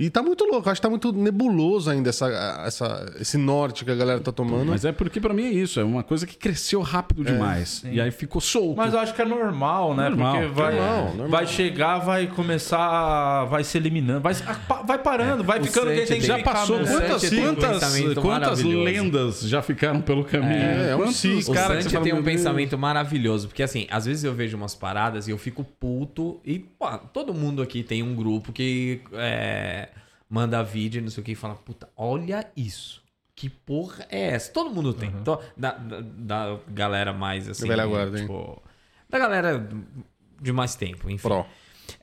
Speaker 2: E tá muito louco, acho que tá muito nebuloso ainda essa, essa- esse norte que a galera tá tomando.
Speaker 3: Mas é porque pra mim é isso. É uma coisa que cresceu rápido demais. E aí ficou solto.
Speaker 7: Mas eu acho que é normal, né?
Speaker 3: Normal.
Speaker 7: Porque vai,
Speaker 2: Normal, normal.
Speaker 7: vai chegar, vai começar, vai se eliminando, vai, se- ah, pa- vai parando, vai ficando quem
Speaker 4: sente
Speaker 7: tem que
Speaker 3: já
Speaker 7: ficar
Speaker 3: passou né?
Speaker 7: mesmo.
Speaker 4: quanto?
Speaker 3: quantas,
Speaker 4: Sete
Speaker 3: quantas,
Speaker 4: pensamento
Speaker 3: quantas
Speaker 4: maravilhoso.
Speaker 3: lendas já ficaram pelo caminho?
Speaker 2: É, é um
Speaker 3: quantos
Speaker 2: ciclo.
Speaker 4: O
Speaker 3: caras que
Speaker 4: Santi
Speaker 3: você fala,
Speaker 4: tem um
Speaker 3: "Meu Deus".
Speaker 4: pensamento maravilhoso, porque assim, às vezes eu vejo umas paradas e eu fico puto e pô, todo mundo aqui tem um grupo que é, manda vídeo, e não sei o que, e fala, puta, olha isso. Que porra é essa? Todo mundo tem.
Speaker 3: Uhum.
Speaker 4: Então, da, da- da galera mais assim,
Speaker 2: velha guarda, hein?
Speaker 4: tipo, da galera de mais tempo, enfim.
Speaker 2: Pro.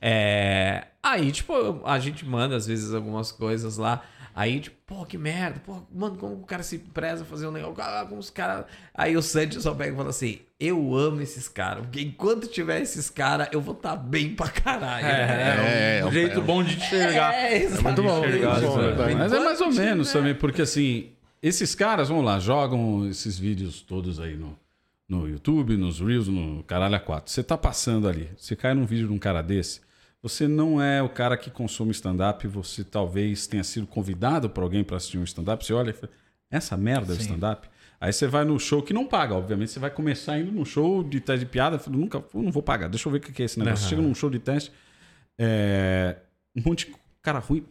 Speaker 4: É, aí, tipo, a gente manda às vezes algumas coisas lá. Aí, tipo, pô, que merda, pô, mano, como o cara se preza a fazer um negócio, ah, como os caras. Aí o Santos só pega e fala assim: eu amo esses caras, porque enquanto tiver esses caras, eu vou estar bem pra caralho. né?
Speaker 7: É, é, um jeito bom de te enxergar.
Speaker 4: É, exatamente.
Speaker 2: bom, muito bom,
Speaker 4: Enquanto
Speaker 2: verdade.
Speaker 3: Mas é mais ou
Speaker 4: tiver-
Speaker 3: menos também, porque assim, esses caras, vamos lá, jogam esses vídeos todos aí no, no YouTube, nos Reels, no Caralho A4. Você tá passando ali, você cai num vídeo de um cara desse, você não é o cara que consome stand-up, você talvez tenha sido convidado por alguém para assistir um stand-up, você olha e fala, essa merda é o stand-up? Aí você vai no show que não paga, obviamente. Você vai começar indo num show de teste de piada, falando, nunca, eu não vou pagar, deixa eu ver o que que é esse negócio. Chega num show de teste, é, um monte de cara ruim.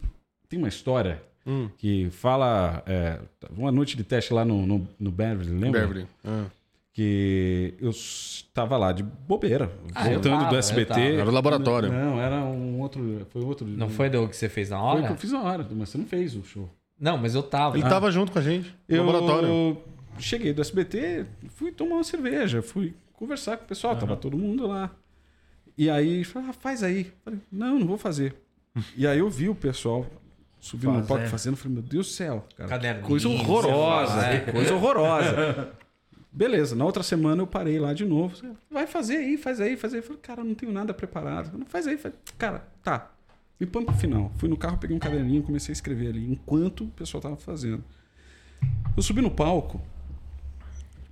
Speaker 3: Tem uma história
Speaker 4: Hum.
Speaker 3: que fala. é, uma noite de teste lá no, no, no Beverly, lembra?
Speaker 2: Beverly. Ah.
Speaker 3: que eu estava lá de bobeira,
Speaker 4: Ah, eu
Speaker 3: voltando
Speaker 4: tava,
Speaker 3: do
Speaker 4: eu tava.
Speaker 3: SBT.
Speaker 2: Era o laboratório.
Speaker 3: Não, era um outro, foi outro.
Speaker 4: Não foi do que você fez na
Speaker 3: Foi o
Speaker 4: hora?
Speaker 3: que eu fiz na hora, mas você não fez o show.
Speaker 4: Não, mas eu tava.
Speaker 2: Ele tá tava junto com a gente. no
Speaker 3: Eu
Speaker 2: Laboratório.
Speaker 3: cheguei do SBT, fui tomar uma cerveja, fui conversar com o pessoal, tava todo mundo lá. E aí, falei, ah, faz aí. Falei, não, não vou fazer. e aí eu vi o pessoal subindo no
Speaker 7: Faz,
Speaker 3: palco
Speaker 7: é.
Speaker 3: fazendo, falei, meu Deus do céu, cara.
Speaker 4: Caderninho,
Speaker 3: coisa horrorosa,
Speaker 4: celular, é.
Speaker 3: coisa horrorosa. Beleza, na outra semana eu parei lá de novo. Falei, Vai fazer aí, faz aí, faz aí. Eu Falei, cara, não tenho nada preparado. Falei, faz aí, faz... cara, tá. Me põe pro final. Fui no carro, peguei um caderninho, comecei a escrever ali, enquanto o pessoal tava fazendo. Eu subi no palco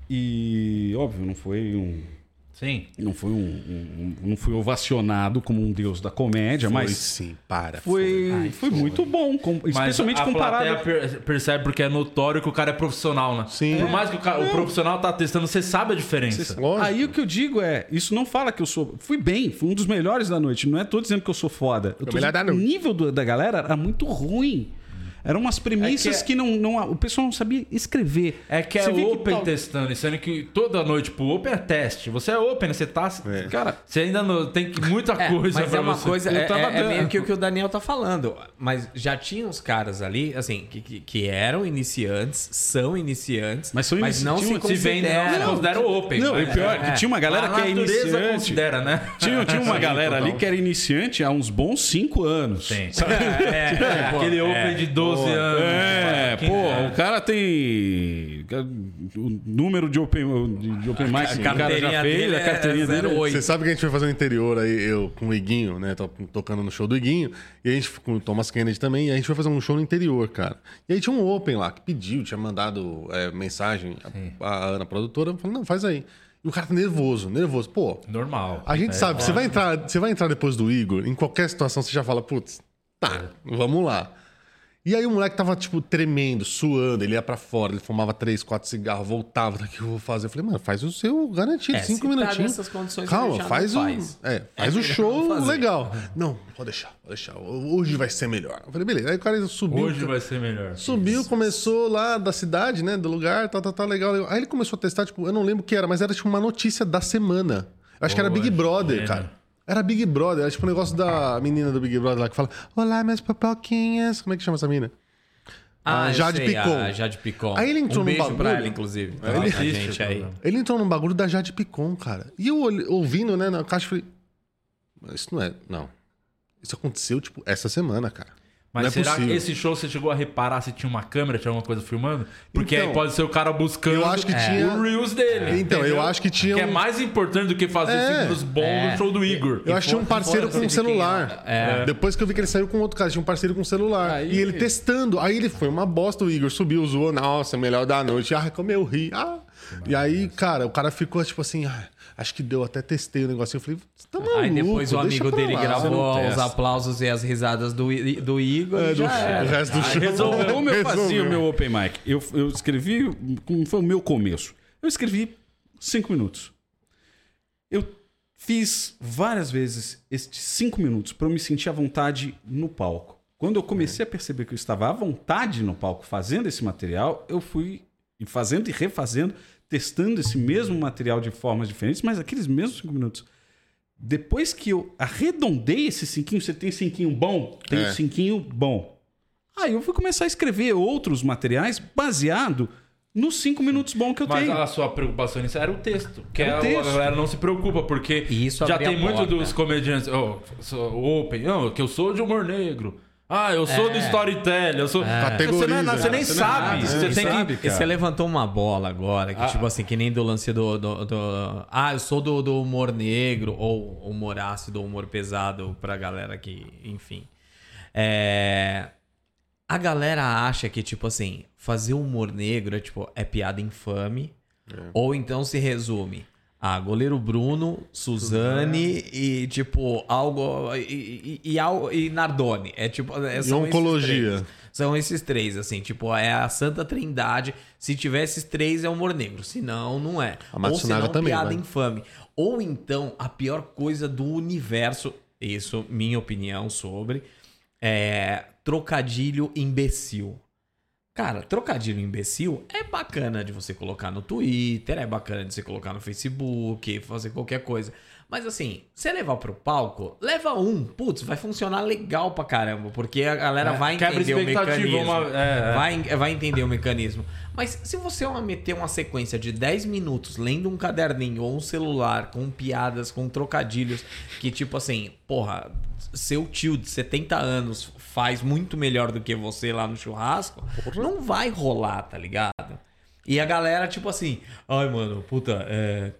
Speaker 3: e, óbvio, não foi um.
Speaker 7: Sim.
Speaker 3: Não foi um. um- um- não fui ovacionado como um deus da comédia,
Speaker 2: Foi
Speaker 3: mas.
Speaker 2: sim, para.
Speaker 3: Foi, foi, muito bom, com- especialmente
Speaker 7: a
Speaker 3: comparado.
Speaker 7: plateia per- percebe porque é notório que o cara é profissional, né?
Speaker 2: Sim.
Speaker 7: Por mais que o, ca- o profissional tá testando, você sabe a
Speaker 3: Cês-
Speaker 7: diferença.
Speaker 2: Lógico.
Speaker 3: Aí o que eu digo é, isso não fala que eu sou. Fui bem, fui um dos melhores da noite. Não é tô dizendo que eu sou foda. Eu tô
Speaker 2: melhor
Speaker 3: dizendo
Speaker 2: da
Speaker 3: que o
Speaker 2: noite.
Speaker 3: nível do- da galera era muito ruim. Eram umas premissas
Speaker 7: É que
Speaker 3: que, não, não. O pessoal não sabia escrever.
Speaker 7: É que é
Speaker 3: Você vê que tá-
Speaker 7: open
Speaker 3: tal-
Speaker 7: testando, sendo que toda noite, tipo, open é teste. Você é open, você tá.
Speaker 3: Cara,
Speaker 7: Você ainda não, tem que- muita
Speaker 4: É,
Speaker 7: coisa
Speaker 4: mas
Speaker 7: pra
Speaker 4: é uma
Speaker 7: você. Então
Speaker 4: coisa,
Speaker 7: Eu
Speaker 4: é,
Speaker 7: tava
Speaker 4: é- é
Speaker 7: dando.
Speaker 4: meio que o que o Daniel tá falando. Mas já tinha uns caras ali, assim, que, que, que eram iniciantes, são iniciantes,
Speaker 3: Mas são
Speaker 4: mas né? não se
Speaker 1: um-
Speaker 3: iniciantes,
Speaker 7: Se vem,
Speaker 1: né?
Speaker 7: não,
Speaker 4: consideram.
Speaker 7: não considera o open.
Speaker 3: Não,
Speaker 7: mas-
Speaker 3: e pior, que tinha uma galera
Speaker 7: a
Speaker 3: que é
Speaker 7: natureza
Speaker 3: iniciante.
Speaker 7: considera, né?
Speaker 3: tinha, tinha uma galera ali que era iniciante há uns bons cinco anos.
Speaker 7: Tem.
Speaker 4: É, é, pô,
Speaker 7: Aquele open de 12 anos.
Speaker 3: É,
Speaker 7: que-
Speaker 3: pô, o cara tem. O número de open, de, de open mic que o cara já
Speaker 4: carteirinha
Speaker 3: fez,
Speaker 4: dele
Speaker 3: a carteirinha
Speaker 4: é
Speaker 3: dele. um
Speaker 4: 08.
Speaker 2: Você sabe que a gente foi fazer no interior aí, eu com o Iguinho, né? to- Tocando no show do Iguinho. E a gente, com o Thomas Kennedy também, e a gente foi fazer um show no interior, cara. E aí tinha um Open lá que pediu, tinha mandado é, mensagem a, a Ana, a produtora, falando, não, faz aí. E o cara tá nervoso, nervoso. Pô,
Speaker 7: é Normal.
Speaker 2: a
Speaker 4: É
Speaker 2: gente sabe, você vai, entrar, você vai entrar depois do Igor, em qualquer situação você já fala, putz, tá,
Speaker 4: É.
Speaker 2: vamos lá. E aí o moleque tava, tipo, tremendo, suando, ele ia pra fora, ele fumava três, quatro cigarros, voltava, "Tá, o que eu vou fazer? Eu falei, mano, faz o seu garantido,
Speaker 4: É,
Speaker 2: cinco
Speaker 4: se tá
Speaker 2: minutinhos.
Speaker 4: nessas condições, ele
Speaker 2: Calma,
Speaker 4: já não
Speaker 2: faz o.
Speaker 4: faz.
Speaker 2: É, faz
Speaker 4: É
Speaker 2: o
Speaker 4: melhor
Speaker 2: show
Speaker 4: não fazer.
Speaker 2: legal. Não, pode deixar, pode deixar. Hoje vai ser melhor. Eu falei, beleza. Aí o cara subiu.
Speaker 7: Hoje vai ser melhor.
Speaker 2: Subiu, começou lá da cidade, né? Do lugar, tá, tá, tá, legal, legal. Aí ele começou a testar, tipo, eu não lembro o que era, mas era tipo uma notícia da semana. Eu acho que era Big Brother, cara. Era Big Brother, era tipo um negócio da menina do Big Brother lá que fala: Olá, minhas papoquinhas. Como é que chama essa menina?
Speaker 4: Ah,
Speaker 2: Ah,
Speaker 4: eu
Speaker 2: Jade
Speaker 4: sei,
Speaker 2: Picon.
Speaker 4: a Jade Picon.
Speaker 2: Aí ele entrou num
Speaker 4: um beijo pra
Speaker 2: bagulho.
Speaker 4: ela, inclusive. Tá
Speaker 2: Ele
Speaker 4: lá com a
Speaker 7: existe,
Speaker 4: gente
Speaker 7: cara.
Speaker 4: aí.
Speaker 2: Ele entrou num bagulho da Jade Picon, cara. E eu olhe- ouvindo, né, na caixa, eu falei: "Mas Isso não é. Não. Isso aconteceu, tipo, essa semana, cara.
Speaker 7: Mas
Speaker 2: não é
Speaker 7: será
Speaker 2: possível.
Speaker 7: que esse show você chegou a reparar se tinha uma câmera, tinha alguma coisa filmando? Porque
Speaker 2: Então,
Speaker 7: aí pode ser o cara buscando É,
Speaker 2: eu acho que tinha-
Speaker 7: o Reels dele.
Speaker 2: Então, eu
Speaker 7: entendeu?
Speaker 2: acho que tinha
Speaker 7: Que é
Speaker 2: um-
Speaker 7: mais importante do que fazer
Speaker 2: É.
Speaker 7: é. símbolos bons no show do Igor.
Speaker 2: Eu achei um parceiro com
Speaker 4: foda-se
Speaker 2: um
Speaker 4: de quem é?
Speaker 2: celular. Depois que eu vi que ele saiu com outro cara, tinha um parceiro com um celular. E ele testando. Aí ele foi uma bosta, o Igor subiu, zoou. Nossa, melhor da noite. Ah, como eu ri. Ah. E aí, cara, o cara ficou tipo assim, ah, acho que deu, até testei o negocinho. Eu falei, você tá maluco?
Speaker 4: Aí depois o
Speaker 2: deixa
Speaker 4: amigo
Speaker 2: pra
Speaker 4: dele
Speaker 2: lá."
Speaker 4: gravou os aplausos e as risadas do, I- do Igor.
Speaker 2: É,
Speaker 4: e
Speaker 2: do-
Speaker 4: já era.
Speaker 2: o resto do show.
Speaker 3: Resolveu. Como Então, eu fazia
Speaker 2: Resolveu.
Speaker 3: o meu open mic? Eu, eu escrevi, como foi o meu começo? Eu escrevi cinco minutos. Eu fiz várias vezes estes cinco minutos para eu me sentir à vontade no palco. Quando eu comecei a perceber que eu estava à vontade no palco fazendo esse material, eu fui e fazendo e refazendo, testando esse mesmo material de formas diferentes, mas aqueles mesmos cinco minutos. Depois que eu arredondei esse cinquinho, você tem cinquinho bom? Tem
Speaker 2: É.
Speaker 3: cinquinho bom. Aí eu fui começar a escrever outros materiais baseado nos cinco minutos bom que eu
Speaker 7: Mas
Speaker 3: tenho.
Speaker 7: a sua preocupação nisso era o texto. Que
Speaker 3: Era o
Speaker 7: é o-
Speaker 3: texto.
Speaker 7: a galera não se preocupa, porque
Speaker 4: E isso
Speaker 7: já
Speaker 4: abria
Speaker 7: tem
Speaker 4: a
Speaker 7: muito
Speaker 4: porta.
Speaker 7: dos comediantes. Oh, sou open. Não, que eu sou de humor negro. Ah, eu sou
Speaker 4: É.
Speaker 7: do storytelling. Eu sou. Você, não é nada,
Speaker 2: Categoriza,
Speaker 7: você nem
Speaker 2: né?
Speaker 3: Você não é
Speaker 7: sabe.
Speaker 3: nada,
Speaker 7: você tem
Speaker 3: você não
Speaker 7: que. Ah.
Speaker 3: sabe.
Speaker 4: E
Speaker 3: cara.
Speaker 4: você levantou uma bola agora, que tipo assim, que nem do lance do, do, do- Ah, eu sou do, do humor negro, ou humor ácido, ou humor pesado, pra galera que, enfim. É, A galera acha que, tipo assim, fazer humor negro é tipo, é piada infame,
Speaker 7: É.
Speaker 4: ou então se resume. Ah, goleiro Bruno, Suzane e, tipo, algo. E, e, e, al- e Nardoni. É tipo. é-
Speaker 2: E
Speaker 4: são esses
Speaker 2: oncologia.
Speaker 4: três. São esses três, assim, tipo, é a Santa Trindade. Se tiver esses três, é humor negro. Se não, não é.
Speaker 2: A Matsunaga
Speaker 4: Ou se não,
Speaker 2: também,
Speaker 4: piada
Speaker 2: vai.
Speaker 4: infame. Ou então, a pior coisa do universo, isso, minha opinião sobre, é trocadilho imbecil. Cara, trocadilho imbecil é bacana de você colocar no Twitter, é bacana de você colocar no Facebook, fazer qualquer coisa. Mas assim, você levar pro palco, leva um. Putz, vai funcionar legal pra caramba, porque a galera
Speaker 1: É,
Speaker 4: vai
Speaker 1: quebra
Speaker 4: entender o
Speaker 1: expectativa,
Speaker 4: mecanismo.
Speaker 1: uma- é, é.
Speaker 4: Vai, en- vai entender o mecanismo. Mas se você meter uma sequência de 10 minutos lendo um caderninho ou um celular com piadas, com trocadilhos, que tipo assim, porra, seu tio de 70 anos faz muito melhor do que você lá no churrasco, não vai rolar, tá ligado? E a galera, tipo assim, ai, mano, puta, é.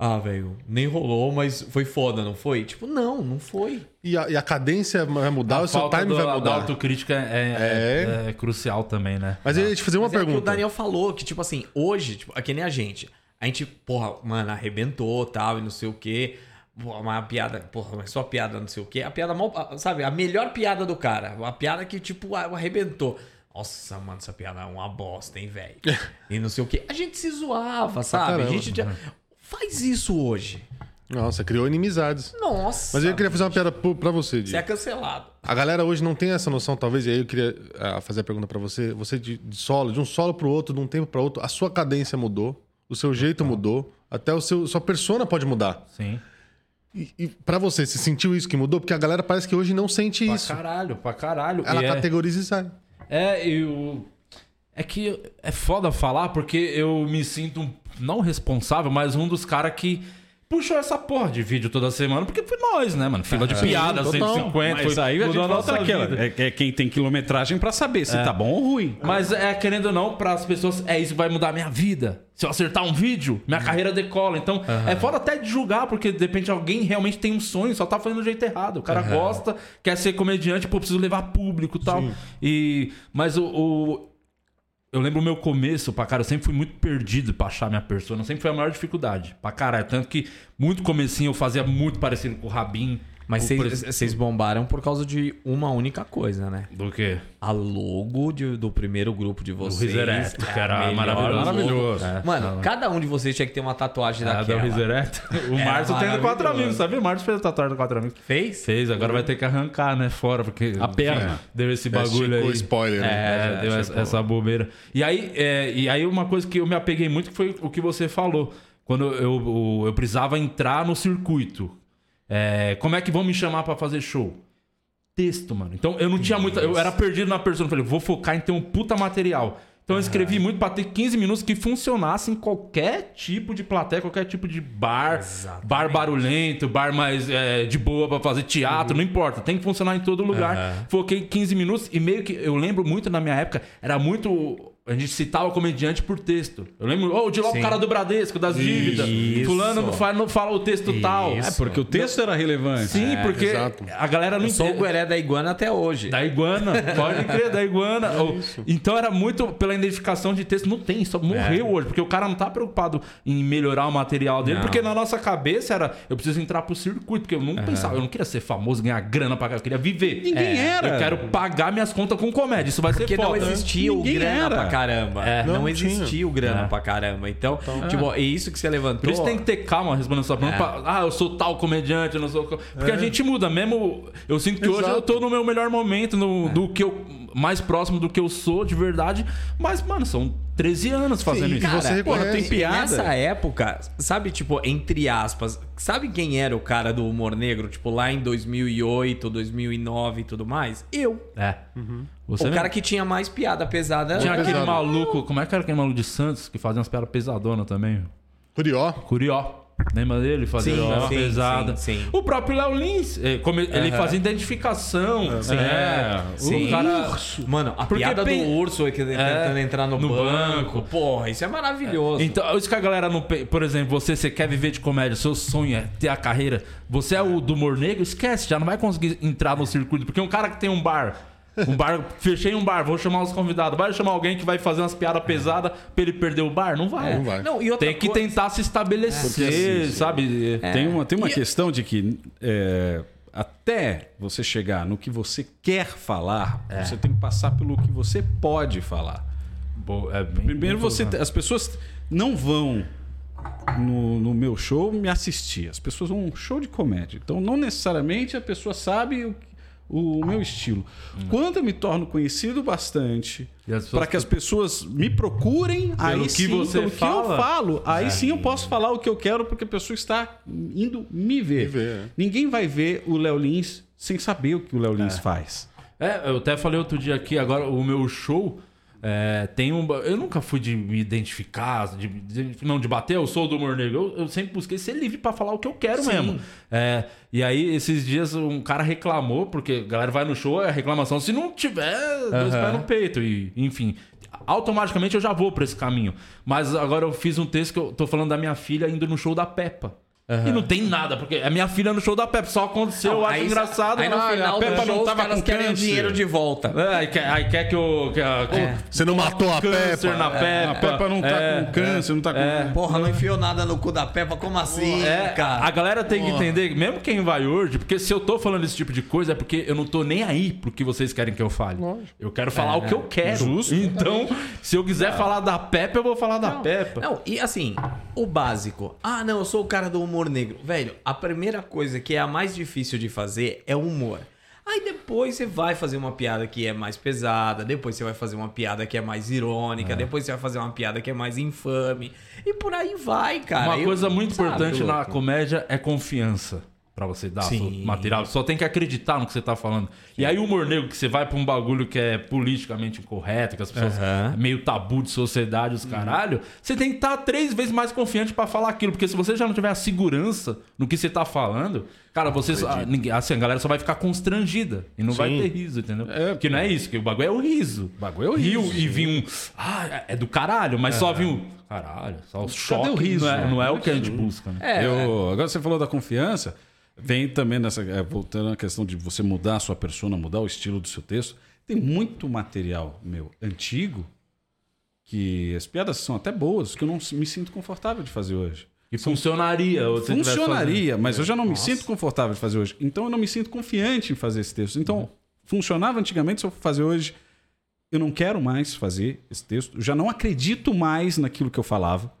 Speaker 4: Ah, velho, nem rolou, mas foi foda, não foi? Tipo, não, não foi.
Speaker 2: E a, e a cadência vai mudar,
Speaker 1: A
Speaker 2: Ah, o seu
Speaker 1: falta
Speaker 2: time
Speaker 1: do-
Speaker 2: vai
Speaker 1: Da
Speaker 2: mudar.
Speaker 1: autocrítica é, é- é crucial também, né?
Speaker 2: Mas eu ia te fazer uma
Speaker 4: Mas é o que
Speaker 2: pergunta.
Speaker 4: o Daniel falou, que tipo assim, hoje, tipo, é que nem a gente. A gente, porra, mano, arrebentou tal e não sei o quê. Porra, Uma piada, porra, mas só piada não sei o quê. A piada, mal- a- sabe, a melhor piada do cara. A piada que, tipo, a- arrebentou. Nossa, mano, essa piada é uma bosta, hein, velho? E não sei o quê. A gente se zoava, sabe? A
Speaker 2: caramba. né?
Speaker 4: gente já... Faz isso hoje.
Speaker 2: Nossa, criou inimizades.
Speaker 4: Nossa.
Speaker 2: Mas eu queria fazer uma piada pro- pra você, Di.
Speaker 4: Você é cancelado.
Speaker 2: A galera hoje não tem essa noção, talvez, e aí eu queria ah, fazer a pergunta pra você. Você de, de solo, de um solo pro outro, de um tempo pra outro, a sua cadência mudou, o seu jeito mudou, até o seu sua persona pode mudar.
Speaker 1: Sim.
Speaker 2: E, e para você, você sentiu isso que mudou? Porque a galera parece que hoje não sente
Speaker 1: Pra
Speaker 2: isso.
Speaker 1: caralho, pra caralho.
Speaker 2: Ela
Speaker 1: E é-
Speaker 2: categoriza e sai.
Speaker 1: É, eu. É que é foda falar porque eu me sinto, um- não responsável, mas um dos caras que puxou essa porra de vídeo toda semana, porque foi nós, né, mano? Fila de
Speaker 2: É.
Speaker 1: piada,
Speaker 2: total.
Speaker 1: 150,
Speaker 3: Mas
Speaker 1: foi,
Speaker 3: aí a gente
Speaker 1: mudou a
Speaker 3: volta
Speaker 1: nossa
Speaker 3: aquela.
Speaker 1: vida.
Speaker 3: É, é quem tem quilometragem pra saber
Speaker 2: É.
Speaker 3: se tá bom ou ruim.
Speaker 1: Mas é, querendo ou não, para as pessoas, é isso que vai mudar a minha vida. Se eu acertar um vídeo, minha carreira decola. Então, é foda até de julgar, porque de repente alguém realmente tem um sonho, só tá fazendo do jeito errado. O cara gosta, quer ser comediante, pô, preciso levar público e tal. E, mas o, o- Eu lembro o meu começo, pra cara, eu sempre fui muito perdido pra achar minha persona. Sempre foi a maior dificuldade, pra caralho. Tanto que muito comecinho eu fazia muito parecido com o Rabin.
Speaker 4: Mas
Speaker 1: com- por
Speaker 4: vocês
Speaker 1: exemplo-
Speaker 4: vocês bombaram por causa de uma única coisa, né?
Speaker 1: Do quê?
Speaker 4: a logo de- do primeiro grupo de vocês. É
Speaker 1: Riser Erecto, que
Speaker 4: a
Speaker 1: era
Speaker 4: melhor
Speaker 1: maravilhoso.
Speaker 4: logo.
Speaker 1: Maravilhoso. É,
Speaker 4: Mano, cada um de vocês tinha que ter uma tatuagem
Speaker 1: Ah, da
Speaker 4: daquela.
Speaker 1: Risereto. O Márcio tem do Quatro
Speaker 4: maravilhoso.
Speaker 1: Amigos, sabia? O Márcio fez a tatuagem do Quatro Amigos.
Speaker 4: Fez?
Speaker 1: Fez, agora vai ter que arrancar, né? Fora, porque.
Speaker 3: A perna.
Speaker 1: enfim, Deu esse bagulho
Speaker 2: Esticou
Speaker 1: aí.
Speaker 2: o spoiler, né?
Speaker 1: É, deu essa, essa bobeira. E aí, é, e aí, uma coisa que eu me apeguei muito que foi o que você falou. Quando eu, eu, eu precisava entrar no circuito. É, como é que vão me chamar pra fazer show? Texto, mano. Então eu não tinha muita. Eu era perdido na persona. Falei, vou focar em ter um puta material. Então eu escrevi muito pra ter 15 minutos que funcionasse em qualquer tipo de plateia, qualquer tipo de bar. Bar barulhento, bar mais é, de boa pra fazer teatro, não importa. Tem que funcionar em todo lugar. Foquei 15 minutos e meio que. Eu lembro muito na minha época, era muito. A gente citava comediante por texto. Eu lembro, ô, de lá o cara do Bradesco, das dívidas.
Speaker 4: Isso.
Speaker 1: Fulano fala, fala o texto tal.
Speaker 4: Isso.
Speaker 3: É, porque o texto era relevante.
Speaker 1: Sim, porque
Speaker 2: exato.
Speaker 1: a galera não
Speaker 4: Eu sou o
Speaker 1: entende.
Speaker 4: Gueré da Iguana até hoje.
Speaker 1: Da iguana, pode crer, da iguana.
Speaker 4: É
Speaker 1: Ou- então era muito pela identificação de texto. Não tem, só morreu
Speaker 4: É.
Speaker 1: hoje, porque o cara não tá preocupado em melhorar o material dele, porque na nossa cabeça era eu preciso entrar pro circuito, porque eu
Speaker 4: É.
Speaker 1: não pensava, eu não queria ser famoso, ganhar grana pra caralho, eu queria viver. É.
Speaker 3: Ninguém era.
Speaker 1: Eu quero pagar minhas contas com comédia, isso vai
Speaker 4: Porque
Speaker 1: ser
Speaker 4: não
Speaker 1: foda.
Speaker 4: existia o
Speaker 3: Ninguém
Speaker 4: grana
Speaker 3: era.
Speaker 4: pra caramba. É. não,
Speaker 2: Não tinha.
Speaker 4: existia o grana pra caramba. Então, tipo, é isso que você levantou.
Speaker 1: Por isso tem que ter calma respondendo sua
Speaker 4: É.
Speaker 1: pergunta. pra- Ah, eu sou tal comediante, eu não sou. co-" Porque a gente muda mesmo. Eu sinto que hoje eu tô no meu melhor momento,
Speaker 4: É.
Speaker 1: no, do que eu. Mais próximo do que eu sou de verdade. Mas, mano, são 13 anos fazendo
Speaker 2: E
Speaker 1: isso.
Speaker 2: você reconhece.
Speaker 3: tem piada.
Speaker 4: Nessa época, sabe, tipo, entre aspas, sabe quem era o cara do humor negro? Tipo, lá em 2008, 2009 e tudo mais? Eu.
Speaker 1: É. Você
Speaker 4: Uhum. o
Speaker 1: mesmo.
Speaker 4: cara que tinha mais piada pesada.
Speaker 1: Tinha
Speaker 4: era
Speaker 1: aquele
Speaker 2: Pesado.
Speaker 1: maluco. Como é que era aquele maluco de Santos que fazia umas piadas pesadonas também?
Speaker 2: Curió.
Speaker 1: Curió. Lembra dele? Fazia
Speaker 4: Sim,
Speaker 1: uma
Speaker 4: sim,
Speaker 1: pesada.
Speaker 4: sim, sim.
Speaker 1: O próprio Léo Lins, eh, come- ele fazia identificação. Sim. É.
Speaker 4: Sim.
Speaker 1: O cara.
Speaker 4: Mano, a
Speaker 1: Porque
Speaker 4: piada
Speaker 1: pen-
Speaker 4: do urso é que tentando entrar no,
Speaker 1: no
Speaker 4: banco.
Speaker 1: banco.
Speaker 4: Porra, isso é maravilhoso.
Speaker 1: Então, isso que a galera não. pe- Por exemplo, você, você quer viver de comédia, seu sonho é ter a carreira. Você é o do humor negro, esquece, já não vai conseguir entrar no circuito. Porque um cara que tem um bar. Um bar, fechei um bar, vou chamar os convidados. Vai chamar alguém que vai fazer umas piadas pesadas pra ele perder o bar? Não vai.
Speaker 2: Não vai.
Speaker 4: Não, e outra
Speaker 1: Tem que
Speaker 4: coisa-
Speaker 1: tentar se estabelecer, sabe?
Speaker 3: Tem uma, tem uma questão de que é, até você chegar no que você quer falar,
Speaker 2: É.
Speaker 3: você tem que passar pelo que você pode falar.
Speaker 1: Bo- é bem- bem
Speaker 3: Primeiro você.
Speaker 1: colocado.
Speaker 3: te- As pessoas não vão no, no meu show me assistir. As pessoas vão um show de comédia. Então não necessariamente a pessoa sabe o, o meu estilo. Quando eu me torno conhecido bastante
Speaker 1: E as pessoas
Speaker 3: para que Hum. as pessoas me procurem, aí
Speaker 1: que
Speaker 3: sim,
Speaker 1: você
Speaker 3: pelo que
Speaker 1: fala?
Speaker 3: eu falo, aí sim eu posso falar o que eu quero porque a pessoa está indo me ver.
Speaker 2: ver, é.
Speaker 3: Ninguém vai ver o Léo Lins sem saber o que o Léo Lins faz.
Speaker 1: É, eu até falei outro dia aqui, agora o meu show é, tem um. Eu nunca fui de me identificar, de- de- não de bater, eu sou do humor negro. Eu, eu sempre busquei ser livre pra falar o que eu quero mesmo. É, e aí, esses dias, um cara reclamou, porque a galera vai no show, é reclamação. Se não tiver, dois pés no peito. E, enfim, automaticamente eu já vou pra esse caminho. Mas agora eu fiz um texto que eu tô falando da minha filha indo no show da Peppa. E não tem nada, porque é minha filha no show da Peppa. Só aconteceu, eu acho engraçado.
Speaker 4: Aí no
Speaker 1: Ah,
Speaker 4: final
Speaker 1: a
Speaker 4: do
Speaker 1: Peppa
Speaker 4: show,
Speaker 1: não
Speaker 4: os
Speaker 1: tava
Speaker 4: caras
Speaker 1: com
Speaker 4: querem o
Speaker 1: câncer.
Speaker 4: dinheiro de volta.
Speaker 1: É, aí quer, aí quer que o. Que, a- que o-
Speaker 2: Você não matou a
Speaker 1: câncer
Speaker 2: Peppa.
Speaker 1: na
Speaker 4: é,
Speaker 1: Peppa.
Speaker 3: A Peppa não tá
Speaker 1: é,
Speaker 3: com câncer, não tá com.
Speaker 4: Porra, não enfiou nada no cu da Peppa, como assim,
Speaker 1: é,
Speaker 4: cara?
Speaker 1: a galera tem que entender, mesmo quem vai hoje, porque se eu tô falando esse tipo de coisa é porque eu não tô nem aí pro que vocês querem que eu fale. Eu quero
Speaker 4: É.
Speaker 1: falar o que eu quero. Então, se eu quiser falar da Peppa, eu vou falar da Peppa.
Speaker 4: Não, e assim, o básico. Ah, não, eu sou o cara do humor negro. Velho, a primeira coisa que é a mais difícil de fazer é o humor. Aí depois você vai fazer uma piada que é mais pesada, depois você vai fazer uma piada que é mais irônica, depois você vai fazer uma piada que é mais infame. E por aí vai, cara.
Speaker 1: Uma
Speaker 4: Eu-
Speaker 1: coisa muito
Speaker 4: sabe,
Speaker 1: importante na
Speaker 4: louco?
Speaker 1: comédia é confiança pra você dar
Speaker 4: Sim.
Speaker 1: o material. Só tem que acreditar no que você tá falando. E aí o humor negro, que você vai pra um bagulho que é politicamente incorreto, que as pessoas é
Speaker 4: Aham.
Speaker 1: meio tabu de sociedade, os caralho, você tem que estar três vezes mais confiante pra falar aquilo, porque se você já não tiver a segurança no que você tá falando, cara, você só- ah, ninguém- assim, a galera só vai ficar constrangida e não vai ter riso, entendeu? que não é isso, que o bagulho é o riso. O bagulho é o riso. e vir um, ah, é do caralho, mas só vir um, caralho, só o choque,
Speaker 3: o riso,
Speaker 1: não é,
Speaker 3: né?
Speaker 1: não é o que a gente busca, né?
Speaker 4: É,
Speaker 3: Eu- agora você falou da confiança. Tem também nessa. é, voltando à questão de você mudar a sua persona, mudar o estilo do seu texto. Tem muito material meu antigo que as piadas são até boas, que eu não me sinto confortável de fazer hoje.
Speaker 1: E funcionaria. ou se tivesse É.
Speaker 3: Funcionaria, mas eu já não me sinto confortável de fazer hoje. Então eu não me sinto confiante em fazer esse texto. Então,
Speaker 1: Uhum.
Speaker 3: funcionava antigamente, se eu for fazer hoje, eu não quero mais fazer esse texto. Eu já não acredito mais naquilo que eu falava.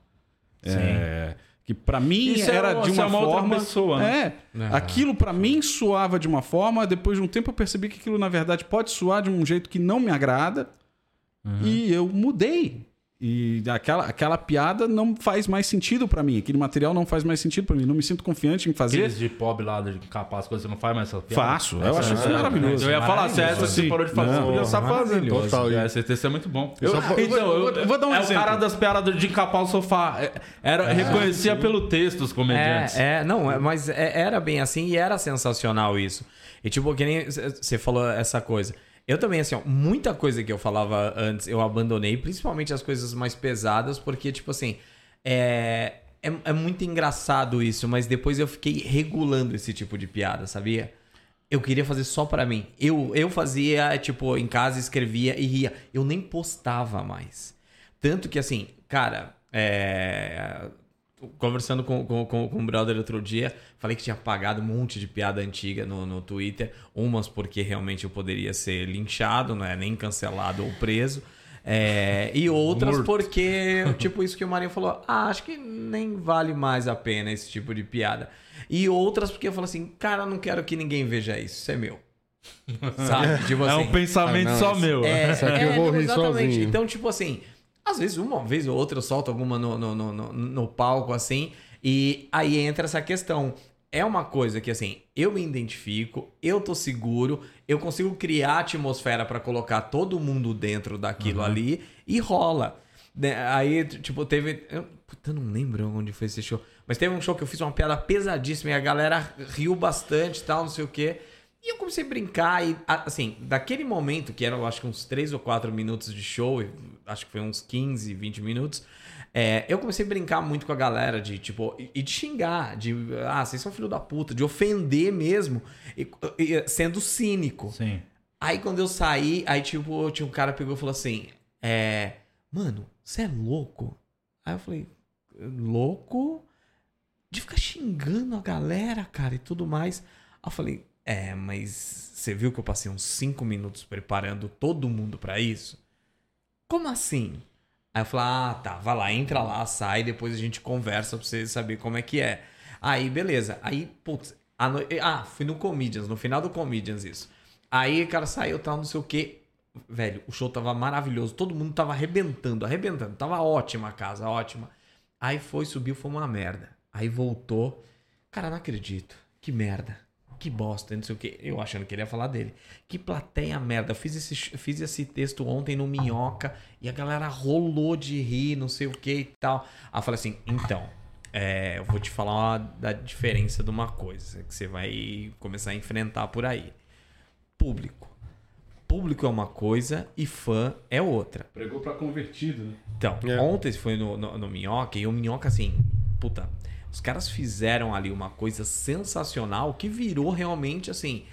Speaker 3: É, que pra mim
Speaker 1: Isso é
Speaker 3: era
Speaker 1: uma-
Speaker 3: de
Speaker 1: isso
Speaker 3: uma,
Speaker 1: é uma outra
Speaker 3: forma.
Speaker 1: pessoa, né?
Speaker 3: É, aquilo pra mim soava de uma forma, depois de um tempo eu percebi que aquilo na verdade pode soar de um jeito que não me agrada. E eu mudei. E aquela, aquela piada não faz mais sentido pra mim. Aquele material não faz mais sentido pra mim. Não me sinto confiante em fazer. É,
Speaker 1: Aqueles de pobre lá, de capaz, coisa, você não faz mais essa piada? É.
Speaker 3: Faço. Eu acho isso maravilhoso.
Speaker 1: Eu ia falar, se essa
Speaker 3: Maravilhoso.
Speaker 1: você parou de fazer,
Speaker 3: Não,
Speaker 1: você podia estar fazendo.
Speaker 3: maravilhoso.
Speaker 2: Total.
Speaker 1: É, esse texto é muito bom.
Speaker 2: Eu só vou-
Speaker 1: então,
Speaker 3: eu vou- eu vou dar um
Speaker 1: é
Speaker 3: exemplo.
Speaker 1: o cara das piadas de encapar o sofá. É, Era, reconhecia pelo texto os comediantes.
Speaker 4: É, é, não, é, mas é- era bem assim e era sensacional isso. E tipo, que nem c- você falou essa coisa. Eu também, assim, ó, muita coisa que eu falava antes eu abandonei, principalmente as coisas mais pesadas, porque, tipo assim, é, é, é muito engraçado isso, mas depois eu fiquei regulando esse tipo de piada, sabia? Eu queria fazer só pra mim. Eu, eu fazia, tipo, em casa, escrevia e ria. Eu nem postava mais. Tanto que, assim, cara, é conversando com, com, com, com um brother outro dia, falei que tinha apagado um monte de piada antiga no, no Twitter, umas porque realmente eu poderia ser linchado, não é nem cancelado ou preso. é, e outras
Speaker 1: Morto.
Speaker 4: porque, tipo, isso que o Marinho falou, ah, acho que nem vale mais a pena esse tipo de piada. E outras porque eu falo assim, cara, eu não quero que ninguém veja isso, isso é meu. Sabe? Tipo
Speaker 1: É
Speaker 4: assim,
Speaker 1: um pensamento
Speaker 2: Ah, não,
Speaker 1: só
Speaker 2: isso-
Speaker 1: meu.
Speaker 4: é,
Speaker 2: Essa aqui eu
Speaker 4: é,
Speaker 2: vou
Speaker 4: não,
Speaker 2: rir
Speaker 4: exatamente.
Speaker 2: sozinho.
Speaker 4: Então, tipo assim, às vezes uma vez ou outra eu solto alguma no, no, no, no, no palco, assim, e aí entra essa questão. É uma coisa que, assim, eu me identifico, eu tô seguro, eu consigo criar atmosfera pra colocar todo mundo dentro daquilo ali e rola. Né, Aí, t- tipo, teve. Eu, puta, eu não lembro onde foi esse show. Mas teve um show que eu fiz uma piada pesadíssima e a galera riu bastante e tal, não sei o quê. E eu comecei a brincar e, a- assim, daquele momento, que eram acho que uns 3 ou 4 minutos de show, e acho que foi uns 15, 20 minutos, é, eu comecei a brincar muito com a galera de, tipo, e- e de xingar, de, ah, vocês são filho da puta, de ofender mesmo, e- e- sendo cínico.
Speaker 1: Sim.
Speaker 4: Aí quando eu saí, aí tipo, tinha um cara pegou e falou assim: É. Mano, você é louco? Aí eu falei, louco? De ficar xingando a galera, cara, e tudo mais. Aí eu falei, é, mas você viu que eu passei uns 5 minutos preparando todo mundo pra isso? Como assim? Aí eu falei, ah, tá, vai lá, entra lá, sai, depois a gente conversa pra você saber como é que é. eh, Aí, beleza. Aí, putz, a no- ah, fui no Comedians, no final do Comedians isso. Aí, cara, saiu, tal, não sei o quê. Velho, o show tava maravilhoso. Todo mundo tava arrebentando, arrebentando. Tava ótima a casa, ótima. Aí foi, subiu, foi uma merda. Aí voltou. Cara, não acredito. Que merda. Que bosta, não sei o quê. Eu achando que ele ia falar dele. Que plateia merda. Eu fiz esse, sh- fiz esse texto ontem no Minhoca e a galera rolou de rir, não sei o que e tal. Aí eu falei assim, então, é, eu vou te falar uma- da diferença de uma coisa que você vai começar a enfrentar por aí. Público. Público é uma coisa e fã é outra.
Speaker 3: Pregou pra convertido, né?
Speaker 4: Então,
Speaker 2: É.
Speaker 4: ontem foi no, no, no Minhoca e o Minhoca, assim, puta, os caras fizeram ali uma coisa sensacional que virou realmente, assim,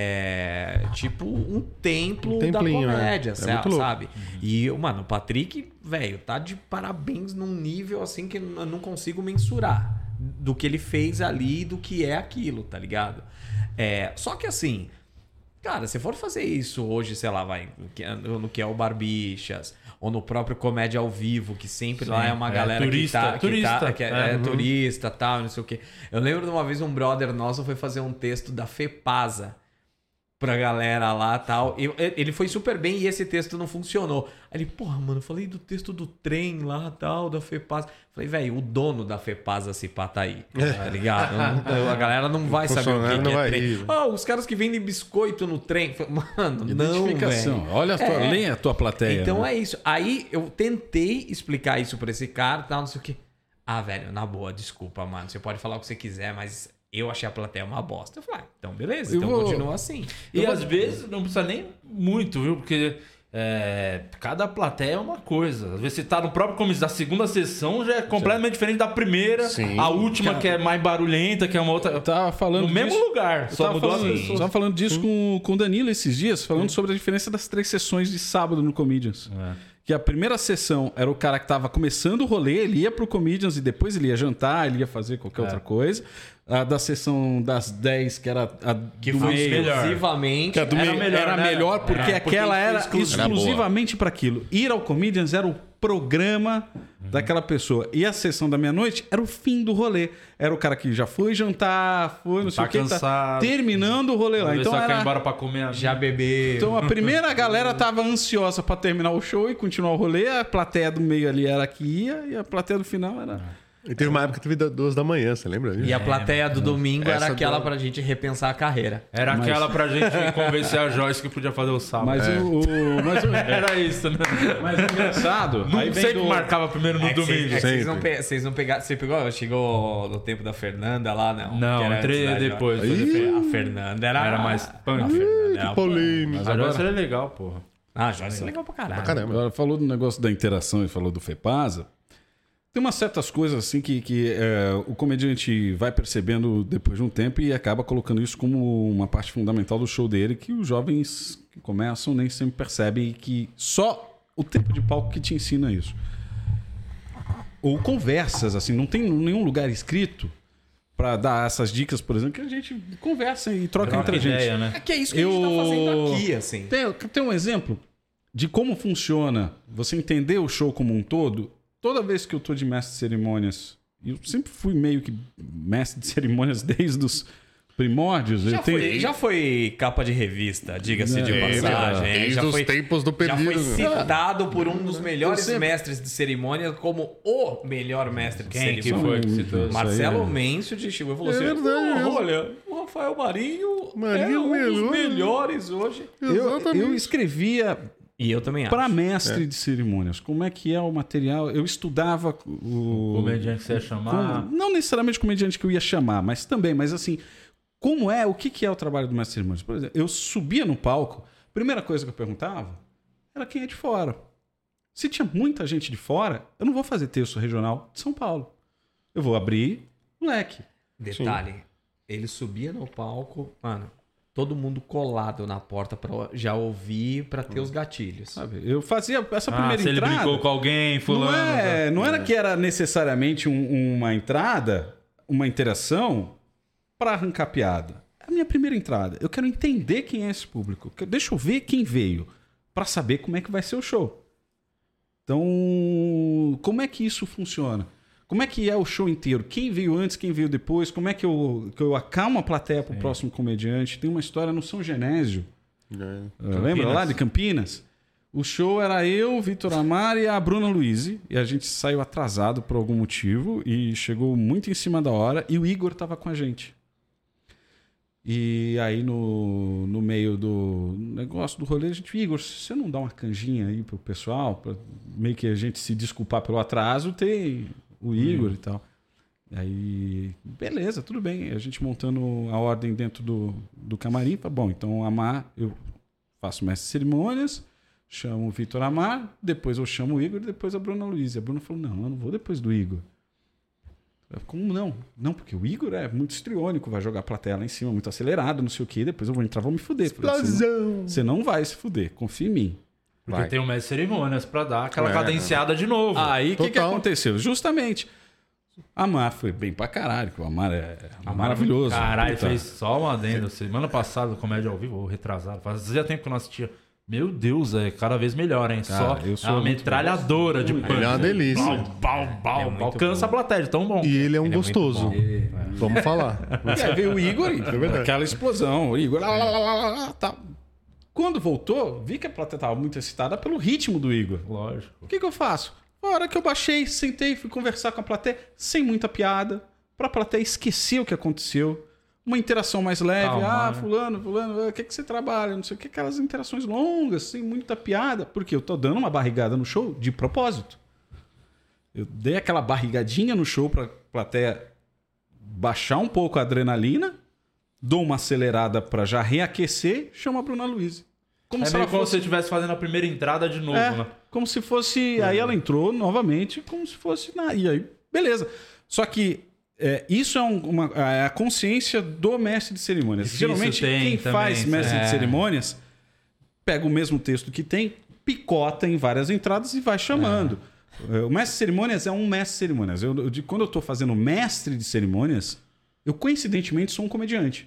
Speaker 4: é, tipo um templo
Speaker 2: Um
Speaker 4: da
Speaker 2: templinho, né?
Speaker 4: comédia,
Speaker 2: É
Speaker 4: sa-
Speaker 2: muito louco. Uhum.
Speaker 4: sabe? E, mano, o Patrick, velho, tá de parabéns num nível, assim, que eu não consigo mensurar do que ele fez ali e do que é aquilo, tá ligado? É, só que, assim, Cara, se for fazer isso hoje, sei lá, vai no que, no que é o Barbichas, ou no próprio Comédia ao Vivo, que sempre lá é uma
Speaker 7: é,
Speaker 4: galera
Speaker 7: turista,
Speaker 4: que tá... Que tá
Speaker 7: turista,
Speaker 4: que é,
Speaker 7: é,
Speaker 4: é
Speaker 7: uhum.
Speaker 4: turista, tal, não sei o quê. Eu lembro de uma vez um brother nosso foi fazer um texto da Fepasa pra galera lá tal. E ele foi super bem e esse texto não funcionou. Aí ele, porra, mano, eu falei do texto do trem lá tal, da Fepasa. Falei, velho, o dono da Fepasa se pata aí. Tá ligado? Eu não- a galera não vai saber o que,
Speaker 2: funcionário
Speaker 4: que
Speaker 2: não
Speaker 4: é
Speaker 2: vai
Speaker 4: trem.
Speaker 2: ir.
Speaker 4: Ah, os caras que vendem biscoito no trem. Falei, Mano, não, velho.
Speaker 3: Identificação. Olha a tua,
Speaker 4: É.
Speaker 3: lê a tua plateia.
Speaker 4: Então
Speaker 3: né?
Speaker 4: é isso. Aí eu tentei explicar isso pra esse cara, tal, não sei o quê. Ah, velho, na boa, desculpa, mano. Você pode falar o que você quiser, mas eu achei a plateia uma bosta. Eu falei, ah, então beleza,
Speaker 3: Eu
Speaker 4: então
Speaker 3: vou-
Speaker 4: continua assim.
Speaker 7: E às vezes não precisa nem muito, viu? Porque é, cada plateia é uma coisa. Às vezes você tá no próprio começo da segunda sessão, já é completamente diferente da primeira.
Speaker 6: Sim.
Speaker 7: A última, que é mais barulhenta, que é uma outra.
Speaker 3: Eu tava falando
Speaker 7: no mesmo
Speaker 3: disso-
Speaker 7: lugar,
Speaker 3: Eu
Speaker 7: só
Speaker 3: tava
Speaker 7: mudou as
Speaker 3: falando, eu
Speaker 7: pessoas.
Speaker 3: tava falando disso com, com o Danilo esses dias, falando sobre a diferença das três sessões de sábado no Comedians. Que a primeira sessão era o cara que tava começando o rolê, ele ia pro Comedians e depois ele ia jantar, ele ia fazer qualquer outra coisa. A da sessão das 10, que era a
Speaker 4: Que
Speaker 3: do
Speaker 4: foi
Speaker 3: meio,
Speaker 4: exclusivamente.
Speaker 6: do meio.
Speaker 7: melhor,
Speaker 3: era
Speaker 7: né?
Speaker 3: melhor porque
Speaker 4: Era, porque
Speaker 3: aquela
Speaker 4: foi
Speaker 3: era
Speaker 4: exclusivo.
Speaker 6: Era boa.
Speaker 3: exclusivamente para aquilo. Ir ao Comedians era o programa daquela pessoa. E a sessão da meia-noite era o fim do rolê. Era o cara que já foi jantar, foi não sei o que, tá
Speaker 7: cansado.
Speaker 3: terminando o rolê
Speaker 7: Às
Speaker 3: lá.
Speaker 7: vezes
Speaker 3: Então,
Speaker 7: ela quer ir
Speaker 3: era-
Speaker 7: embora pra comer.
Speaker 4: Já bebeu.
Speaker 3: então a primeira galera tava ansiosa para terminar o show e continuar o rolê. A plateia do meio ali era a que ia e a plateia do final era...
Speaker 2: E teve uma época que teve da- duas da manhã, você lembra? disso?
Speaker 4: E a plateia
Speaker 3: É,
Speaker 4: do domingo era
Speaker 2: Essa
Speaker 4: aquela
Speaker 2: do-
Speaker 4: pra gente repensar a carreira.
Speaker 7: Era aquela pra gente convencer a Joyce que podia fazer o
Speaker 1: Ah,
Speaker 7: sábado. É.
Speaker 3: Mas
Speaker 1: é.
Speaker 3: o... o- Mas o...
Speaker 7: Era isso, né?
Speaker 3: Mas o engraçado...
Speaker 7: Não
Speaker 3: aí vem
Speaker 7: sempre
Speaker 3: do-
Speaker 7: marcava primeiro no
Speaker 4: É que
Speaker 7: domingo.
Speaker 4: vocês- é que Vocês não,
Speaker 2: sempre.
Speaker 4: pe- vocês não pegaram. Você pegou? Chegou no tempo da Fernanda lá, não?
Speaker 7: Não,
Speaker 4: Que era
Speaker 7: entrei
Speaker 4: antes da Joyce.
Speaker 7: depois.
Speaker 4: A Fernanda era,
Speaker 7: Era mais punk.
Speaker 4: A Fernanda era
Speaker 2: Polêmica.
Speaker 7: Mas a Joyce era legal, porra.
Speaker 4: Ah, Joyce é legal pra caralho.
Speaker 2: Caramba.
Speaker 3: Agora, falou do negócio da interação e falou do FEPASA. Tem umas certas coisas assim que, que é, o comediante vai percebendo depois de um tempo e acaba colocando isso como uma parte fundamental do show dele, que os jovens que começam nem sempre percebem e que só o tempo de palco que te ensina isso. Ou conversas, assim, não tem nenhum lugar escrito pra dar essas dicas, por exemplo, que a gente conversa e troca,
Speaker 7: Troca
Speaker 3: entre a gente.
Speaker 7: ideia, né?
Speaker 4: É que é isso que a gente tá
Speaker 3: Eu-
Speaker 4: fazendo aqui, assim.
Speaker 3: Tem, tem um exemplo de como funciona você entender o show como um todo. Toda vez que eu tô de mestre de cerimônias, e eu sempre fui meio que mestre de cerimônias desde os primórdios.
Speaker 4: Já,
Speaker 3: eu tenho-
Speaker 4: foi, já foi capa de revista, diga-se de
Speaker 3: É,
Speaker 4: passagem. hein?
Speaker 6: Desde
Speaker 4: já
Speaker 6: os
Speaker 4: foi,
Speaker 2: tempos do
Speaker 4: já foi
Speaker 2: perdido.
Speaker 7: né?
Speaker 4: citado por um dos melhores
Speaker 3: sempre-
Speaker 4: mestres de cerimônia como o melhor mestre de
Speaker 7: Quem que
Speaker 4: cerimônia.
Speaker 7: foi que citou isso?
Speaker 4: Marcelo Mencio de Chico falou
Speaker 2: É
Speaker 4: assim:
Speaker 2: verdade,
Speaker 4: "Pô, olha, o Rafael Marinho, é
Speaker 2: Marinho
Speaker 4: um dos
Speaker 2: Melo-
Speaker 4: melhores hoje.
Speaker 3: Eu, eu escrevia
Speaker 4: E eu também acho. É.
Speaker 3: para mestre de cerimônias. Como é que é o material? Eu estudava o.
Speaker 4: é
Speaker 7: Comediante que você ia chamar.
Speaker 3: Como- não necessariamente comediante que eu ia chamar, mas também, mas assim, como é, o que, que é o trabalho do mestre Irmãos? Por exemplo, eu subia no palco, a primeira coisa que eu perguntava era quem é de fora. Se tinha muita gente de fora, eu não vou fazer texto regional de São Paulo. Eu vou abrir um leque.
Speaker 4: Detalhe, ele subia no palco, mano, todo mundo colado na porta pra já ouvir, pra ter os gatilhos.
Speaker 3: Sabe? Eu fazia essa
Speaker 7: Ah,
Speaker 3: primeira
Speaker 7: se ele
Speaker 3: entrada.
Speaker 7: brigou com alguém, fulano.
Speaker 3: não,
Speaker 1: tá.
Speaker 3: é, não era que era necessariamente um- uma entrada, uma interação para arrancar piada. É a minha primeira entrada. Eu quero entender quem é esse público. Que- Deixa eu ver quem veio para saber como é que vai ser o show. Então, como é que isso funciona? Como é que é o show inteiro? Quem veio antes, quem veio É. depois? Como é que eu, que eu acalmo a plateia para o próximo comediante? Tem uma história no São Genésio Lembra lá de Campinas? O show era eu, o Vitor Amar e a Bruna Luiz. E a gente saiu atrasado por algum motivo e chegou muito em cima da hora. E o Igor tava com a gente. E aí, no, no meio do negócio do rolê, a gente, Igor, se você não dá uma canjinha aí pro pessoal, pra meio que a gente se desculpar pelo atraso, tem o Igor e tal. E Aí, beleza, tudo bem. A gente montando a ordem dentro do, do camarim. Fala, Bom, então Amar, eu faço mestre de cerimônias, chamo o Vitor Amar, depois eu chamo o Igor e depois a Bruna Luiz. E a Bruna falou: não, eu não vou depois do Igor. Eu, Como não? Não, porque o Igor é muito estriônico, vai jogar a plateia lá em cima, muito acelerado, não sei o que, depois eu vou entrar, vou me fuder. Eu falei, "Você não- Você não vai se fuder, confia em mim.
Speaker 1: Porque
Speaker 2: Vai.
Speaker 1: tem o mestre de cerimônias pra dar aquela
Speaker 2: É.
Speaker 1: cadenciada de novo.
Speaker 3: Aí o que, que
Speaker 2: Total.
Speaker 3: aconteceu? Justamente. Amar foi bem pra caralho, que o Amar é, é maravilhoso.
Speaker 1: Caralho,
Speaker 3: Puta.
Speaker 1: fez só uma adenda. Semana passada, comédia ao vivo, ou retrasado. Fazia tempo que eu não assistia. Meu Deus, é cada vez melhor, hein?
Speaker 3: Cara,
Speaker 1: só
Speaker 3: eu sou
Speaker 1: é uma
Speaker 3: muito
Speaker 1: metralhadora de punch.
Speaker 2: Ele é uma delícia.
Speaker 1: Bal, bal, bal,
Speaker 4: Ele é
Speaker 1: bal.
Speaker 4: muito
Speaker 1: Cansa a
Speaker 4: bom.
Speaker 1: plateia, de tão bom.
Speaker 2: E ele é um
Speaker 4: Ele é muito
Speaker 2: gostoso.
Speaker 4: bom.
Speaker 2: Vamos falar.
Speaker 3: E aí É, veio o Igor, e aquela explosão. O Igor, lá, lá, lá, lá, lá, tal. Quando voltou, vi que a plateia tava muito excitada pelo ritmo do Igor.
Speaker 1: Lógico.
Speaker 3: O que, que eu faço? Na hora que eu baixei, sentei, fui conversar com a plateia, sem muita piada, pra plateia esquecer o que aconteceu. Uma interação mais leve.
Speaker 1: Calma,
Speaker 3: ah,
Speaker 1: né?
Speaker 3: fulano, fulano, ah, o que, que você trabalha? Não sei o que. Aquelas interações longas, sem muita piada. Porque eu tô dando uma barrigada no show de propósito. Eu dei aquela barrigadinha no show pra plateia baixar um pouco a adrenalina, dou uma acelerada pra já reaquecer, chama a Bruna Luiz. Como
Speaker 1: é meio como se
Speaker 3: fosse-
Speaker 1: você estivesse fazendo a primeira entrada de novo,
Speaker 3: é,
Speaker 1: né?
Speaker 3: Como se fosse. Aí ela entrou novamente, como se fosse. Na, e aí, beleza. Só que é, isso é, um- uma, é a consciência do mestre de cerimônias.
Speaker 1: Isso
Speaker 3: Geralmente,
Speaker 1: tem
Speaker 3: quem
Speaker 1: também,
Speaker 3: faz mestre
Speaker 1: é.
Speaker 3: de cerimônias pega o mesmo texto que tem, picota em várias entradas e vai chamando. É, O mestre de cerimônias é um mestre de cerimônias. Eu, eu, de- quando eu tô fazendo mestre de cerimônias, eu coincidentemente sou um comediante.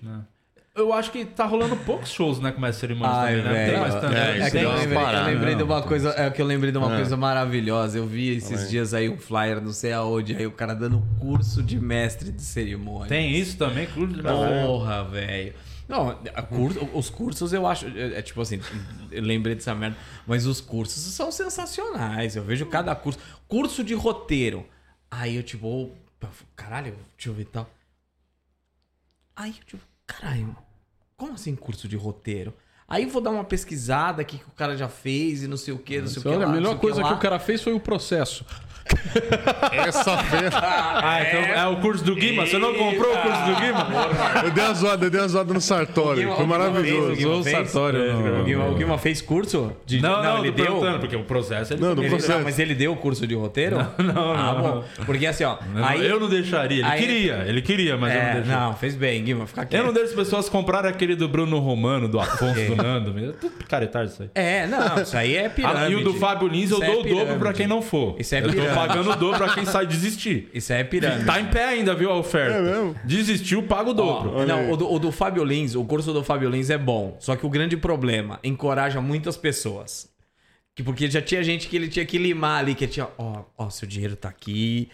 Speaker 1: Eu acho que tá rolando poucos shows, né? Com mestre de cerimônias
Speaker 4: Ai,
Speaker 1: também, né?
Speaker 4: velho.
Speaker 1: Tem bastante.
Speaker 6: É,
Speaker 4: É
Speaker 6: isso
Speaker 4: que
Speaker 6: deu
Speaker 4: eu
Speaker 6: uma
Speaker 4: lembrei, eu
Speaker 6: parada.
Speaker 4: lembrei de uma coisa. É que eu lembrei de uma coisa maravilhosa. Eu vi esses dias aí um flyer, não sei aonde, aí o cara dando curso de mestre de cerimônia.
Speaker 1: Tem isso também, clube de
Speaker 4: Porra, velho. Não, a cur- os cursos eu acho. É, é tipo assim, eu lembrei dessa merda. Mas os cursos são sensacionais. Eu vejo cada curso. Curso de roteiro. Aí eu tipo, ô, caralho, deixa eu ver e tal. Aí eu tipo, caralho, como assim curso de roteiro? Aí eu vou dar uma pesquisada aqui que o cara já fez e não sei o que, não sei o que.
Speaker 3: Olha,
Speaker 4: lá,
Speaker 3: a
Speaker 4: não
Speaker 3: melhor
Speaker 4: sei
Speaker 3: coisa
Speaker 4: lá.
Speaker 3: que o cara fez foi o processo.
Speaker 2: Essa feira.
Speaker 1: Ah, então é o curso do Guima? Você não comprou o curso do Guima?
Speaker 2: Eu dei uma zoada, eu dei uma zoada no Sartori. Foi
Speaker 4: Guima- fez, o Guima
Speaker 2: maravilhoso.
Speaker 4: fez? O Guima- o Guima fez curso? De...
Speaker 1: Não, não,
Speaker 4: ele
Speaker 1: tô
Speaker 4: deu.
Speaker 1: perguntando, porque o processo é ele
Speaker 2: Não, não
Speaker 4: Ele-
Speaker 2: processo.
Speaker 4: não, mas ele deu o curso de roteiro? Não, não. Ah, bom. Porque assim, ó.
Speaker 1: Eu não-
Speaker 4: aí,
Speaker 1: né? eu não deixaria. Ele
Speaker 4: aí-
Speaker 1: queria, ele queria, mas eu não
Speaker 4: É,
Speaker 1: deixaria.
Speaker 4: não, fez bem, Guima, ficar quieto.
Speaker 1: Eu não deixo as pessoas comprarem aquele do Bruno Romano, do Afonso, do Nando. É tudo picaretagem isso aí.
Speaker 4: É, não, isso aí é pirâmide.
Speaker 1: Ah, e o do Fábio Lins eu
Speaker 4: Isso é
Speaker 1: dou o dobro
Speaker 4: pirâmide.
Speaker 1: pra quem não for.
Speaker 4: Isso é
Speaker 1: eu tô
Speaker 4: pirâmide.
Speaker 1: pagando o dobro pra quem sai desistir.
Speaker 4: Isso aí é pirâmide.
Speaker 1: Tá em pé ainda, viu, a oferta.
Speaker 2: É mesmo?
Speaker 1: Desistiu, paga o
Speaker 4: Ó,
Speaker 1: dobro.
Speaker 4: não, o do, o do Fábio Lins, o curso do Fábio Lins é bom. Só que o grande problema, encoraja muitas pessoas. Que porque já tinha gente que ele tinha que limar ali, que tinha, ó, ó, seu dinheiro tá aqui.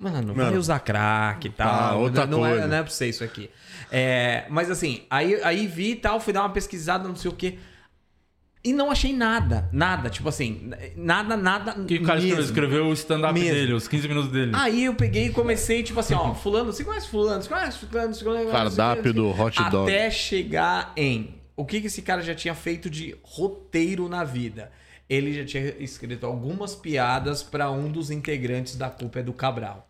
Speaker 4: Mano, vai
Speaker 2: Mano.
Speaker 4: usar crack e tal.
Speaker 2: Ah, outra
Speaker 4: não, É,
Speaker 2: coisa.
Speaker 4: não é pra você isso aqui. É, mas assim, aí, aí vi e tal, fui dar uma pesquisada, não sei o quê. E não achei nada, nada, tipo assim, nada, nada.
Speaker 1: que o cara
Speaker 4: mesmo.
Speaker 1: escreveu o stand-up
Speaker 4: Mesmo. Ah,
Speaker 1: dele, os 15 minutos dele.
Speaker 4: Aí eu peguei e comecei, tipo assim, ó, fulano, você conhece fulano, você conhece fulano, você conhece...
Speaker 6: Cardápio do hot dog.
Speaker 4: Até chegar em o que, que esse cara já tinha feito de roteiro na vida. Ele já tinha escrito algumas piadas pra um dos integrantes da Culpa é do Cabral.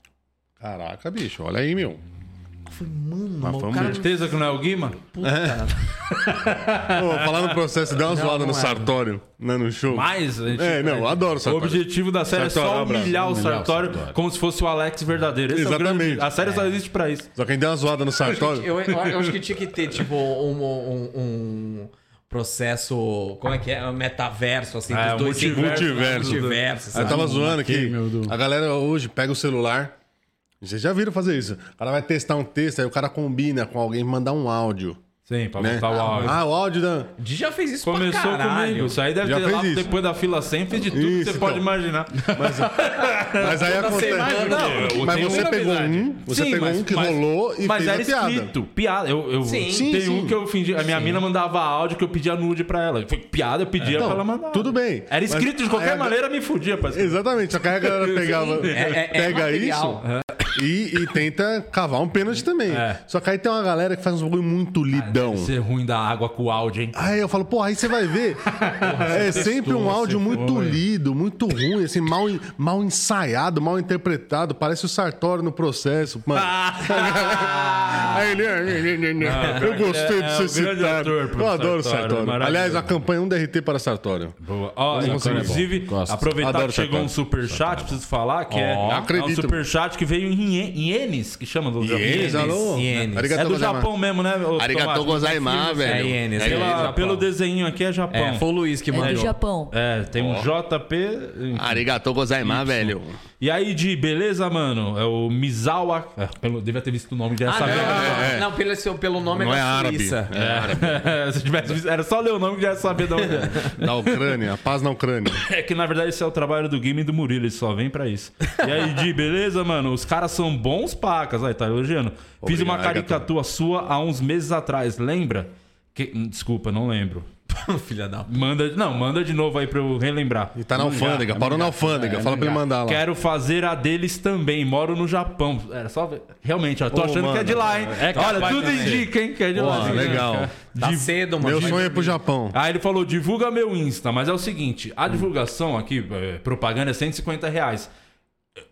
Speaker 2: Caraca, bicho, olha aí, meu.
Speaker 4: Eu falei, mano,
Speaker 2: Mas
Speaker 4: mas o
Speaker 2: foi um
Speaker 4: cara... um
Speaker 2: muito.
Speaker 1: Certeza que não é o Guima?
Speaker 4: Puta,
Speaker 2: Ô, falar no processo, deu uma
Speaker 4: Não,
Speaker 2: zoada
Speaker 4: não
Speaker 2: no
Speaker 4: é.
Speaker 2: Sartório, né, no show.
Speaker 1: Mas. a gente-
Speaker 2: É, não, eu adoro o
Speaker 1: O
Speaker 2: Sartório.
Speaker 1: objetivo da série é
Speaker 2: Sartório,
Speaker 1: só
Speaker 2: abraço.
Speaker 1: humilhar o
Speaker 6: Humilhar o
Speaker 1: Sartório
Speaker 6: Sartório.
Speaker 1: como se fosse o Alex verdadeiro. Esse é o
Speaker 2: Exatamente.
Speaker 1: grande- a série só existe pra isso.
Speaker 2: Só quem deu uma zoada no Sartório.
Speaker 4: eu, eu acho que tinha que ter, tipo, um... um- um processo, como é que é? Um metaverso, assim,
Speaker 1: É,
Speaker 4: dos dois.
Speaker 1: multiverso.
Speaker 2: Multiverso.
Speaker 4: multiverso assim.
Speaker 2: Aí
Speaker 4: sabe?
Speaker 2: eu tava zoando
Speaker 3: aqui,
Speaker 2: aqui.
Speaker 3: meu Deus.
Speaker 2: A galera hoje pega o celular. Vocês já viram fazer isso. O cara vai testar um texto, aí o cara combina com alguém mandar um áudio.
Speaker 1: Sim, pra
Speaker 2: né?
Speaker 1: botar o áudio.
Speaker 2: Ah, o áudio da.
Speaker 4: Didi já fez isso pra
Speaker 1: Começou
Speaker 4: caralho.
Speaker 1: comigo. Isso aí deve
Speaker 2: Já
Speaker 1: ter
Speaker 2: fez
Speaker 1: lá
Speaker 2: isso.
Speaker 1: depois da fila 100, fez de tudo que
Speaker 2: Isso,
Speaker 1: você
Speaker 2: então.
Speaker 1: pode imaginar.
Speaker 2: Mas aí acontece.
Speaker 1: eu
Speaker 2: Mas
Speaker 1: tenho
Speaker 2: você
Speaker 1: uma
Speaker 2: pegou
Speaker 1: habilidade.
Speaker 2: um, você pegou um que rolou e
Speaker 1: mas
Speaker 2: fez a
Speaker 1: era
Speaker 2: piada.
Speaker 1: escrito, piada. Eu, eu-
Speaker 4: Sim.
Speaker 2: Sim,
Speaker 1: tem
Speaker 2: sim.
Speaker 1: um que eu fingi, a minha mina mandava áudio que eu pedia nude pra ela. Foi piada, eu pedia pra ela mandar.
Speaker 2: Então, tudo bem.
Speaker 1: Era
Speaker 2: Mas é,
Speaker 1: escrito de qualquer
Speaker 2: aí a-
Speaker 1: maneira, me fudia pra escrever.
Speaker 2: Exatamente, só que aí a galera pegava,
Speaker 4: é- é
Speaker 2: pega isso
Speaker 4: material.
Speaker 2: e, e tenta cavar um pênalti também.
Speaker 1: É.
Speaker 2: Só que aí tem uma galera que faz uns bagulho
Speaker 1: Ah,
Speaker 2: muito lidão.
Speaker 1: Ser ruim da água com o áudio, hein?
Speaker 2: Aí eu falo, pô, aí você vai ver. é sempre um áudio muito lido, muito ruim, assim, mal, mal ensaiado, mal interpretado. Parece o Sartori no processo, mano. aí ele. eu gostei de
Speaker 1: é
Speaker 2: ser
Speaker 1: um grande
Speaker 2: citado.
Speaker 1: ator pro
Speaker 2: Eu adoro o
Speaker 1: Sartori,
Speaker 2: Sartori.
Speaker 1: maravilhoso.
Speaker 2: Aliás, a campanha é 1 DRT para Sartório.
Speaker 1: Boa. Ó,
Speaker 2: Vamos conseguir.
Speaker 1: inclusive,
Speaker 2: Gosto.
Speaker 1: aproveitar
Speaker 2: Adoro
Speaker 1: que chegou
Speaker 2: chacota.
Speaker 1: um superchat, preciso falar, que é,
Speaker 2: Não
Speaker 1: é um
Speaker 2: acredito.
Speaker 1: superchat que veio em ien- ienes, que chama do
Speaker 2: Ienes, alô?
Speaker 4: ienes.
Speaker 1: É
Speaker 2: Arigatou
Speaker 1: do
Speaker 2: gozaimasu.
Speaker 1: Japão mesmo, né? ô,
Speaker 6: Arigatou
Speaker 1: Tomás?
Speaker 6: Gozaimá,
Speaker 4: É
Speaker 6: velho.
Speaker 4: ienes,
Speaker 6: É
Speaker 4: sei lá.
Speaker 6: ienes.
Speaker 1: Pela,
Speaker 4: Japão.
Speaker 1: pelo desenho aqui é Japão.
Speaker 4: É, Ah, foi o Luiz que
Speaker 8: É do
Speaker 4: mandou.
Speaker 8: Japão.
Speaker 1: É, tem um JP.
Speaker 6: Arigatou Gozaimá, velho.
Speaker 1: E aí, de beleza, mano? É o Misawa. É, pelo, devia ter visto o nome
Speaker 4: Ah,
Speaker 1: dessa
Speaker 4: não,
Speaker 1: merda.
Speaker 4: não, não, não, pelo, seu- pelo nome
Speaker 6: Não
Speaker 4: é
Speaker 6: é
Speaker 4: da
Speaker 6: árabe.
Speaker 4: Suíça.
Speaker 6: É árabe.
Speaker 1: Se tivesse visto, era só ler o nome que já ia saber de onde é.
Speaker 2: Da Ucrânia, a paz na Ucrânia.
Speaker 1: É que na verdade esse é o trabalho do game e do Murilo, ele só vem pra isso. E aí, de beleza, mano? Os caras são bons pacas. Aí, tá elogiando. Fiz uma
Speaker 2: Obrigado,
Speaker 1: caricatura sua há uns meses atrás, lembra? Que- hum, desculpa, não lembro.
Speaker 4: Filha da
Speaker 1: Manda, não, manda de novo aí pra eu relembrar.
Speaker 2: E tá na alfândega, parou na
Speaker 1: É,
Speaker 2: alfândega. Fala pra ele mandar lá.
Speaker 1: Quero fazer a deles também. Moro no Japão. Era só ver. Realmente, eu tô
Speaker 2: Ô,
Speaker 1: achando que é
Speaker 2: mano,
Speaker 1: de lá, hein? Olha, tudo indica, hein? Que é de lá.
Speaker 2: Porra,
Speaker 1: Sim.
Speaker 2: legal.
Speaker 4: Tá cedo, mano.
Speaker 2: Meu sonho é pro Japão.
Speaker 1: Aí Ah, ele falou, divulga meu Insta, mas é o seguinte, a divulgação aqui, eh, propaganda é 150 reais.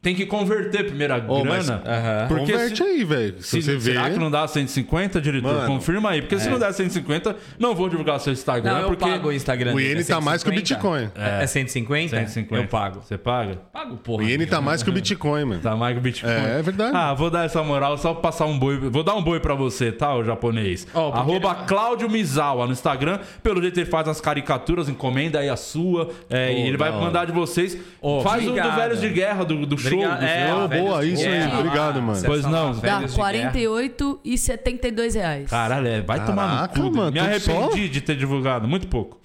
Speaker 1: Tem que converter primeiro a
Speaker 2: Ô, mas-
Speaker 1: grana. Ah, Porque
Speaker 2: Converte
Speaker 1: se-
Speaker 2: aí, velho.
Speaker 1: se-
Speaker 2: Se, você vê.
Speaker 1: Será que não dá 150, diretor?
Speaker 2: Mano.
Speaker 1: Confirma aí, porque se não der 150, não vou divulgar seu Instagram,
Speaker 4: É. Não, eu
Speaker 1: é porque...
Speaker 4: pago o Instagram.
Speaker 2: O
Speaker 4: dele,
Speaker 2: iene
Speaker 4: é
Speaker 2: tá mais que o
Speaker 4: 150?
Speaker 2: Bitcoin.
Speaker 4: É, é 150?
Speaker 1: 150.
Speaker 4: Eu pago.
Speaker 1: Você paga?
Speaker 4: Pago, porra.
Speaker 2: O iene tá mais que o Bitcoin, mano.
Speaker 1: Tá mais que o Bitcoin.
Speaker 2: É, é verdade.
Speaker 1: Ah, vou dar essa moral, só pra passar um boi. Vou dar um boi pra você, tá, ô japonês?
Speaker 4: Ó, porque-
Speaker 1: Arroba Cláudio Mizawa no Instagram. Pelo jeito ele faz as caricaturas, encomenda aí a sua. é, e ele vai mandar de vocês.
Speaker 4: Ô,
Speaker 1: faz o do
Speaker 4: obrigado.
Speaker 1: Velhos de Guerra, do, do show.
Speaker 4: Obrigado.
Speaker 1: do
Speaker 4: É,
Speaker 1: show.
Speaker 2: Ô,
Speaker 4: velhos
Speaker 2: boa,
Speaker 4: de
Speaker 2: isso aí.
Speaker 4: guerra.
Speaker 2: Obrigado, mano.
Speaker 1: Pois não.
Speaker 8: Dá
Speaker 4: Velhos de guerra.
Speaker 8: 48 e 72 reais.
Speaker 1: Caralho, é, vai
Speaker 2: Caraca,
Speaker 1: tomar no cu.
Speaker 2: mano,
Speaker 1: Me
Speaker 2: tudo
Speaker 1: arrependi de ter divulgado, muito pouco.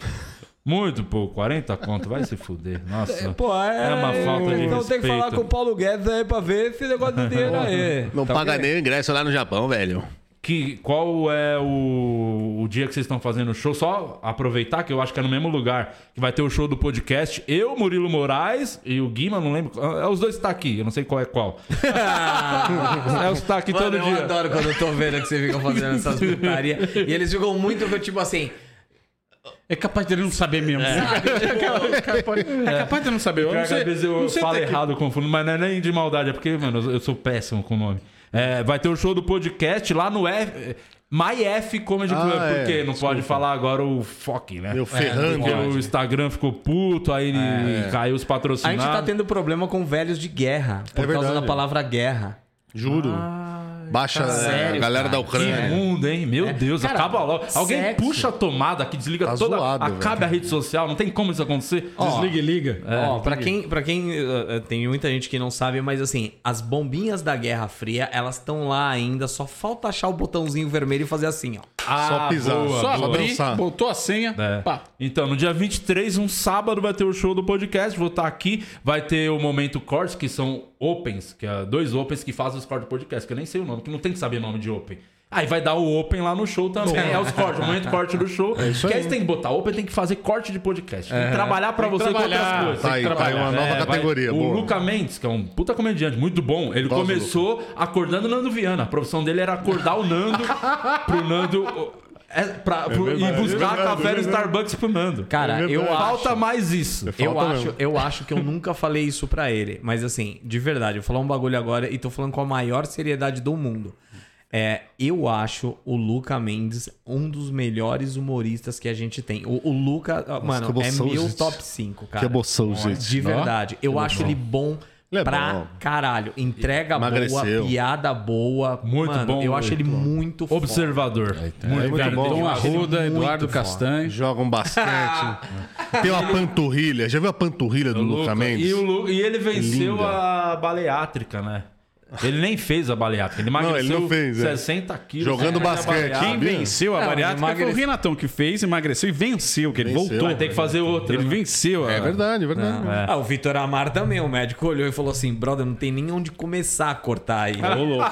Speaker 1: Muito pouco, 40 conto, vai se fuder. Nossa.
Speaker 9: Pô, é,
Speaker 1: É uma falta de
Speaker 9: Então tem que falar
Speaker 1: respeito.
Speaker 9: com o Paulo Guedes aí pra ver esse negócio do dinheiro aí.
Speaker 6: Não
Speaker 9: Tá
Speaker 6: paga
Speaker 9: ok?
Speaker 6: nem o ingresso lá no Japão, velho.
Speaker 1: Que, qual é o, o dia que vocês estão fazendo o show? Só aproveitar que eu acho que é no mesmo lugar que vai ter o show do podcast. Eu, Murilo Moraes e o Guima, não lembro. É, os dois que tá aqui, eu não sei qual é qual. é os que tá aqui
Speaker 4: Mano,
Speaker 1: todo
Speaker 4: eu
Speaker 1: dia.
Speaker 4: adoro quando eu tô vendo que você fica fazendo essas putarias. E eles ficam muito, tipo assim...
Speaker 3: É capaz dele não saber mesmo. É, capaz, é capaz dele não saber. Eu
Speaker 1: Cara,
Speaker 3: não sei,
Speaker 1: às vezes eu
Speaker 3: não sei
Speaker 1: falo
Speaker 3: até que-
Speaker 1: errado, confundo, mas não é nem de maldade, é porque, mano, eu- eu sou péssimo com o nome. É, vai ter o show do podcast lá no F, MyF Comedy
Speaker 2: Ah,
Speaker 1: Club,
Speaker 2: é,
Speaker 1: porque não pode falar agora o fuck, né?
Speaker 2: Meu ferrando.
Speaker 1: Porque
Speaker 2: É,
Speaker 1: o Instagram ficou puto, aí caiu os
Speaker 4: A gente
Speaker 1: patrocinados.
Speaker 4: tá tendo problema com velhos de guerra. Por causa
Speaker 2: verdade.
Speaker 4: da palavra guerra.
Speaker 2: Juro.
Speaker 1: tá
Speaker 2: Baixa
Speaker 4: sério,
Speaker 2: a galera da
Speaker 4: cara.
Speaker 1: Que
Speaker 2: Ucrânia.
Speaker 1: mundo, hein? Meu Deus,
Speaker 4: É. cara,
Speaker 1: acaba logo. Alguém
Speaker 4: sexo.
Speaker 1: puxa a tomada aqui, desliga
Speaker 2: Tá
Speaker 1: toda.
Speaker 2: zoado,
Speaker 1: acabe
Speaker 2: velho.
Speaker 1: a rede social, não tem como isso acontecer.
Speaker 3: Desliga e liga.
Speaker 4: Ó, pra quem, pra quem eh, eh, tem muita gente que não sabe, mas assim, as bombinhas da Guerra Fria, elas estão lá ainda, só falta achar o botãozinho vermelho e fazer assim, ó.
Speaker 1: Ah,
Speaker 2: Só pisar.
Speaker 3: Só
Speaker 2: Só
Speaker 3: abrir,
Speaker 2: dançar.
Speaker 3: botou a senha, É. pá.
Speaker 1: Então, no dia 23, um sábado, vai ter o show do podcast. Vou estar aqui. Vai ter o Momento Cortes, que são opens, que é dois opens que fazem os cortes do podcast, que eu nem sei o nome, que não tem que saber o nome de open. Aí vai dar o open lá no show também. É os cortes, o momento corte do show.
Speaker 2: É
Speaker 1: que aí você tem que botar open, tem que fazer corte de podcast. Tem que trabalhar pra você com outras
Speaker 3: trabalhar.
Speaker 1: coisas.
Speaker 2: Tá aí, tá aí uma nova
Speaker 1: É, vai-
Speaker 2: categoria.
Speaker 1: O
Speaker 2: boa.
Speaker 1: Luca Mendes, que é um puta comediante muito bom, ele
Speaker 2: Gosto do
Speaker 1: começou acordando o Nando Viana. A profissão dele era acordar o Nando pro Nando. é, pra- pro- e
Speaker 2: é
Speaker 1: buscar café no Starbucks pro Nando.
Speaker 4: Cara, eu acho.
Speaker 1: Falta mais isso.
Speaker 4: Eu
Speaker 2: Falta
Speaker 4: acho,
Speaker 2: mesmo.
Speaker 4: eu acho que eu nunca falei isso pra ele. Mas assim, de verdade, eu vou falar um bagulho agora e tô falando com a maior seriedade do mundo. É, eu acho o Luca Mendes um dos melhores humoristas que a gente tem. O, o Luca, mano,
Speaker 2: que emoção,
Speaker 4: é meu
Speaker 2: gente.
Speaker 4: top 5, cara.
Speaker 2: Que emoção, gente.
Speaker 4: De verdade. Eu acho ele bom
Speaker 2: Ele é
Speaker 4: pra
Speaker 2: bom.
Speaker 4: caralho. Entrega
Speaker 2: Emagreceu.
Speaker 4: boa, piada boa.
Speaker 1: Muito
Speaker 4: Mano,
Speaker 1: bom,
Speaker 4: Eu acho ele muito foda.
Speaker 1: Observador.
Speaker 2: É muito
Speaker 3: Dom
Speaker 2: bom.
Speaker 3: Arruda, Eduardo Castanho.
Speaker 2: Jogam bastante. um Tem uma panturrilha. Já viu a panturrilha do Luca
Speaker 1: Luca.
Speaker 2: Mendes?
Speaker 1: E, o Lu- e ele venceu
Speaker 2: Linda.
Speaker 1: a baleátrica, né? Ele nem fez a bariátrica. Ele emagreceu
Speaker 2: ele não fez, é.
Speaker 1: 60 quilos. né?
Speaker 2: Jogando
Speaker 1: sem fazer a
Speaker 2: basquete.
Speaker 1: bariátrica.
Speaker 2: Quem
Speaker 3: Venceu a
Speaker 10: Não,
Speaker 3: bariátrica foi o
Speaker 10: emagrece-
Speaker 3: Renatão que fez, emagreceu e venceu, que ele
Speaker 2: Venceu.
Speaker 3: voltou.
Speaker 1: Vai ter que fazer outra.
Speaker 3: Ele venceu. a-
Speaker 2: É verdade, é verdade.
Speaker 10: Ah, o Vitor Amar também, o médico olhou e falou assim: brother, não tem nem onde começar a cortar aí.
Speaker 3: Ô, louco.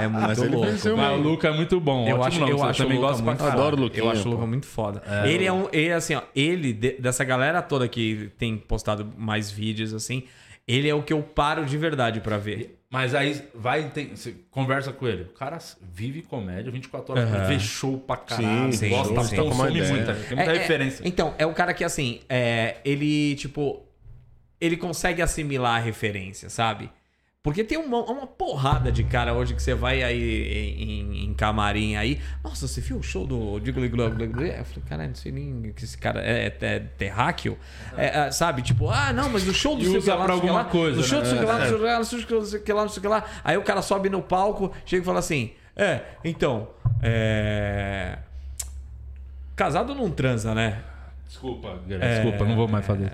Speaker 10: É muito
Speaker 2: ele
Speaker 10: louco.
Speaker 2: venceu,
Speaker 1: Mas
Speaker 2: mano.
Speaker 1: o Luca é muito bom.
Speaker 4: Eu
Speaker 1: ótimo
Speaker 4: acho,
Speaker 1: nome.
Speaker 4: eu
Speaker 1: Você
Speaker 4: acho
Speaker 1: também
Speaker 4: o Luca
Speaker 1: gosto pra
Speaker 4: muito
Speaker 1: caralho.
Speaker 4: foda.
Speaker 2: Adoro o Luquinha,
Speaker 4: Eu acho o
Speaker 2: pô.
Speaker 4: Luca muito foda. ele é um. Ele, assim, ó, ele, de- dessa galera toda que tem postado mais vídeos, assim, ele é o que eu paro de verdade pra ver.
Speaker 1: Mas aí vai, tem, você conversa com ele. O cara vive comédia 24 horas, por dia, vê show pra caralho,
Speaker 2: Sim,
Speaker 1: gosta,
Speaker 2: show, sim. Troca
Speaker 1: consome
Speaker 2: uma ideia.
Speaker 1: muita, tem muita
Speaker 4: É- é-
Speaker 1: referência.
Speaker 4: então, é o cara que, assim, é, ele, tipo. Ele consegue assimilar a referência, sabe? Porque tem uma, uma porrada de cara hoje que você vai aí em, em camarim aí. Nossa, você viu o show do Digli Glo Glo Glo? Eu falei, caralho, não sei nem que esse cara é, é, é terráqueo. É, é, sabe? Tipo, ah, não, mas o show do
Speaker 1: E
Speaker 4: seu
Speaker 1: usa pra alguma coisa,
Speaker 4: O show
Speaker 1: né?
Speaker 4: do seu que lá, não sei o que lá, não sei o que lá, não sei o que lá, não sei o que lá. Aí o cara sobe no palco, chega e fala assim: É, então, é. Casado não transa, né?
Speaker 1: Desculpa, Guilherme,
Speaker 4: É.
Speaker 1: desculpa, não vou mais fazer.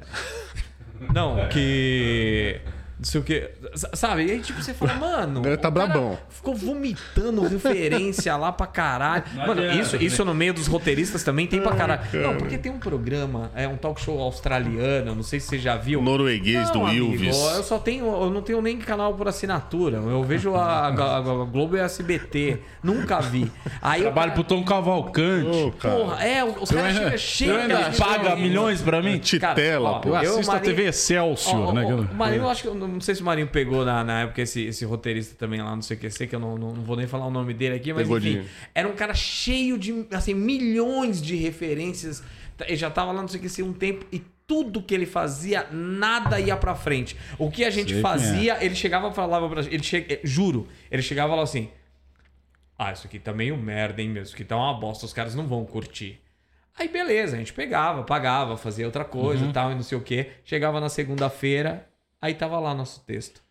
Speaker 4: Não, que. Não sei o que. Sabe? E aí, tipo, você fala, mano.
Speaker 2: Ele tá
Speaker 4: o cara
Speaker 2: brabão.
Speaker 4: Ficou vomitando referência lá pra caralho. mano,
Speaker 1: adianta, né?
Speaker 4: isso, isso no meio dos roteiristas também tem pra caralho. Não, porque tem um programa, é um talk show australiano, não sei se você já viu.
Speaker 6: O norueguês
Speaker 4: Não,
Speaker 6: do
Speaker 4: amigo,
Speaker 6: Ilves.
Speaker 4: Eu só tenho, eu não tenho nem canal por assinatura. Eu vejo a, a- a Globo e a SBT. Nunca vi. Aí eu- "Ah,
Speaker 1: Trabalho pro Tom Cavalcante.
Speaker 2: Ô, cara.
Speaker 4: Porra, é, os caras chegam cheios.
Speaker 1: Ele paga milhões pra mim?
Speaker 2: Titela,
Speaker 4: Cara, ó,
Speaker 2: pô.
Speaker 3: Eu
Speaker 4: Eu,
Speaker 3: assisto a
Speaker 4: Marinho-
Speaker 3: TV Excelsior,
Speaker 4: Ó, ó,
Speaker 3: né?
Speaker 4: ó,
Speaker 3: que eu-
Speaker 4: o Marinho, eu acho que. eu Não sei se o Marinho pegou na, na época esse, esse roteirista também lá, não sei o que, sei que eu não, não, não vou nem falar o nome dele aqui, mas
Speaker 2: Pegou
Speaker 4: enfim.
Speaker 2: de-
Speaker 4: Era um cara cheio de, assim, milhões de referências. Tá, Ele já tava lá, não sei o que, assim, um tempo e tudo que ele fazia, nada ia pra frente. O que a gente
Speaker 3: Sei quem
Speaker 4: fazia, ele chegava e falava pra gente. Ele che... eh, Juro, ele chegava lá assim. Ah, isso aqui tá meio merda, hein, meu? Isso aqui tá uma bosta, os caras não vão curtir. Aí beleza, a gente pegava, pagava, fazia outra
Speaker 10: Uhum.
Speaker 4: coisa e tal, e não sei o quê. Chegava na segunda-feira, aí tava lá nosso texto.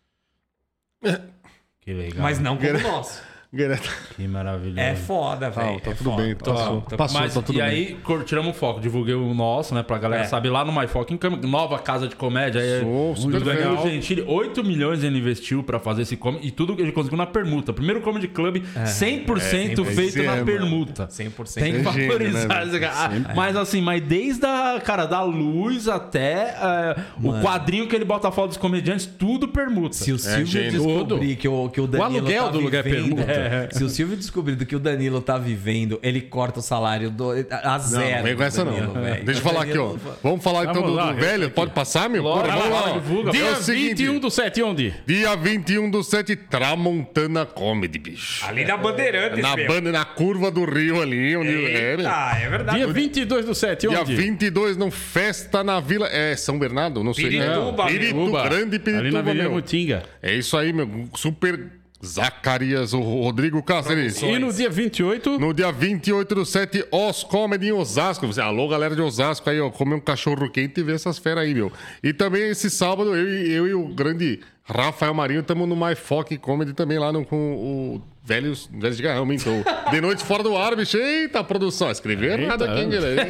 Speaker 1: Que legal,
Speaker 4: Mas não como o nosso.
Speaker 2: Garota.
Speaker 1: que maravilhoso.
Speaker 4: É foda, velho.
Speaker 2: tá
Speaker 4: é
Speaker 2: tudo
Speaker 4: foda.
Speaker 2: bem,
Speaker 4: Tá
Speaker 2: passou.
Speaker 4: bom, tá-
Speaker 2: Passou,
Speaker 1: Mas,
Speaker 2: tá tudo
Speaker 1: e
Speaker 2: bem.
Speaker 1: aí, cor- tiramos o foco, divulguei o nosso, né? Pra galera
Speaker 4: É.
Speaker 1: saber lá no My Foco, em Cam- nova casa de comédia. Aí, é
Speaker 2: Show, super
Speaker 1: o Daniel
Speaker 2: legal.
Speaker 1: Gentili, 8 milhões ele investiu pra fazer esse comedy, e tudo que ele conseguiu na permuta. Primeiro comedy club
Speaker 2: É.
Speaker 1: 100% feito
Speaker 2: Esse é,
Speaker 1: na
Speaker 2: mano.
Speaker 1: permuta.
Speaker 4: 100%.
Speaker 1: Tem que
Speaker 2: É gênio, né,
Speaker 1: valorizar
Speaker 2: velho?
Speaker 1: esse cara. Mas assim, mas desde a, cara, da luz até é, o quadrinho que ele bota a foto dos comediantes, tudo permuta.
Speaker 3: É
Speaker 10: Se o Silvio
Speaker 2: gênio.
Speaker 10: descobrir que o, que o Danilo
Speaker 3: aluguel
Speaker 10: tá
Speaker 3: do lugar é
Speaker 10: vivendo,
Speaker 3: permuta.
Speaker 10: Se o Silvio descobrir do que o Danilo tá vivendo, ele corta o salário do, a
Speaker 2: Não,
Speaker 10: zero.
Speaker 2: não vem com
Speaker 10: do
Speaker 2: essa não.
Speaker 10: Danilo, velho.
Speaker 2: Deixa eu falar aqui, ó. Vamos
Speaker 1: Tá
Speaker 2: falar então
Speaker 3: Vamos
Speaker 2: do,
Speaker 3: lá,
Speaker 2: do
Speaker 3: eu
Speaker 2: velho? Pode passar, meu? Porra,
Speaker 1: vai
Speaker 2: vamos
Speaker 1: lá,
Speaker 2: lá. ó.
Speaker 1: divulga.
Speaker 2: Dia
Speaker 3: Dia
Speaker 2: é o seguinte,
Speaker 3: 21 do 7, onde?
Speaker 2: dia 21 do 7, Tramontana Comedy, bicho.
Speaker 4: Ali na Bandeirantes,
Speaker 2: Na
Speaker 4: meu.
Speaker 2: banda, na curva do Rio ali, onde é, né?
Speaker 4: Eita, é verdade.
Speaker 3: Dia 22 do 7,
Speaker 2: Dia
Speaker 3: onde?
Speaker 2: 22, não, festa na Vila... É, São Bernardo? Não sei. né?
Speaker 4: Pirituba,
Speaker 2: Pirituba, grande
Speaker 3: Ali na
Speaker 2: Pirituba,
Speaker 3: Avenida
Speaker 2: um, meu.
Speaker 3: Mutinga.
Speaker 2: É isso aí, meu. Super Zacarias, o Rodrigo Cáceres.
Speaker 3: E no dia 28,
Speaker 2: No dia 28 do 7, Os Comedy em Osasco. Você, alô, galera de Osasco aí, ó. Comer um cachorro quente e ver essas feras aí, meu. E também esse sábado, eu, e- eu e o grande Rafael Marinho estamos no My Fock Comedy também lá no, com o Velhos, Velhos de Garrão, mentou. De noite fora do ar, bicho. Eita, produção. Escreveu errado aqui, hein, galera.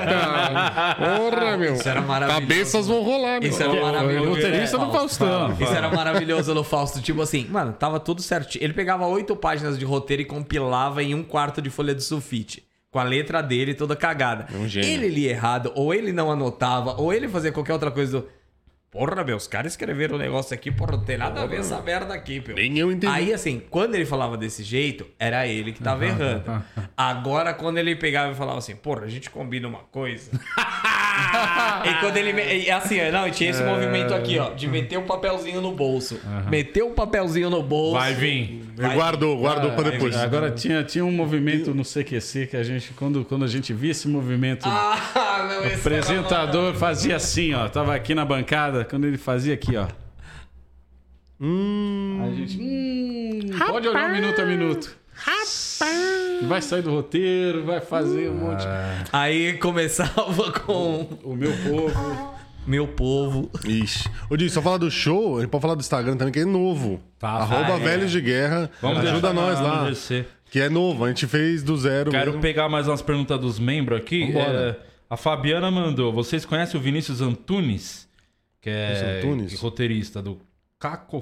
Speaker 2: Eita. Porra, meu.
Speaker 1: é
Speaker 10: Isso era maravilhoso.
Speaker 2: Cabeças vão rolar, meu.
Speaker 10: Isso era maravilhoso.
Speaker 3: roteirista
Speaker 4: É,
Speaker 3: do Faustão.
Speaker 10: Isso era maravilhoso no Fausto. Tipo assim, mano, tava tudo certinho.
Speaker 4: Ele pegava oito páginas de roteiro e compilava em um quarto de folha de sulfite. Com a letra dele toda cagada. Ele lia errado, ou ele não anotava, ou ele fazia qualquer outra coisa do. Porra, meu, os caras escreveram um negócio aqui, porra, não tem nada a ver essa merda aqui, meu.
Speaker 2: Nem eu entendi.
Speaker 4: Aí, assim, quando ele falava desse jeito, era ele que tava errando. Agora, quando ele pegava e falava assim, porra, a gente combina uma coisa. e quando ele. me- e assim, não, tinha esse movimento aqui, ó, de meter o papelzinho no bolso. Meteu o papelzinho no bolso.
Speaker 1: Vai vir.
Speaker 2: Eu guardo, guardo pra
Speaker 1: é
Speaker 2: depois.
Speaker 3: Agora tinha, tinha um movimento no CQC que a gente, quando, quando a gente via esse movimento,
Speaker 4: Ah, meu,
Speaker 3: o
Speaker 4: esse
Speaker 3: apresentador fazia assim, ó. Tava aqui na bancada, quando ele fazia aqui, ó. A gente. Hum, pode olhar um minuto a minuto. Vai sair do roteiro, vai fazer um monte.
Speaker 1: Ah.
Speaker 4: Aí começava com
Speaker 3: O meu povo.
Speaker 4: meu povo.
Speaker 2: Ixi. Ô, Di, só falar do show, a gente pode falar do Instagram também, que é novo.
Speaker 1: Tá,
Speaker 2: Arroba
Speaker 1: ah, é.
Speaker 2: Velhos de Guerra. ajuda
Speaker 1: deixar
Speaker 2: nós
Speaker 1: na-
Speaker 2: lá.
Speaker 1: no GC.
Speaker 2: Que é novo, a gente fez do zero.
Speaker 1: Quero
Speaker 2: mesmo.
Speaker 1: pegar mais umas perguntas dos membros aqui.
Speaker 2: Vambora.
Speaker 1: É, a Fabiana mandou. Vocês conhecem o Vinícius Antunes? Que é
Speaker 2: Vinícius Antunes?
Speaker 1: roteirista do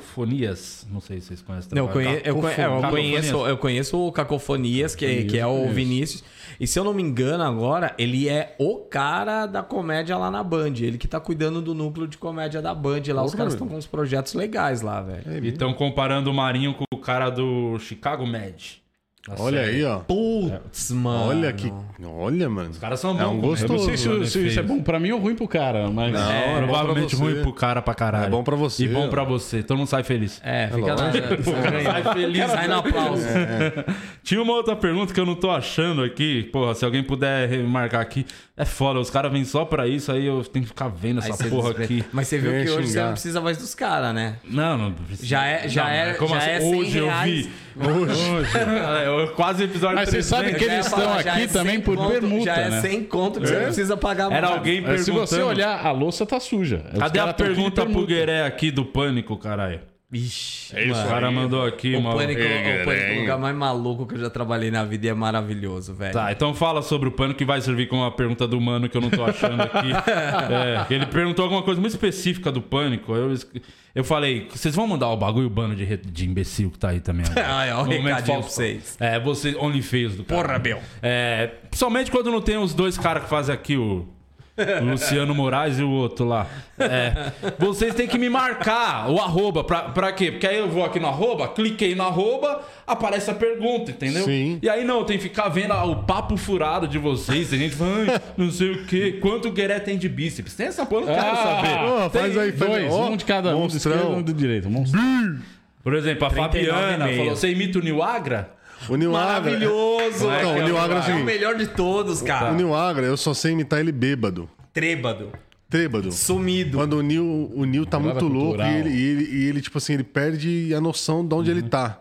Speaker 1: Cacofonias. Não sei se vocês conhecem.
Speaker 4: Não, eu, conhe- eu conhe- é, eu
Speaker 1: Cacofonias.
Speaker 4: conheço, eu conheço o Cacofonias, que, é- que é o Vinícius. E se eu não me engano agora, ele é o cara da comédia lá na Band. Ele que tá cuidando do núcleo de comédia da Band lá. Os caras estão com uns projetos legais lá, velho.
Speaker 1: E estão comparando o Marinho com o cara do Chicago Med. Tá Da
Speaker 2: Olha
Speaker 1: série.
Speaker 2: aí, ó.
Speaker 4: Putz, mano.
Speaker 2: Olha que. Olha, mano.
Speaker 1: Os caras são bons. né?
Speaker 2: É um
Speaker 1: com
Speaker 2: gostoso,
Speaker 1: isso.
Speaker 3: Eu não sei se,
Speaker 1: Mano,
Speaker 3: se isso é bom pra mim ou ruim pro cara, mas.
Speaker 2: É, bom pra
Speaker 1: Provavelmente
Speaker 2: você.
Speaker 1: ruim pro cara pra caralho.
Speaker 2: É bom pra você.
Speaker 1: E bom pra você. Todo mundo sai feliz.
Speaker 4: É, fica lá.
Speaker 1: Sai feliz. né?
Speaker 4: Sai no aplauso.
Speaker 1: É, Tinha uma outra pergunta que eu não tô achando aqui. Porra, se alguém puder remarcar aqui. É foda, os caras vêm só pra isso, aí eu tenho que ficar vendo
Speaker 4: Aí
Speaker 1: essa
Speaker 4: você
Speaker 1: porra
Speaker 4: desprezo.
Speaker 1: aqui.
Speaker 4: Mas você viu
Speaker 2: Vem
Speaker 4: que hoje você
Speaker 2: xingar.
Speaker 4: não precisa mais dos caras, né?
Speaker 1: Não, não precisa.
Speaker 4: Já é- já
Speaker 1: Não,
Speaker 4: é-
Speaker 1: mas como
Speaker 4: já
Speaker 1: assim?
Speaker 4: é 100
Speaker 1: Hoje
Speaker 4: reais.
Speaker 1: eu vi. Hoje. É, eu- quase episódio
Speaker 3: Mas vocês sabem
Speaker 1: 300.
Speaker 3: que eles
Speaker 4: Eu
Speaker 3: estão
Speaker 4: já ia falar, já
Speaker 3: aqui
Speaker 4: é
Speaker 3: também
Speaker 4: 100
Speaker 3: por
Speaker 4: conto,
Speaker 3: permuta,
Speaker 4: Já é
Speaker 3: né?
Speaker 4: 100 conto que você não precisa pagar
Speaker 1: Era
Speaker 4: mais.
Speaker 1: alguém
Speaker 3: Mas É, se
Speaker 1: perguntando.
Speaker 3: você olhar, a louça tá suja. Os
Speaker 1: Cadê
Speaker 3: caras
Speaker 1: a
Speaker 3: tão aqui de
Speaker 1: pergunta pro
Speaker 3: permuta.
Speaker 1: Gueré aqui do Pânico, caralho?
Speaker 4: Ixi,
Speaker 11: isso
Speaker 1: O
Speaker 11: aí.
Speaker 1: cara mandou aqui,
Speaker 4: O
Speaker 1: mano.
Speaker 4: pânico,
Speaker 11: Ei,
Speaker 4: o pânico é
Speaker 11: galera.
Speaker 4: o lugar mais maluco que eu já trabalhei na vida e é maravilhoso, velho.
Speaker 1: Tá, então fala sobre o pânico que vai servir como uma pergunta do mano que eu não tô achando aqui. É, ele perguntou alguma coisa muito específica do pânico. Eu, es- eu falei, vocês vão mandar o bagulho bano de, re- de imbecil que tá aí também. agora?"
Speaker 4: Ah, é, ó,
Speaker 1: No momento
Speaker 4: recadinho
Speaker 1: Faustão.
Speaker 4: pra vocês.
Speaker 1: É, você only fez do cara.
Speaker 4: Porra, Bel.
Speaker 1: É, principalmente quando não tem os dois caras que fazem aqui o. o Luciano Moraes e o outro lá. É, vocês têm que me marcar o arroba. Pra, pra quê? Porque aí eu vou aqui no arroba, cliquei no arroba, aparece a pergunta, entendeu?
Speaker 2: Sim.
Speaker 1: E aí não, tem que ficar vendo ah, o papo furado de vocês. Tem gente que fala, "Ai, não sei o quê. Quanto o Gueré tem de bíceps? Tem essa porra, eu não quero
Speaker 3: Ah,
Speaker 1: saber.
Speaker 2: Ó, faz aí, faz aí.
Speaker 3: Dois,
Speaker 2: Ó,
Speaker 3: um de cada um, do
Speaker 2: monstrão.
Speaker 3: esquerdo e um do direito. Monstro.
Speaker 1: Por exemplo, a
Speaker 4: 39,5.
Speaker 1: Fabiana falou, você imita o New Agra?
Speaker 2: O Nil Agra.
Speaker 4: Maravilhoso,
Speaker 2: Então,
Speaker 4: velho.
Speaker 2: o Nil Agra é o
Speaker 4: é o
Speaker 2: seguinte.
Speaker 4: melhor de todos, cara.
Speaker 2: O Nil é, Agra, eu só sei imitar ele bêbado.
Speaker 4: Trêbado.
Speaker 2: Trêbado.
Speaker 4: Sumido.
Speaker 2: Quando o Nil, o Nil tá muito louco e
Speaker 3: cultural.
Speaker 2: ele, e, ele, e ele, tipo assim, ele perde a noção de onde
Speaker 3: Uhum.
Speaker 2: ele tá.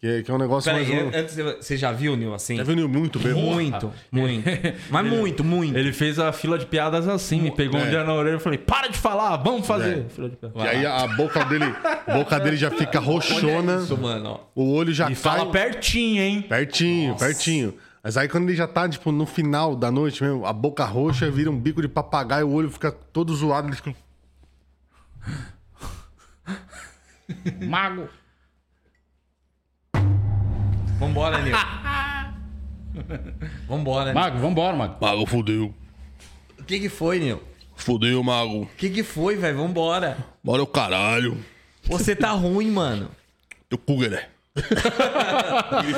Speaker 2: Que é, que é um negócio
Speaker 4: Peraí,
Speaker 2: mais. louco.
Speaker 4: antes, você já viu o Nil assim?
Speaker 2: Já viu o Nil muito bêbado?
Speaker 4: Muito, muito. Mas muito, muito.
Speaker 1: Ele fez a fila de piadas assim, me pegou
Speaker 2: É.
Speaker 1: um dia na orelha e falei, para de falar, vamos fazer. Fila de piadas.
Speaker 2: E aí a boca dele, a boca dele já fica roxona,
Speaker 4: Isso, mano, ó.
Speaker 2: o olho já
Speaker 1: E
Speaker 2: cai.
Speaker 1: fala pertinho, hein?
Speaker 2: Pertinho, pertinho. Mas aí quando ele já tá, tipo, no final da noite mesmo, a boca roxa vira um bico de papagaio, o olho fica todo zoado, ele fica.
Speaker 3: Mago.
Speaker 4: Vambora, Nil. Vambora, Nil.
Speaker 3: Mago, vambora, Mago.
Speaker 2: "Ah,
Speaker 11: Mago fudeu.
Speaker 4: O que que foi, Nil?
Speaker 11: Fudeu, mago.
Speaker 4: O que que foi, velho? Vambora.
Speaker 11: Bora o caralho.
Speaker 4: Você tá ruim, mano.
Speaker 11: Teu cu, Gueré.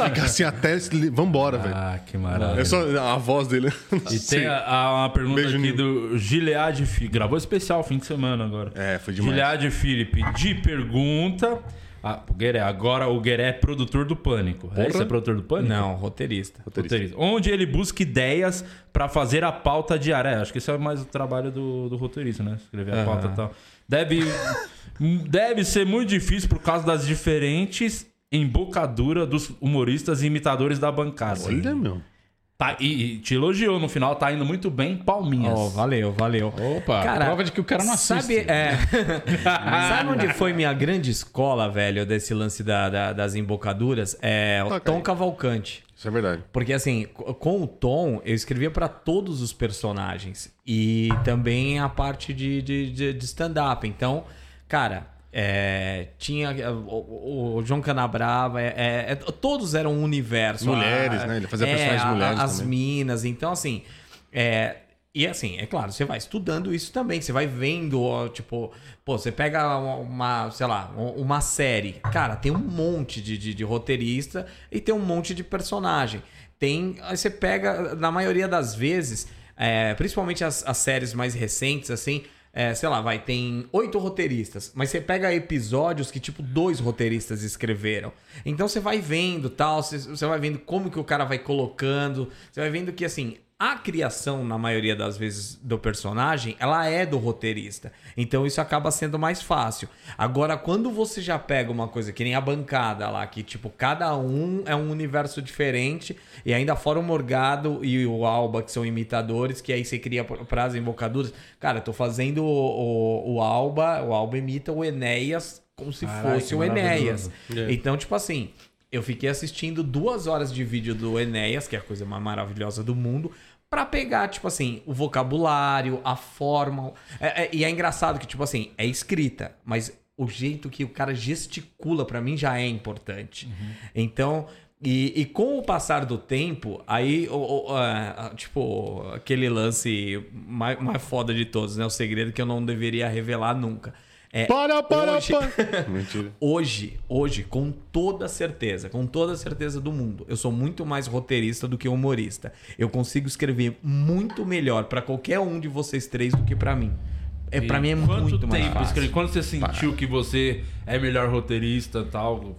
Speaker 2: Fica assim até. se li- Vambora, velho.
Speaker 1: Ah, que maravilha.
Speaker 2: É só a voz dele.
Speaker 1: E tem a, a- uma pergunta
Speaker 2: Beijo,
Speaker 1: aqui
Speaker 2: Nil.
Speaker 1: do Gilead Felipe. Gravou especial fim de semana agora.
Speaker 2: É, foi demais.
Speaker 1: Gilead Felipe, de pergunta. Ah, o Gueré, agora o Gueré é produtor do Pânico. É isso? É produtor do Pânico?
Speaker 4: Não, roteirista.
Speaker 1: Roteirista. Onde ele busca ideias pra fazer a pauta diária. É, Acho que isso é mais o trabalho do, do roteirista, né? Escrever a pauta e tal. Deve, deve ser muito difícil por causa das diferentes embocadura dos humoristas e imitadores da bancada.
Speaker 4: assim.
Speaker 2: Olha, meu.
Speaker 1: Tá, e, e te elogiou no final, tá indo muito bem, palminhas.
Speaker 4: Ó, Oh, valeu, valeu.
Speaker 3: Opa, prova de que o cara não assiste.
Speaker 4: Sabe, é. sabe onde foi minha grande escola, velho, desse lance da- da- das embocaduras? É o
Speaker 2: Toca
Speaker 4: Tom
Speaker 2: aí.
Speaker 4: Cavalcante.
Speaker 2: Isso é verdade.
Speaker 4: Porque assim, co- com o Tom, eu escrevia pra todos os personagens. E também a parte de, de, de- de stand-up. Então, cara, é, tinha. é, O, o- o João Canabrava, é, é- é- todos eram um universo. É,
Speaker 2: Mulheres, né? Ele fazia personagens
Speaker 4: a-
Speaker 2: mulheres
Speaker 4: As
Speaker 2: também.
Speaker 4: minas. Então, assim. é, e assim, é claro, você vai estudando isso também, você vai vendo, ó, tipo, pô, você pega uma, uma, sei lá, um- uma série. Cara, tem um monte de, de, de roteirista e tem um monte de personagem. Tem. Aí você pega, na maioria das vezes, é, principalmente as, as séries mais recentes, assim, é, sei lá, vai, tem oito roteiristas, mas você pega episódios que, tipo, dois roteiristas escreveram. Então você vai vendo tal, você, você vai vendo como que o cara vai colocando, você vai vendo que, assim, a criação, na maioria das vezes, do personagem, ela é do roteirista. Então isso acaba sendo mais fácil. Agora, quando você já pega uma coisa que nem a bancada lá, que, tipo, cada um é um universo diferente, e ainda fora o Morgado e o Alba, que são imitadores, que aí você cria pra- pras embocaduras. Cara, eu tô fazendo o, o- o Alba, o Alba imita o Enéas como se fosse o Enéas. Então, tipo assim, eu fiquei assistindo duas horas de vídeo do Enéas, que é a coisa mais maravilhosa do mundo, pra pegar, tipo assim, o vocabulário, a forma. É- é- e é engraçado que, tipo assim, é escrita, mas o jeito que o cara gesticula pra mim já é importante. Então, e, e com o passar do tempo, aí, o- o- a- a- tipo, aquele lance mais, mais foda de todos, né? O segredo que eu não deveria revelar nunca. É,
Speaker 2: Para, para,
Speaker 4: hoje-
Speaker 2: para. Mentira.
Speaker 4: Hoje, hoje, com toda certeza, com toda certeza do mundo, eu sou muito mais roteirista do que humorista. Eu consigo escrever muito melhor pra qualquer um de vocês três do que pra mim. É para mim é
Speaker 1: Quanto
Speaker 4: muito mais
Speaker 1: tempo escreve-
Speaker 4: fácil.
Speaker 1: Quando você sentiu que você é melhor roteirista e tal?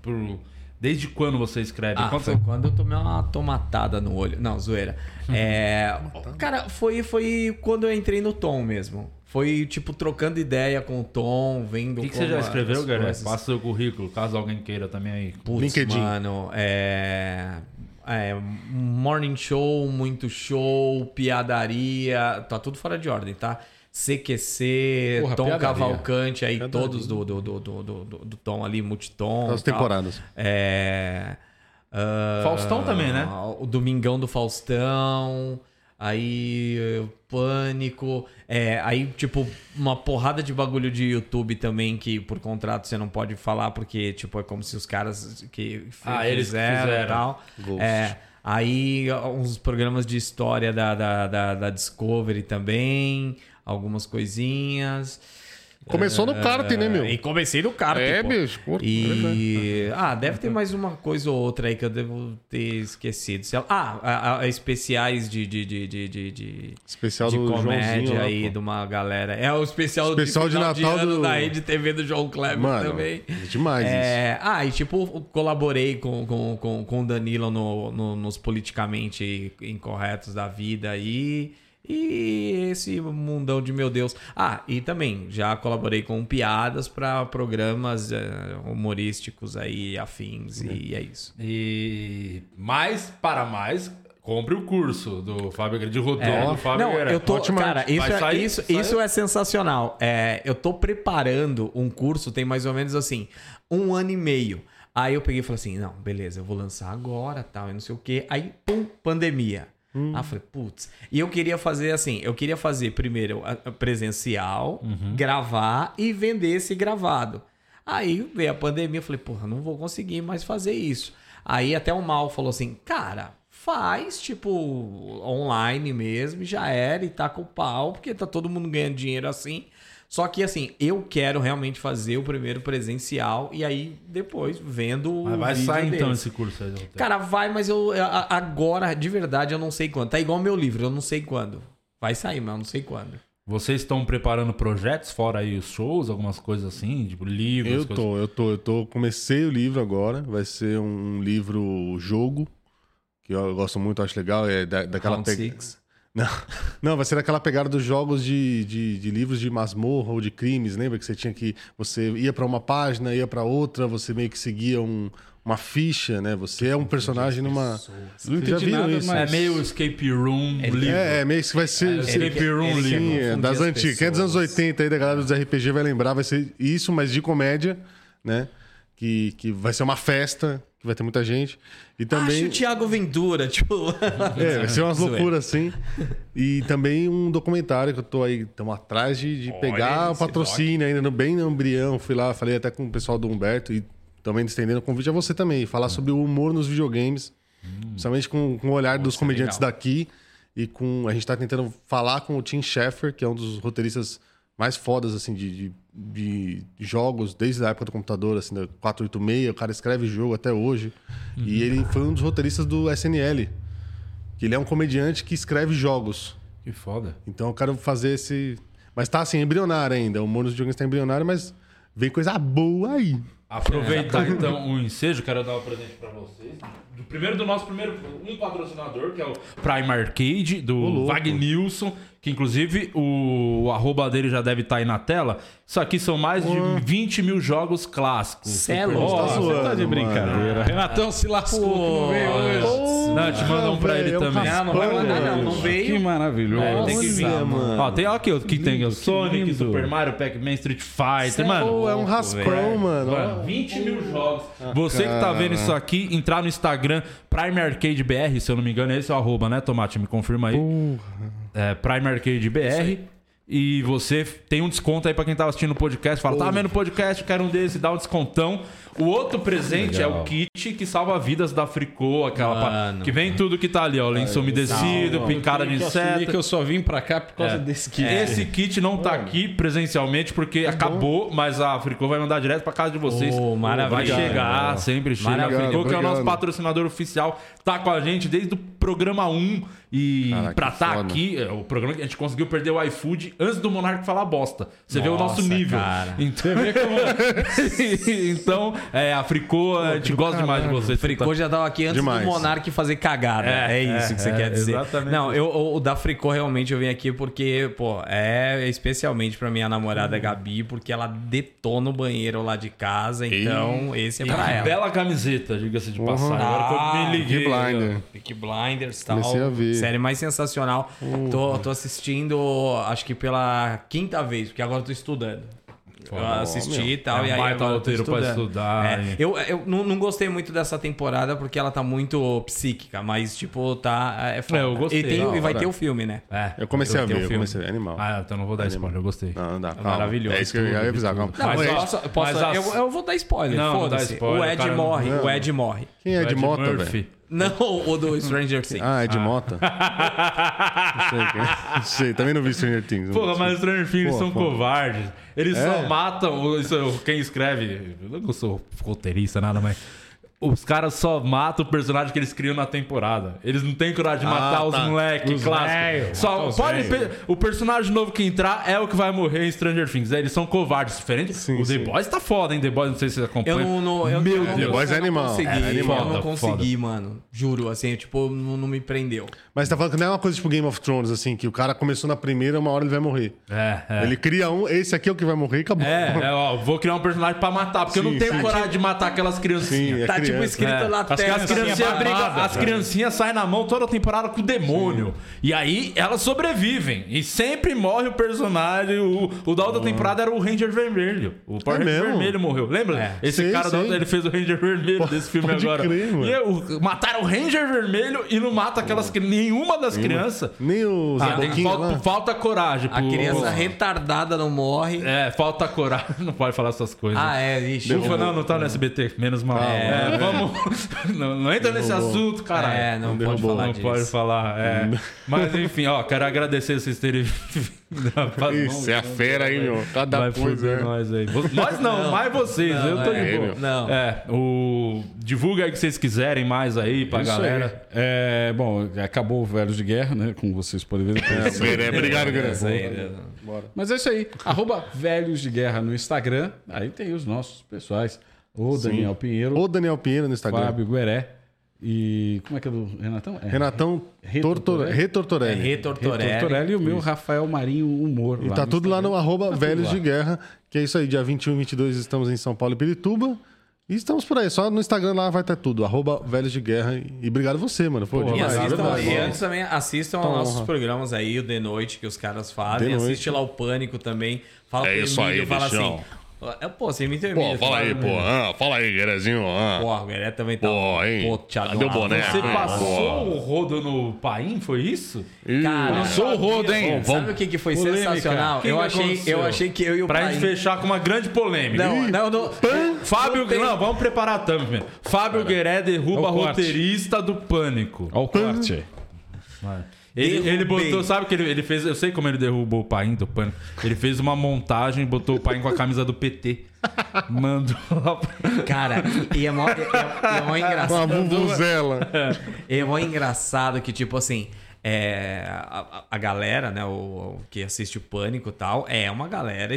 Speaker 1: por- Desde quando você escreve?
Speaker 4: Ah,
Speaker 1: Quanto-
Speaker 4: foi quando eu tomei uma tomatada no olho. Não, zoeira. É, cara, foi, foi quando eu entrei no Tom mesmo. Foi, tipo, trocando ideia com o Tom, vendo
Speaker 1: O que, que
Speaker 4: como
Speaker 1: você já
Speaker 4: as
Speaker 1: escreveu, Guilherme?
Speaker 4: coisas-
Speaker 1: Passa seu currículo, caso alguém queira também aí.
Speaker 4: Putz,
Speaker 2: LinkedIn.
Speaker 4: mano, é... é, Morning show, muito show, piadaria... Tá tudo fora de ordem, tá? CQC,
Speaker 3: Porra,
Speaker 4: Tom
Speaker 3: piadaria.
Speaker 4: Cavalcante, aí todos do, do, do, do, do, do- do Tom ali, multitom.
Speaker 2: As
Speaker 4: tal.
Speaker 2: temporadas.
Speaker 4: É... ah,
Speaker 1: Faustão também, né?
Speaker 4: O Domingão do Faustão... Aí, eh, pânico. É, aí, tipo, uma porrada de bagulho de YouTube também que por contrato você não pode falar porque, tipo, é como se os caras que f-
Speaker 1: Ah, eles que
Speaker 4: fizeram
Speaker 1: fizeram.
Speaker 4: e tal. É, aí, uns programas de história da, da, da, da Discovery também. Algumas coisinhas.
Speaker 2: Começou no kart, né, meu?
Speaker 4: E comecei no cara.
Speaker 2: É, bicho. pô, é. verdade.
Speaker 4: E. Ah, deve ter mais uma coisa ou outra aí que eu devo ter esquecido. Sei lá. Ah, a- a- especiais de- de- de- de- de- de
Speaker 2: Especial
Speaker 4: de
Speaker 2: do
Speaker 4: comédia
Speaker 2: Joãozinho. lá,
Speaker 4: aí,
Speaker 2: pô.
Speaker 4: de uma galera. É o especial,
Speaker 2: Especial de
Speaker 4: final
Speaker 2: Natal
Speaker 4: ano
Speaker 2: do-
Speaker 4: da Rede TV do João Kleber
Speaker 2: Mano,
Speaker 4: também.
Speaker 2: é demais isso.
Speaker 4: É, ah, e tipo, colaborei com, com, com, com o Danilo no, no- nos politicamente incorretos da vida aí. E esse mundão de meu Deus. Ah, e também já colaborei com piadas para programas eh, humorísticos aí, afins, e é isso.
Speaker 1: E mais para mais, compre o curso do Fábio Guerreiro, de roteiro do Fábio
Speaker 4: É. Não,
Speaker 1: Guerreiro.
Speaker 4: eu tô.
Speaker 2: Ótima
Speaker 4: cara,
Speaker 1: arte.
Speaker 4: isso
Speaker 1: Vai
Speaker 4: é,
Speaker 1: sair-
Speaker 4: isso,
Speaker 1: saiu?
Speaker 4: isso é sensacional. É, eu tô preparando um curso, tem mais ou menos assim, um ano e meio. Aí eu peguei e falei assim: não, beleza, eu vou lançar agora, tal, e não sei o quê. Aí, pum, pandemia.
Speaker 1: Hum.
Speaker 4: Ah, falei, putz. E eu queria fazer assim: eu queria fazer primeiro a- a presencial,
Speaker 1: Uhum.
Speaker 4: gravar e vender esse gravado. Aí veio a pandemia, eu falei, porra, não vou conseguir mais fazer isso. Aí até o Mal falou assim, cara, faz, tipo, online mesmo, e já era, e tá com o pau, porque tá todo mundo ganhando dinheiro assim. Só que assim, eu quero realmente fazer o primeiro presencial e aí depois vendo o
Speaker 1: Mas vai
Speaker 4: é um vídeo
Speaker 1: sair então
Speaker 4: deles.
Speaker 1: esse curso aí. do roteiro.
Speaker 4: Cara, vai, mas eu a- a- agora, de verdade, eu não sei quando. Tá igual meu livro, eu não sei quando. Vai sair, mas eu não sei quando.
Speaker 1: Vocês estão preparando projetos fora aí os shows, algumas coisas assim, tipo livros?
Speaker 2: Eu
Speaker 1: coisas-
Speaker 2: tô, eu tô, eu tô. Comecei o livro agora. Vai ser um livro jogo, que eu gosto muito, acho legal. É da, daquela
Speaker 4: Round
Speaker 2: pegada.
Speaker 4: six.
Speaker 2: Não, não, vai ser daquela pegada dos jogos de, de, de livros de masmorra ou de crimes. Lembra que você tinha que. Você ia pra uma página, ia pra outra, você meio que seguia um- uma ficha, né? Você é um personagem numa. Não
Speaker 3: entendi nada,
Speaker 1: É meio escape room, livro.
Speaker 2: É, é meio que vai ser.
Speaker 1: É,
Speaker 2: ser-
Speaker 1: escape room,
Speaker 4: ele-
Speaker 1: livro.
Speaker 2: Sim, é,
Speaker 4: confundir
Speaker 2: das
Speaker 4: as
Speaker 2: antigas. Quem é dos anos
Speaker 4: pessoas.
Speaker 2: 80 aí, da galera dos RPG vai lembrar, vai ser isso, mas de comédia, né? Que, que vai ser uma festa, que vai ter muita gente. E
Speaker 4: Acho
Speaker 2: também.
Speaker 4: o Thiago Ventura, tipo.
Speaker 2: É, vai ser umas loucuras assim. E também um documentário que eu tô aí, estamos atrás de, de pegar o patrocínio ainda, no- bem no embrião. Fui lá, falei até com o pessoal do Humberto e também estendendo o convite a você também, falar sobre o humor nos videogames, principalmente com, com o olhar dos
Speaker 4: é
Speaker 2: comediantes daqui. E com a gente tá tentando falar com o Tim Schafer, que é um dos roteiristas mais fodas assim, de, de- de jogos, desde a época do computador, assim, da 486. O cara escreve jogo até hoje.
Speaker 4: Uhum.
Speaker 2: E ele foi um dos roteiristas do SNL. Que ele é um comediante que escreve jogos.
Speaker 1: Que foda.
Speaker 2: Então eu quero fazer esse. Mas tá assim, embrionário ainda. O Monos Jones tá embrionário, mas vem coisa boa aí.
Speaker 1: Aproveitar então o ensejo, quero dar um presente pra vocês. Do primeiro do nosso primeiro, um patrocinador, que é o Prime Arcade, do Wagnilson, que inclusive o, arroba dele já deve estar aí na tela. Isso aqui são mais de 20 mil jogos clássicos.
Speaker 4: Celo.
Speaker 1: Super-
Speaker 3: Ó,
Speaker 2: tá
Speaker 3: você
Speaker 2: zoando,
Speaker 3: tá de
Speaker 2: mano.
Speaker 3: brincadeira. Renatão se lascou que não veio hoje.
Speaker 1: Não, te mandam pra ele também.
Speaker 4: não vai mandar, não. Não
Speaker 3: Que
Speaker 4: veio.
Speaker 3: maravilhoso.
Speaker 1: É, tem que
Speaker 2: Olha,
Speaker 1: usar,
Speaker 2: mano.
Speaker 1: Ó, tem ó, aqui o que tem o
Speaker 3: lindo,
Speaker 1: Sonic,
Speaker 3: que lindo.
Speaker 1: Super Mario, Pac-Man, Street Fighter, mano.
Speaker 2: Pô, é um raspão, mano.
Speaker 1: Mano, 20 mil jogos. Você que tá vendo isso aqui, entrar no Instagram, Prime Arcade BR, se eu não me engano, esse é o arroba, né, Tomate? Me confirma aí. É, Prime Arcade BR. E você tem um desconto aí pra quem tava assistindo o podcast. Fala, tá vendo o podcast, quero um desse, dá um descontão. O outro presente é o
Speaker 3: Legal.
Speaker 1: kit que salva vidas da Fricô, aquela pa- que vem tudo que tá ali, ó. Lenço umedecido, pincada de
Speaker 3: Eu tenho que assumir
Speaker 1: inseto.
Speaker 3: que eu só vim pra cá por
Speaker 1: É.
Speaker 4: É.
Speaker 3: causa desse kit.
Speaker 1: Esse kit não tá aqui presencialmente porque
Speaker 2: Tá
Speaker 1: acabou, mas a Fricô vai mandar direto pra casa de vocês.
Speaker 4: Oh, maravilha.
Speaker 1: Vai chegar, sempre chega.
Speaker 2: Maravilha.
Speaker 1: A Fricô, que é o nosso
Speaker 2: Obrigado.
Speaker 1: patrocinador oficial, tá com a gente desde o programa 1 e
Speaker 2: Cara, que
Speaker 1: pra tá
Speaker 2: foda.
Speaker 1: aqui, é, o programa que a gente conseguiu perder o iFood antes do Monark falar bosta. Você vê o nosso
Speaker 4: Nossa,
Speaker 1: nível.
Speaker 4: cara.
Speaker 1: Então, então, é, a Fricô, a gente gosta demais de vocês. Tá
Speaker 4: Fricô já tava aqui antes
Speaker 2: Demais.
Speaker 4: do Monark fazer cagada. É, isso que você
Speaker 1: Então, é,
Speaker 4: quer dizer.
Speaker 1: exatamente
Speaker 4: Não, eu, o, o da Fricô realmente eu vim aqui porque, pô, é especialmente pra minha namorada
Speaker 3: Hum.
Speaker 4: Gabi, porque ela detona o banheiro lá de casa, então esse é
Speaker 1: E
Speaker 4: pra
Speaker 1: que
Speaker 4: ela.
Speaker 1: bela camiseta, diga-se de passagem. Agora que eu
Speaker 4: Ah,
Speaker 1: me liguei.
Speaker 2: Peaky Blinder.
Speaker 4: Peaky Blinders tal.
Speaker 2: Comecei a ver.
Speaker 4: Série mais sensacional. Tô,
Speaker 1: Uhum.
Speaker 4: tô assistindo, acho que pela quinta vez, porque agora eu tô estudando. Eu assisti e tal,
Speaker 1: É um
Speaker 4: e aí
Speaker 1: baita
Speaker 4: agora eu tô
Speaker 1: roteiro pra
Speaker 4: estudando.
Speaker 1: estudar, hein?
Speaker 4: É, eu eu não, não gostei muito dessa temporada porque ela tá muito psíquica, mas tipo, tá... É, foda.
Speaker 1: É, eu gostei.
Speaker 4: E, tem-
Speaker 1: Da
Speaker 4: e vai
Speaker 2: hora.
Speaker 4: ter o filme, né?
Speaker 1: É,
Speaker 2: Eu comecei a
Speaker 1: tenho
Speaker 2: ver, eu
Speaker 1: filme.
Speaker 2: comecei a ver. Animal.
Speaker 1: Ah, então não vou dar spoiler, eu gostei.
Speaker 2: Não, não dá, calma.
Speaker 4: Maravilhoso,
Speaker 2: É isso que eu ia avisar, calma.
Speaker 4: Não, mas
Speaker 1: Mas
Speaker 4: eu
Speaker 1: a-
Speaker 4: posso, eu posso-
Speaker 1: mas a-
Speaker 4: eu, eu vou dar spoiler,
Speaker 1: Não, não dá
Speaker 4: foda-se. O
Speaker 1: spoiler,
Speaker 4: Ed
Speaker 1: cara,
Speaker 4: morre, o Ed morre.
Speaker 2: Quem é de moto, velho?
Speaker 4: Não, o do Stranger Things.
Speaker 2: Ah, é de mota? não sei, quem- não sei, também não vi Stranger Things. não
Speaker 1: Porra,
Speaker 2: sei.
Speaker 1: mas os Stranger Things
Speaker 2: Pô,
Speaker 1: são
Speaker 2: pô.
Speaker 1: covardes. Eles
Speaker 2: É.
Speaker 1: só matam o- isso- quem escreve. Eu não sou roteirista, nada, mas. Os caras só matam o personagem que eles criam na temporada. Eles não têm coragem de matar os
Speaker 2: tá.
Speaker 1: moleques
Speaker 2: Os
Speaker 1: clássicos. Só pode pe- o personagem novo que entrar é o que vai morrer em Stranger Things. É, Eles são covardes, diferente. o The
Speaker 2: sim.
Speaker 1: Boys tá foda, hein? The Boys, não sei se você
Speaker 4: Eu
Speaker 1: acompanha.
Speaker 4: não, não- eu,
Speaker 1: Meu
Speaker 4: eu não-
Speaker 1: Deus.
Speaker 2: Boys é
Speaker 4: eu não
Speaker 2: animal.
Speaker 4: consegui,
Speaker 2: É
Speaker 1: animal.
Speaker 4: Eu não
Speaker 1: Foda,
Speaker 4: consegui, mano. Juro, assim, tipo, não, não me prendeu.
Speaker 2: Mas tá falando que não é uma coisa tipo Game of Thrones, assim, que o cara começou na primeira, uma hora ele vai morrer.
Speaker 1: É, é.
Speaker 2: Ele cria um, esse aqui é o que vai morrer e acabou.
Speaker 1: É, é, ó, vou criar um personagem pra matar, porque eu não
Speaker 2: Sim,
Speaker 1: tenho
Speaker 2: sim.
Speaker 1: coragem de matar aquelas criancinhas.
Speaker 2: Sim, é
Speaker 4: tá tipo
Speaker 2: criança.
Speaker 4: escrito assim, na
Speaker 1: As,
Speaker 4: tela.
Speaker 1: as criancinhas brigam- as criancinhas saem na mão toda temporada com o demônio. E aí elas sobrevivem. E sempre morre o personagem. O, o da outra temporada era o Ranger Vermelho. O Power
Speaker 2: Ah. É
Speaker 1: Ranger
Speaker 2: mesmo?
Speaker 1: Vermelho morreu. Lembra? Esse
Speaker 2: Sei,
Speaker 1: cara da
Speaker 2: sei.
Speaker 1: outra, ele fez o Ranger Vermelho
Speaker 2: Pode-
Speaker 1: desse filme
Speaker 2: pode
Speaker 1: agora.
Speaker 2: crer, mano.
Speaker 1: e é o- mataram o Ranger Vermelho e não mata aquelas cri- nenhuma das crianças.
Speaker 2: Nem o Zé
Speaker 1: Ah, tem-
Speaker 2: Boquinha
Speaker 1: falta,
Speaker 2: lá.
Speaker 1: falta coragem.
Speaker 4: A
Speaker 1: pro-
Speaker 4: criança retardada não morre.
Speaker 1: É, falta coragem. Não pode falar essas coisas.
Speaker 4: Ah, é, ixi.
Speaker 1: Ufa, não, não tá no SBT, menos mal. É, vamos. Não, não entra nesse assunto, caralho.
Speaker 4: É, não pode
Speaker 2: derrubou.
Speaker 4: falar
Speaker 1: Não
Speaker 4: disso.
Speaker 1: pode falar, é. Mas enfim, ó, quero agradecer vocês terem vindo. um
Speaker 2: Isso, é a fera aí, meu. Cada
Speaker 1: Vai
Speaker 2: coisa.
Speaker 1: foder
Speaker 2: né?
Speaker 1: nós aí. Vo- Nós não, mais vocês. eu tô de
Speaker 2: é,
Speaker 1: boa.
Speaker 2: meu.
Speaker 4: Não.
Speaker 1: É, o... divulga aí o que vocês quiserem mais aí pra
Speaker 3: Isso aí.
Speaker 1: galera.
Speaker 3: É, bom, acabou o Velhos de Guerra, né? Como vocês podem ver.
Speaker 2: É, fera, é. Obrigado,
Speaker 4: Isso
Speaker 2: Guilherme.
Speaker 4: aí, né?
Speaker 3: Mas é isso aí. Arroba Velhos de Guerra no Instagram. Aí tem os nossos pessoais. O Daniel Pinheiro,
Speaker 2: O Daniel Pinheiro no Instagram.
Speaker 3: Fábio Gueré. E como é que é do Renatão? É.
Speaker 2: Renatão
Speaker 3: Retortorelli.
Speaker 2: Tortorelli. Retortorelli.
Speaker 3: Retortorelli.
Speaker 4: Retortorelli.
Speaker 3: e o meu Rafael Marinho Humor.
Speaker 2: E tá tudo lá no arroba Velhos de Guerra, que é isso aí. Dia 21 e 22 estamos em São Paulo e Pirituba. E estamos por aí. Só no Instagram lá vai ter tudo. Arroba Velhos de Guerra. E obrigado você, mano. Pô,
Speaker 4: E
Speaker 2: demais.
Speaker 4: assistam,
Speaker 2: Verdade.
Speaker 4: e antes também assistam aos nossos programas aí, o de noite que os caras
Speaker 2: De
Speaker 4: fazem.
Speaker 2: noite.
Speaker 4: Assiste lá o Pânico também. Fala
Speaker 6: É
Speaker 4: pro
Speaker 6: isso
Speaker 4: Emílio,
Speaker 6: aí,
Speaker 4: fala
Speaker 6: bichão.
Speaker 4: assim. Pô, você imita o
Speaker 6: Pô,
Speaker 4: Emílio.
Speaker 6: fala aí, pô. Ah, fala aí, Guerezinho. Ah.
Speaker 4: Pô, o Gueré também tá.
Speaker 6: Pô, hein?
Speaker 4: Pô, Thiago,
Speaker 6: Cadê o boné?
Speaker 1: Você
Speaker 6: Ah,
Speaker 1: passou o rodo no Paim, foi isso?
Speaker 4: Cara,
Speaker 6: Ih, sou o rodo, hein?
Speaker 4: Sabe o que, que foi
Speaker 1: Polêmica.
Speaker 4: sensacional?
Speaker 1: Que
Speaker 4: eu,
Speaker 1: que
Speaker 4: achei,
Speaker 1: aconteceu?
Speaker 4: eu achei que eu e o
Speaker 1: Pra
Speaker 4: Paim-
Speaker 1: gente fechar com uma grande polêmica.
Speaker 4: Não, não, não.
Speaker 1: Fábio,
Speaker 4: Não tem-
Speaker 1: não, vamos preparar a thumb, primeiro. Fábio Gueré derruba
Speaker 3: Olha o corte.
Speaker 1: roteirista do Pânico.
Speaker 3: Olha o corte aí.
Speaker 1: Ele, ele
Speaker 4: Derrubei.
Speaker 1: botou, sabe que ele, ele fez, eu sei como ele derrubou o Paim do Pânico. Ele fez uma montagem e botou o Paim com a camisa do PT. Mandou lá pra...
Speaker 4: Cara, e é mó, é, é- é mó
Speaker 2: Com a
Speaker 4: engraçado.
Speaker 2: vuvuzela.
Speaker 4: É mó engraçado que, tipo assim, é, a, a- a galera, né, o, o que assiste o Pânico e tal, é uma galera,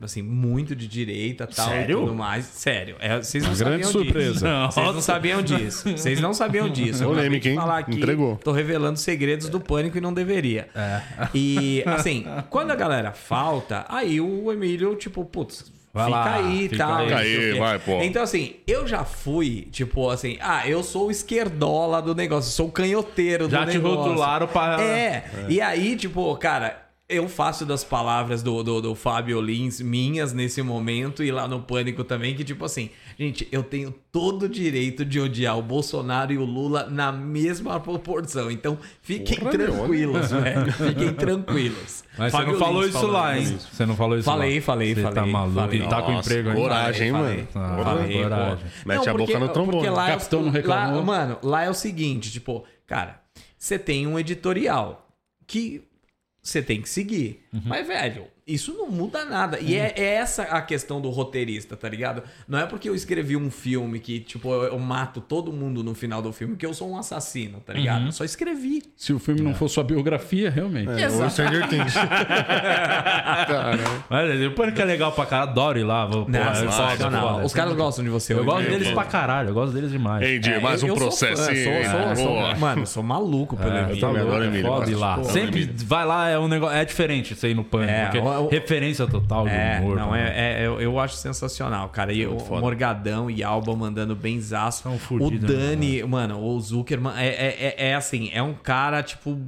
Speaker 4: assim, muito de direita tal,
Speaker 1: Sério?
Speaker 4: e tudo mais. Sério. É, vocês não
Speaker 3: grande
Speaker 4: sabiam
Speaker 3: surpresa.
Speaker 4: disso. Vocês não sabiam disso. Vocês não sabiam disso. Eu acabei
Speaker 2: Polêmica,
Speaker 4: de
Speaker 2: hein?
Speaker 4: falar aqui,
Speaker 2: Entregou.
Speaker 4: Tô revelando segredos do Pânico e não deveria.
Speaker 1: É.
Speaker 4: E, assim, quando a galera falta, aí o Emílio, tipo, putz...
Speaker 1: Vai
Speaker 4: fica
Speaker 1: lá,
Speaker 4: aí e
Speaker 1: fica
Speaker 4: tal.
Speaker 1: aí.
Speaker 4: não sei
Speaker 6: Fica aí,
Speaker 4: o quê.
Speaker 6: vai, pô.
Speaker 4: Então, assim, eu já fui, tipo, assim, ah, eu sou o esquerdola do negócio, sou o canhoteiro
Speaker 1: Já
Speaker 4: do
Speaker 1: te
Speaker 4: negócio.
Speaker 1: É. rotularam pra-
Speaker 4: É. E aí, É. tipo, cara, Eu faço das palavras do, do, do Fábio Lins minhas nesse momento e lá no Pânico também, que tipo assim, gente, eu tenho todo o direito de odiar o Bolsonaro e o Lula na mesma proporção. Então fiquem
Speaker 2: Porra, meu, né? olha.
Speaker 4: tranquilos, velho. Fiquem tranquilos.
Speaker 1: Mas você
Speaker 4: Fábio
Speaker 1: não falou
Speaker 4: Lins
Speaker 1: isso
Speaker 4: falou
Speaker 1: lá, hein?
Speaker 4: isso.
Speaker 1: Você não falou isso
Speaker 4: Falei,
Speaker 1: lá.
Speaker 4: falei,
Speaker 1: Você
Speaker 4: falei.
Speaker 1: tá maluco,
Speaker 4: falei.
Speaker 1: ele tá com
Speaker 6: Nossa,
Speaker 1: emprego ainda.
Speaker 2: Coragem, hein,
Speaker 4: falei.
Speaker 2: mano?
Speaker 1: Ah,
Speaker 4: Falei, pô.
Speaker 1: coragem.
Speaker 2: Mete a boca no trombone.
Speaker 4: Porque lá, é o-
Speaker 3: Capitão não reclamou.
Speaker 4: lá- mano, lá é o seguinte, tipo, cara, você tem um editorial que você tem que seguir.
Speaker 1: Uhum.
Speaker 4: Mas, velho, isso não muda nada. E é, é essa a questão do roteirista, tá ligado? Não é porque eu escrevi um filme que, tipo, eu, eu mato todo mundo no final do filme que eu sou um assassino, tá
Speaker 1: Uhum.
Speaker 4: ligado? Só escrevi.
Speaker 3: Se o filme não for sua biografia, realmente.
Speaker 2: É, o Stranger Things. Cara,
Speaker 1: Mas o Pânico é legal pra caralho, adoro ir lá. Vou, é pô,
Speaker 4: Não,
Speaker 1: eu gosto,
Speaker 4: né? sensacional.
Speaker 1: foda.
Speaker 4: Os caras gostam de você.
Speaker 1: Eu
Speaker 4: hoje,
Speaker 1: gosto
Speaker 4: né?
Speaker 1: deles pra caralho, eu gosto deles demais.
Speaker 6: Entendi,
Speaker 4: É,
Speaker 6: mais
Speaker 4: eu-
Speaker 6: um
Speaker 4: eu sou fã,
Speaker 6: processinho.
Speaker 4: sou- sou- sou-
Speaker 6: Boa.
Speaker 4: Mano, eu sou maluco pelo
Speaker 1: É,
Speaker 4: Emílio.
Speaker 1: tá
Speaker 6: Emílio,
Speaker 1: louco,
Speaker 6: adoro
Speaker 1: é
Speaker 6: Emílio,
Speaker 1: foda ir
Speaker 6: gosto.
Speaker 1: lá.
Speaker 6: Pô,
Speaker 1: Sempre
Speaker 6: Emílio.
Speaker 1: vai lá, é um negócio. É diferente você ir no pânico,
Speaker 4: É,
Speaker 1: porque
Speaker 4: o- o-
Speaker 1: referência total do
Speaker 4: É,
Speaker 1: humor. tá
Speaker 4: não,
Speaker 1: mano.
Speaker 4: é, é- eu, eu acho sensacional, cara. E o Morgadão e Alba mandando benzaço.
Speaker 1: Tão
Speaker 4: o
Speaker 1: fudido, né,
Speaker 4: Dani, um mano, o Zuckerman, é, é, é- é assim, é um cara, tipo.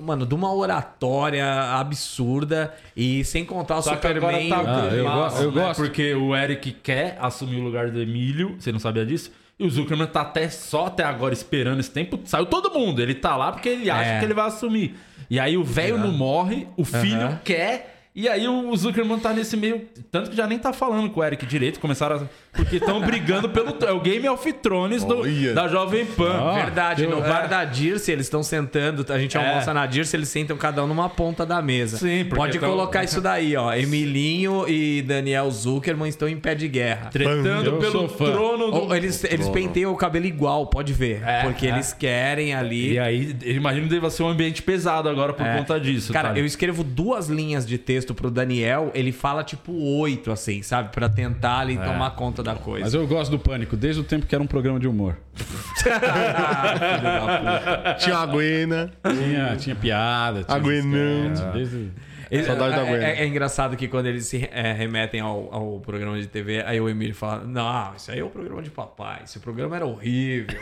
Speaker 4: Mano, de uma oratória absurda e sem contar o
Speaker 1: Só que agora
Speaker 4: Superman.
Speaker 1: tá
Speaker 4: o
Speaker 1: pro
Speaker 4: Superman,
Speaker 3: Ah, eu
Speaker 1: máximo,
Speaker 3: gosto, eu
Speaker 1: né?
Speaker 3: gosto.
Speaker 1: Porque o Eric quer assumir o lugar do Emílio, você não sabia disso? E o Zuckerman tá até só até agora esperando esse tempo. Saiu todo mundo, ele tá lá porque ele acha
Speaker 4: É.
Speaker 1: que ele vai assumir. E aí
Speaker 3: É
Speaker 1: o velho não morre, o filho quer. E aí o Zuckerman tá nesse meio. Tanto que já nem tá falando com o Eric direito. Começaram a. Porque estão brigando pelo. É o Game of Thrones do-
Speaker 2: Olha.
Speaker 1: da Jovem Pan.
Speaker 4: Verdade, no
Speaker 3: é
Speaker 4: bar da Dirce, eles estão sentando, a gente
Speaker 1: Ah, É.
Speaker 4: almoça na Dirce, eles sentam cada um numa ponta da mesa.
Speaker 1: Sim, porque
Speaker 4: Pode
Speaker 1: tão-
Speaker 4: colocar isso daí, ó. Emilinho e Daniel Zuckerman estão em pé de guerra.
Speaker 1: Tretando
Speaker 3: Eu
Speaker 1: pelo
Speaker 3: sou fã.
Speaker 1: trono do.
Speaker 4: Ou eles, eles penteiam o cabelo igual, pode ver.
Speaker 1: É,
Speaker 4: porque
Speaker 1: é.
Speaker 4: eles querem ali.
Speaker 1: E é aí, eu imagino que deve ser um ambiente pesado agora por
Speaker 3: É.
Speaker 1: conta disso.
Speaker 4: Cara,
Speaker 1: tá?
Speaker 4: eu escrevo duas linhas de texto pro Daniel, ele fala tipo oito, assim, sabe? Pra tentar
Speaker 1: É.
Speaker 4: ali tomar conta da coisa.
Speaker 3: Mas eu gosto do Pânico, desde o tempo que era um programa de humor.
Speaker 2: Tinha uma Guena,
Speaker 3: Tinha, tinha piada, tinha...
Speaker 2: aguenando.
Speaker 3: Desde...
Speaker 4: Ele-
Speaker 2: Saudade da
Speaker 4: é,
Speaker 2: Gwen.
Speaker 4: é- é engraçado que quando eles se é, remetem ao, ao programa de TV, aí o Emílio fala: Não, isso aí é o programa de papai. Esse programa era horrível.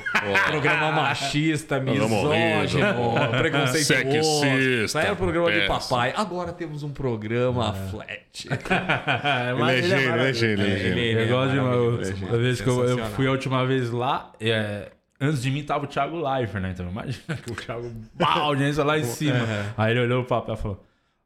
Speaker 4: programa machista,
Speaker 6: Programa
Speaker 4: misógino,
Speaker 6: horrível.
Speaker 4: preconceituoso.
Speaker 6: Sexista,
Speaker 4: Isso aí era o programa de
Speaker 6: péssimo.
Speaker 4: papai. Agora temos um programa flat.
Speaker 1: É,
Speaker 2: Ele é
Speaker 1: mas ele é
Speaker 2: gênio, ele é gênio, ele é gênio.
Speaker 1: Eu
Speaker 4: Ele é
Speaker 1: gosto de
Speaker 4: maravilhoso,
Speaker 1: uma,
Speaker 4: mano.
Speaker 1: uma vez que eu, eu
Speaker 4: Sensacional.
Speaker 1: fui a última vez lá, é, antes de mim tava o Thiago Leifert, né? Então imagina que o Thiago, pá, a audiência lá em cima. Aí ele olhou o papel e falou: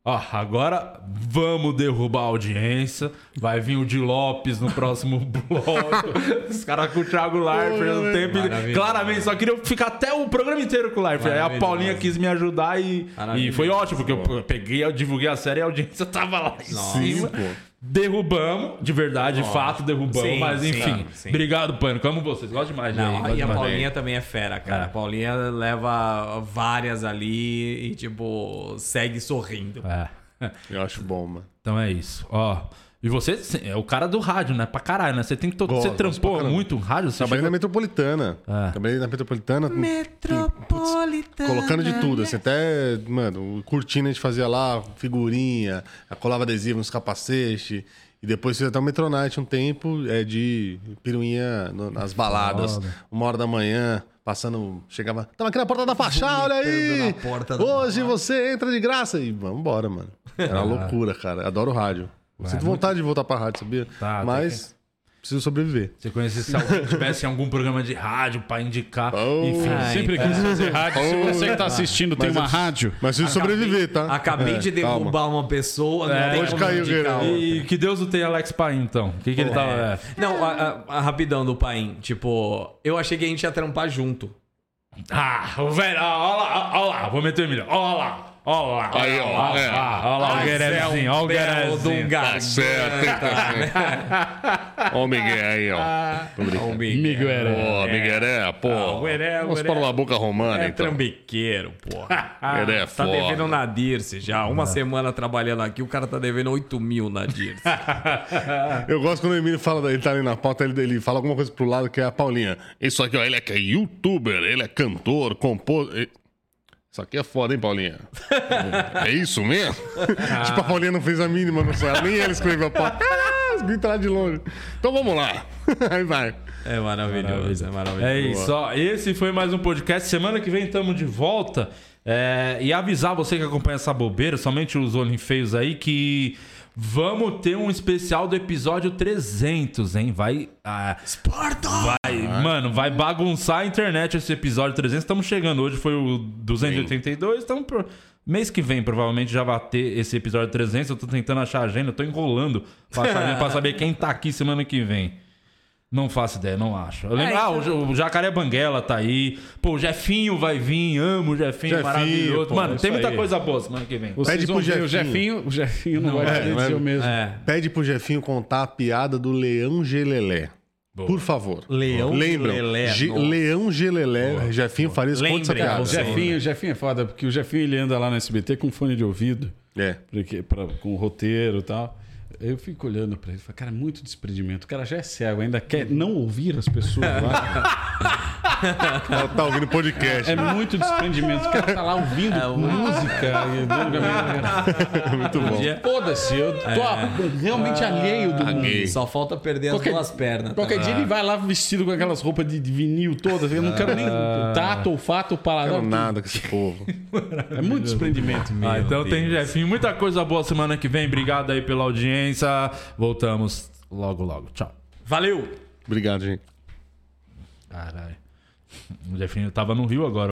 Speaker 1: Ó, agora vamos derrubar a audiência. Vai vir o Di Lopes no próximo bloco. Os caras com o Thiago Leifert no tempo. inteiro. Claramente, só queria ficar até o programa inteiro com o Leifert. Aí a Paulinha quis me ajudar e, e foi ótimo, porque eu peguei, eu divulguei a série e a audiência tava lá em cima. Derrubamos, de verdade, de fato, derrubamos.
Speaker 4: Sim,
Speaker 1: mas
Speaker 4: sim,
Speaker 1: enfim,
Speaker 4: sim.
Speaker 1: obrigado, Pânico. Amo vocês. Gosto demais, gente.
Speaker 4: Não,
Speaker 1: Gosto
Speaker 4: e a
Speaker 1: demais.
Speaker 4: Paulinha também é fera, cara. A Paulinha leva várias ali e, tipo, segue sorrindo.
Speaker 1: É.
Speaker 2: Eu acho bom, mano.
Speaker 1: Então é isso. Ó. E você cê- é o cara do rádio, né? Pra caralho, né? Você tem que. to- Você
Speaker 2: Gosto, gosto pra
Speaker 1: trampou
Speaker 2: caramba.
Speaker 1: muito um rádio? Você
Speaker 2: Trabalhei na
Speaker 1: chegou-
Speaker 2: é metropolitana.
Speaker 1: Ah.
Speaker 2: Trabalhei na metropolitana. com-
Speaker 4: Metropolitana.
Speaker 2: Colocando de tudo, assim, até, mano, cortina a gente fazia lá, figurinha, colava adesivo nos capacetes. E depois fiz até o Metronite um tempo é, de piruinha no- nas baladas. Uma hora da manhã, passando, chegava. Tava aqui na porta da Pachá, olha aí!
Speaker 4: na porta da
Speaker 2: Hoje você entra de graça. E vambora, mano. Era uma loucura, cara. Adoro rádio. Sinto vontade de voltar pra rádio, sabia?
Speaker 1: Tá, tem
Speaker 2: Mas preciso sobreviver.
Speaker 1: Você conhecesse alguém que tivesse em algum programa de rádio pra indicar.
Speaker 2: Oh.
Speaker 1: Enfim,
Speaker 4: Ai,
Speaker 1: sempre
Speaker 4: cara.
Speaker 1: quis fazer rádio.
Speaker 3: Se você que tá assistindo tem
Speaker 2: Mas
Speaker 3: uma
Speaker 2: eu-
Speaker 3: rádio,
Speaker 2: Mas preciso sobreviver, tá?
Speaker 4: Acabei
Speaker 2: É,
Speaker 4: de
Speaker 2: calma.
Speaker 4: derrubar uma pessoa. não tem
Speaker 2: hoje
Speaker 4: como
Speaker 2: caiu,
Speaker 4: indicar
Speaker 2: Guilherme.
Speaker 4: outra.
Speaker 1: E que Deus o tenha Alex Paim, então. O que, que ele tava. é?
Speaker 4: Não, a, a- a rapidão do Paim. Tipo, eu achei que a gente ia trampar junto.
Speaker 1: Ah, o velho, ó ó lá, ó ó lá, vou meter o milhão. Ó lá, ó lá.
Speaker 6: Aí, ó,
Speaker 1: Ó
Speaker 6: é.
Speaker 1: lá, ó lá, o Guerezinho, ó o
Speaker 4: Belo de um
Speaker 1: Guerezinho.
Speaker 6: Tá
Speaker 4: gato.
Speaker 6: certo. Ó o Miguel aí, ó.
Speaker 4: Ô, Miguel. Ah,
Speaker 3: Miguel era...
Speaker 6: Pô, Miguel é, pô.
Speaker 4: Gueré,
Speaker 6: Vamos
Speaker 4: Gueré.
Speaker 6: para uma boca romana,
Speaker 4: É
Speaker 6: então.
Speaker 4: trambiqueiro, porra.
Speaker 6: Gueré é
Speaker 4: tá
Speaker 6: foda.
Speaker 4: devendo na Dirce já. Uma semana trabalhando aqui, o cara tá devendo 8 mil na Dirce.
Speaker 2: Eu gosto quando o Emílio fala, ele tá ali na pauta, ele, ele fala alguma coisa pro lado que é a Paulinha.
Speaker 6: Isso aqui, ó, ele é que é youtuber, ele é cantor, compor. e- Isso aqui é foda, hein, Paulinha? é isso mesmo?
Speaker 2: Tipo, a Paulinha não fez a mínima noção, ela- nem ela escreveu a pauta. Ah, os gritos lá de longe.
Speaker 6: Então vamos lá.
Speaker 2: Aí vai.
Speaker 4: É maravilhoso, é maravilhoso.
Speaker 1: É isso, ó. Esse foi mais um podcast. Semana que vem estamos de volta. É, e avisar você que acompanha essa bobeira, somente os olhinhos feios aí, que vamos ter um especial do episódio 300, hein? Vai. ah, Vai, mano, vai bagunçar a internet esse episódio 300. Estamos chegando. Hoje foi o 282. Então, pro- mês que vem, provavelmente, já vai ter esse episódio 300. Eu tô tentando achar a agenda. Eu tô enrolando pra, achar a agenda, pra saber quem tá aqui semana que vem. Não faço ideia, não acho. Eu lembro, ah, o, Ja- o Jacaré Banguela tá aí. Pô, o Jefinho vai vir. Amo o Jefinho,
Speaker 2: Jefinho,
Speaker 1: maravilhoso.
Speaker 2: pô,
Speaker 1: mano,
Speaker 2: isso
Speaker 1: tem muita
Speaker 3: aí.
Speaker 1: coisa boa semana que vem.
Speaker 3: Vocês
Speaker 2: Pede
Speaker 3: vão
Speaker 2: pro
Speaker 3: ver, o
Speaker 2: Jefinho.
Speaker 3: Jefinho. O Jefinho não, vai
Speaker 2: é, não é-
Speaker 3: dizer o mesmo.
Speaker 2: Pede pro Jefinho contar a piada do Leão Gelelé. Por favor.
Speaker 4: Leão
Speaker 2: Lembram?
Speaker 4: Gelelé,
Speaker 2: Ge-
Speaker 4: nossa.
Speaker 2: Leão Gelelé. Jefinho Farias, conta essa
Speaker 4: Lembrem,
Speaker 2: piada.
Speaker 3: O
Speaker 2: né?
Speaker 3: Jefinho, o Jefinho é foda, porque o Jefinho ele anda lá no SBT com fone de ouvido,
Speaker 2: É.
Speaker 3: porque, pra, com roteiro e tal. Eu fico olhando pra ele e falo, cara, é muito desprendimento. O cara já é cego, ainda quer não ouvir as pessoas lá.
Speaker 2: Ela tá ouvindo podcast.
Speaker 3: É muito desprendimento. O cara tá lá ouvindo
Speaker 2: É,
Speaker 3: música e andando com a menina.
Speaker 2: muito bom.
Speaker 3: Foda-se, eu tô realmente alheio do mundo.
Speaker 6: Caguei.
Speaker 4: Só falta perder as
Speaker 3: é Qualquer-
Speaker 4: duas pernas. tá?
Speaker 3: Qualquer dia ele vai lá vestido com aquelas roupas de de vinil todas. Eu não quero nem tato, olfato, paladar.
Speaker 2: Não nada com esse povo.
Speaker 3: É muito desprendimento.
Speaker 1: Ah, então tem Jefinho. Muita coisa boa semana que vem. Obrigado aí pela audiência. Voltamos logo, logo. Tchau.
Speaker 4: Valeu!
Speaker 2: Obrigado, gente.
Speaker 1: é Caralho. O Jefinho tava no Rio agora.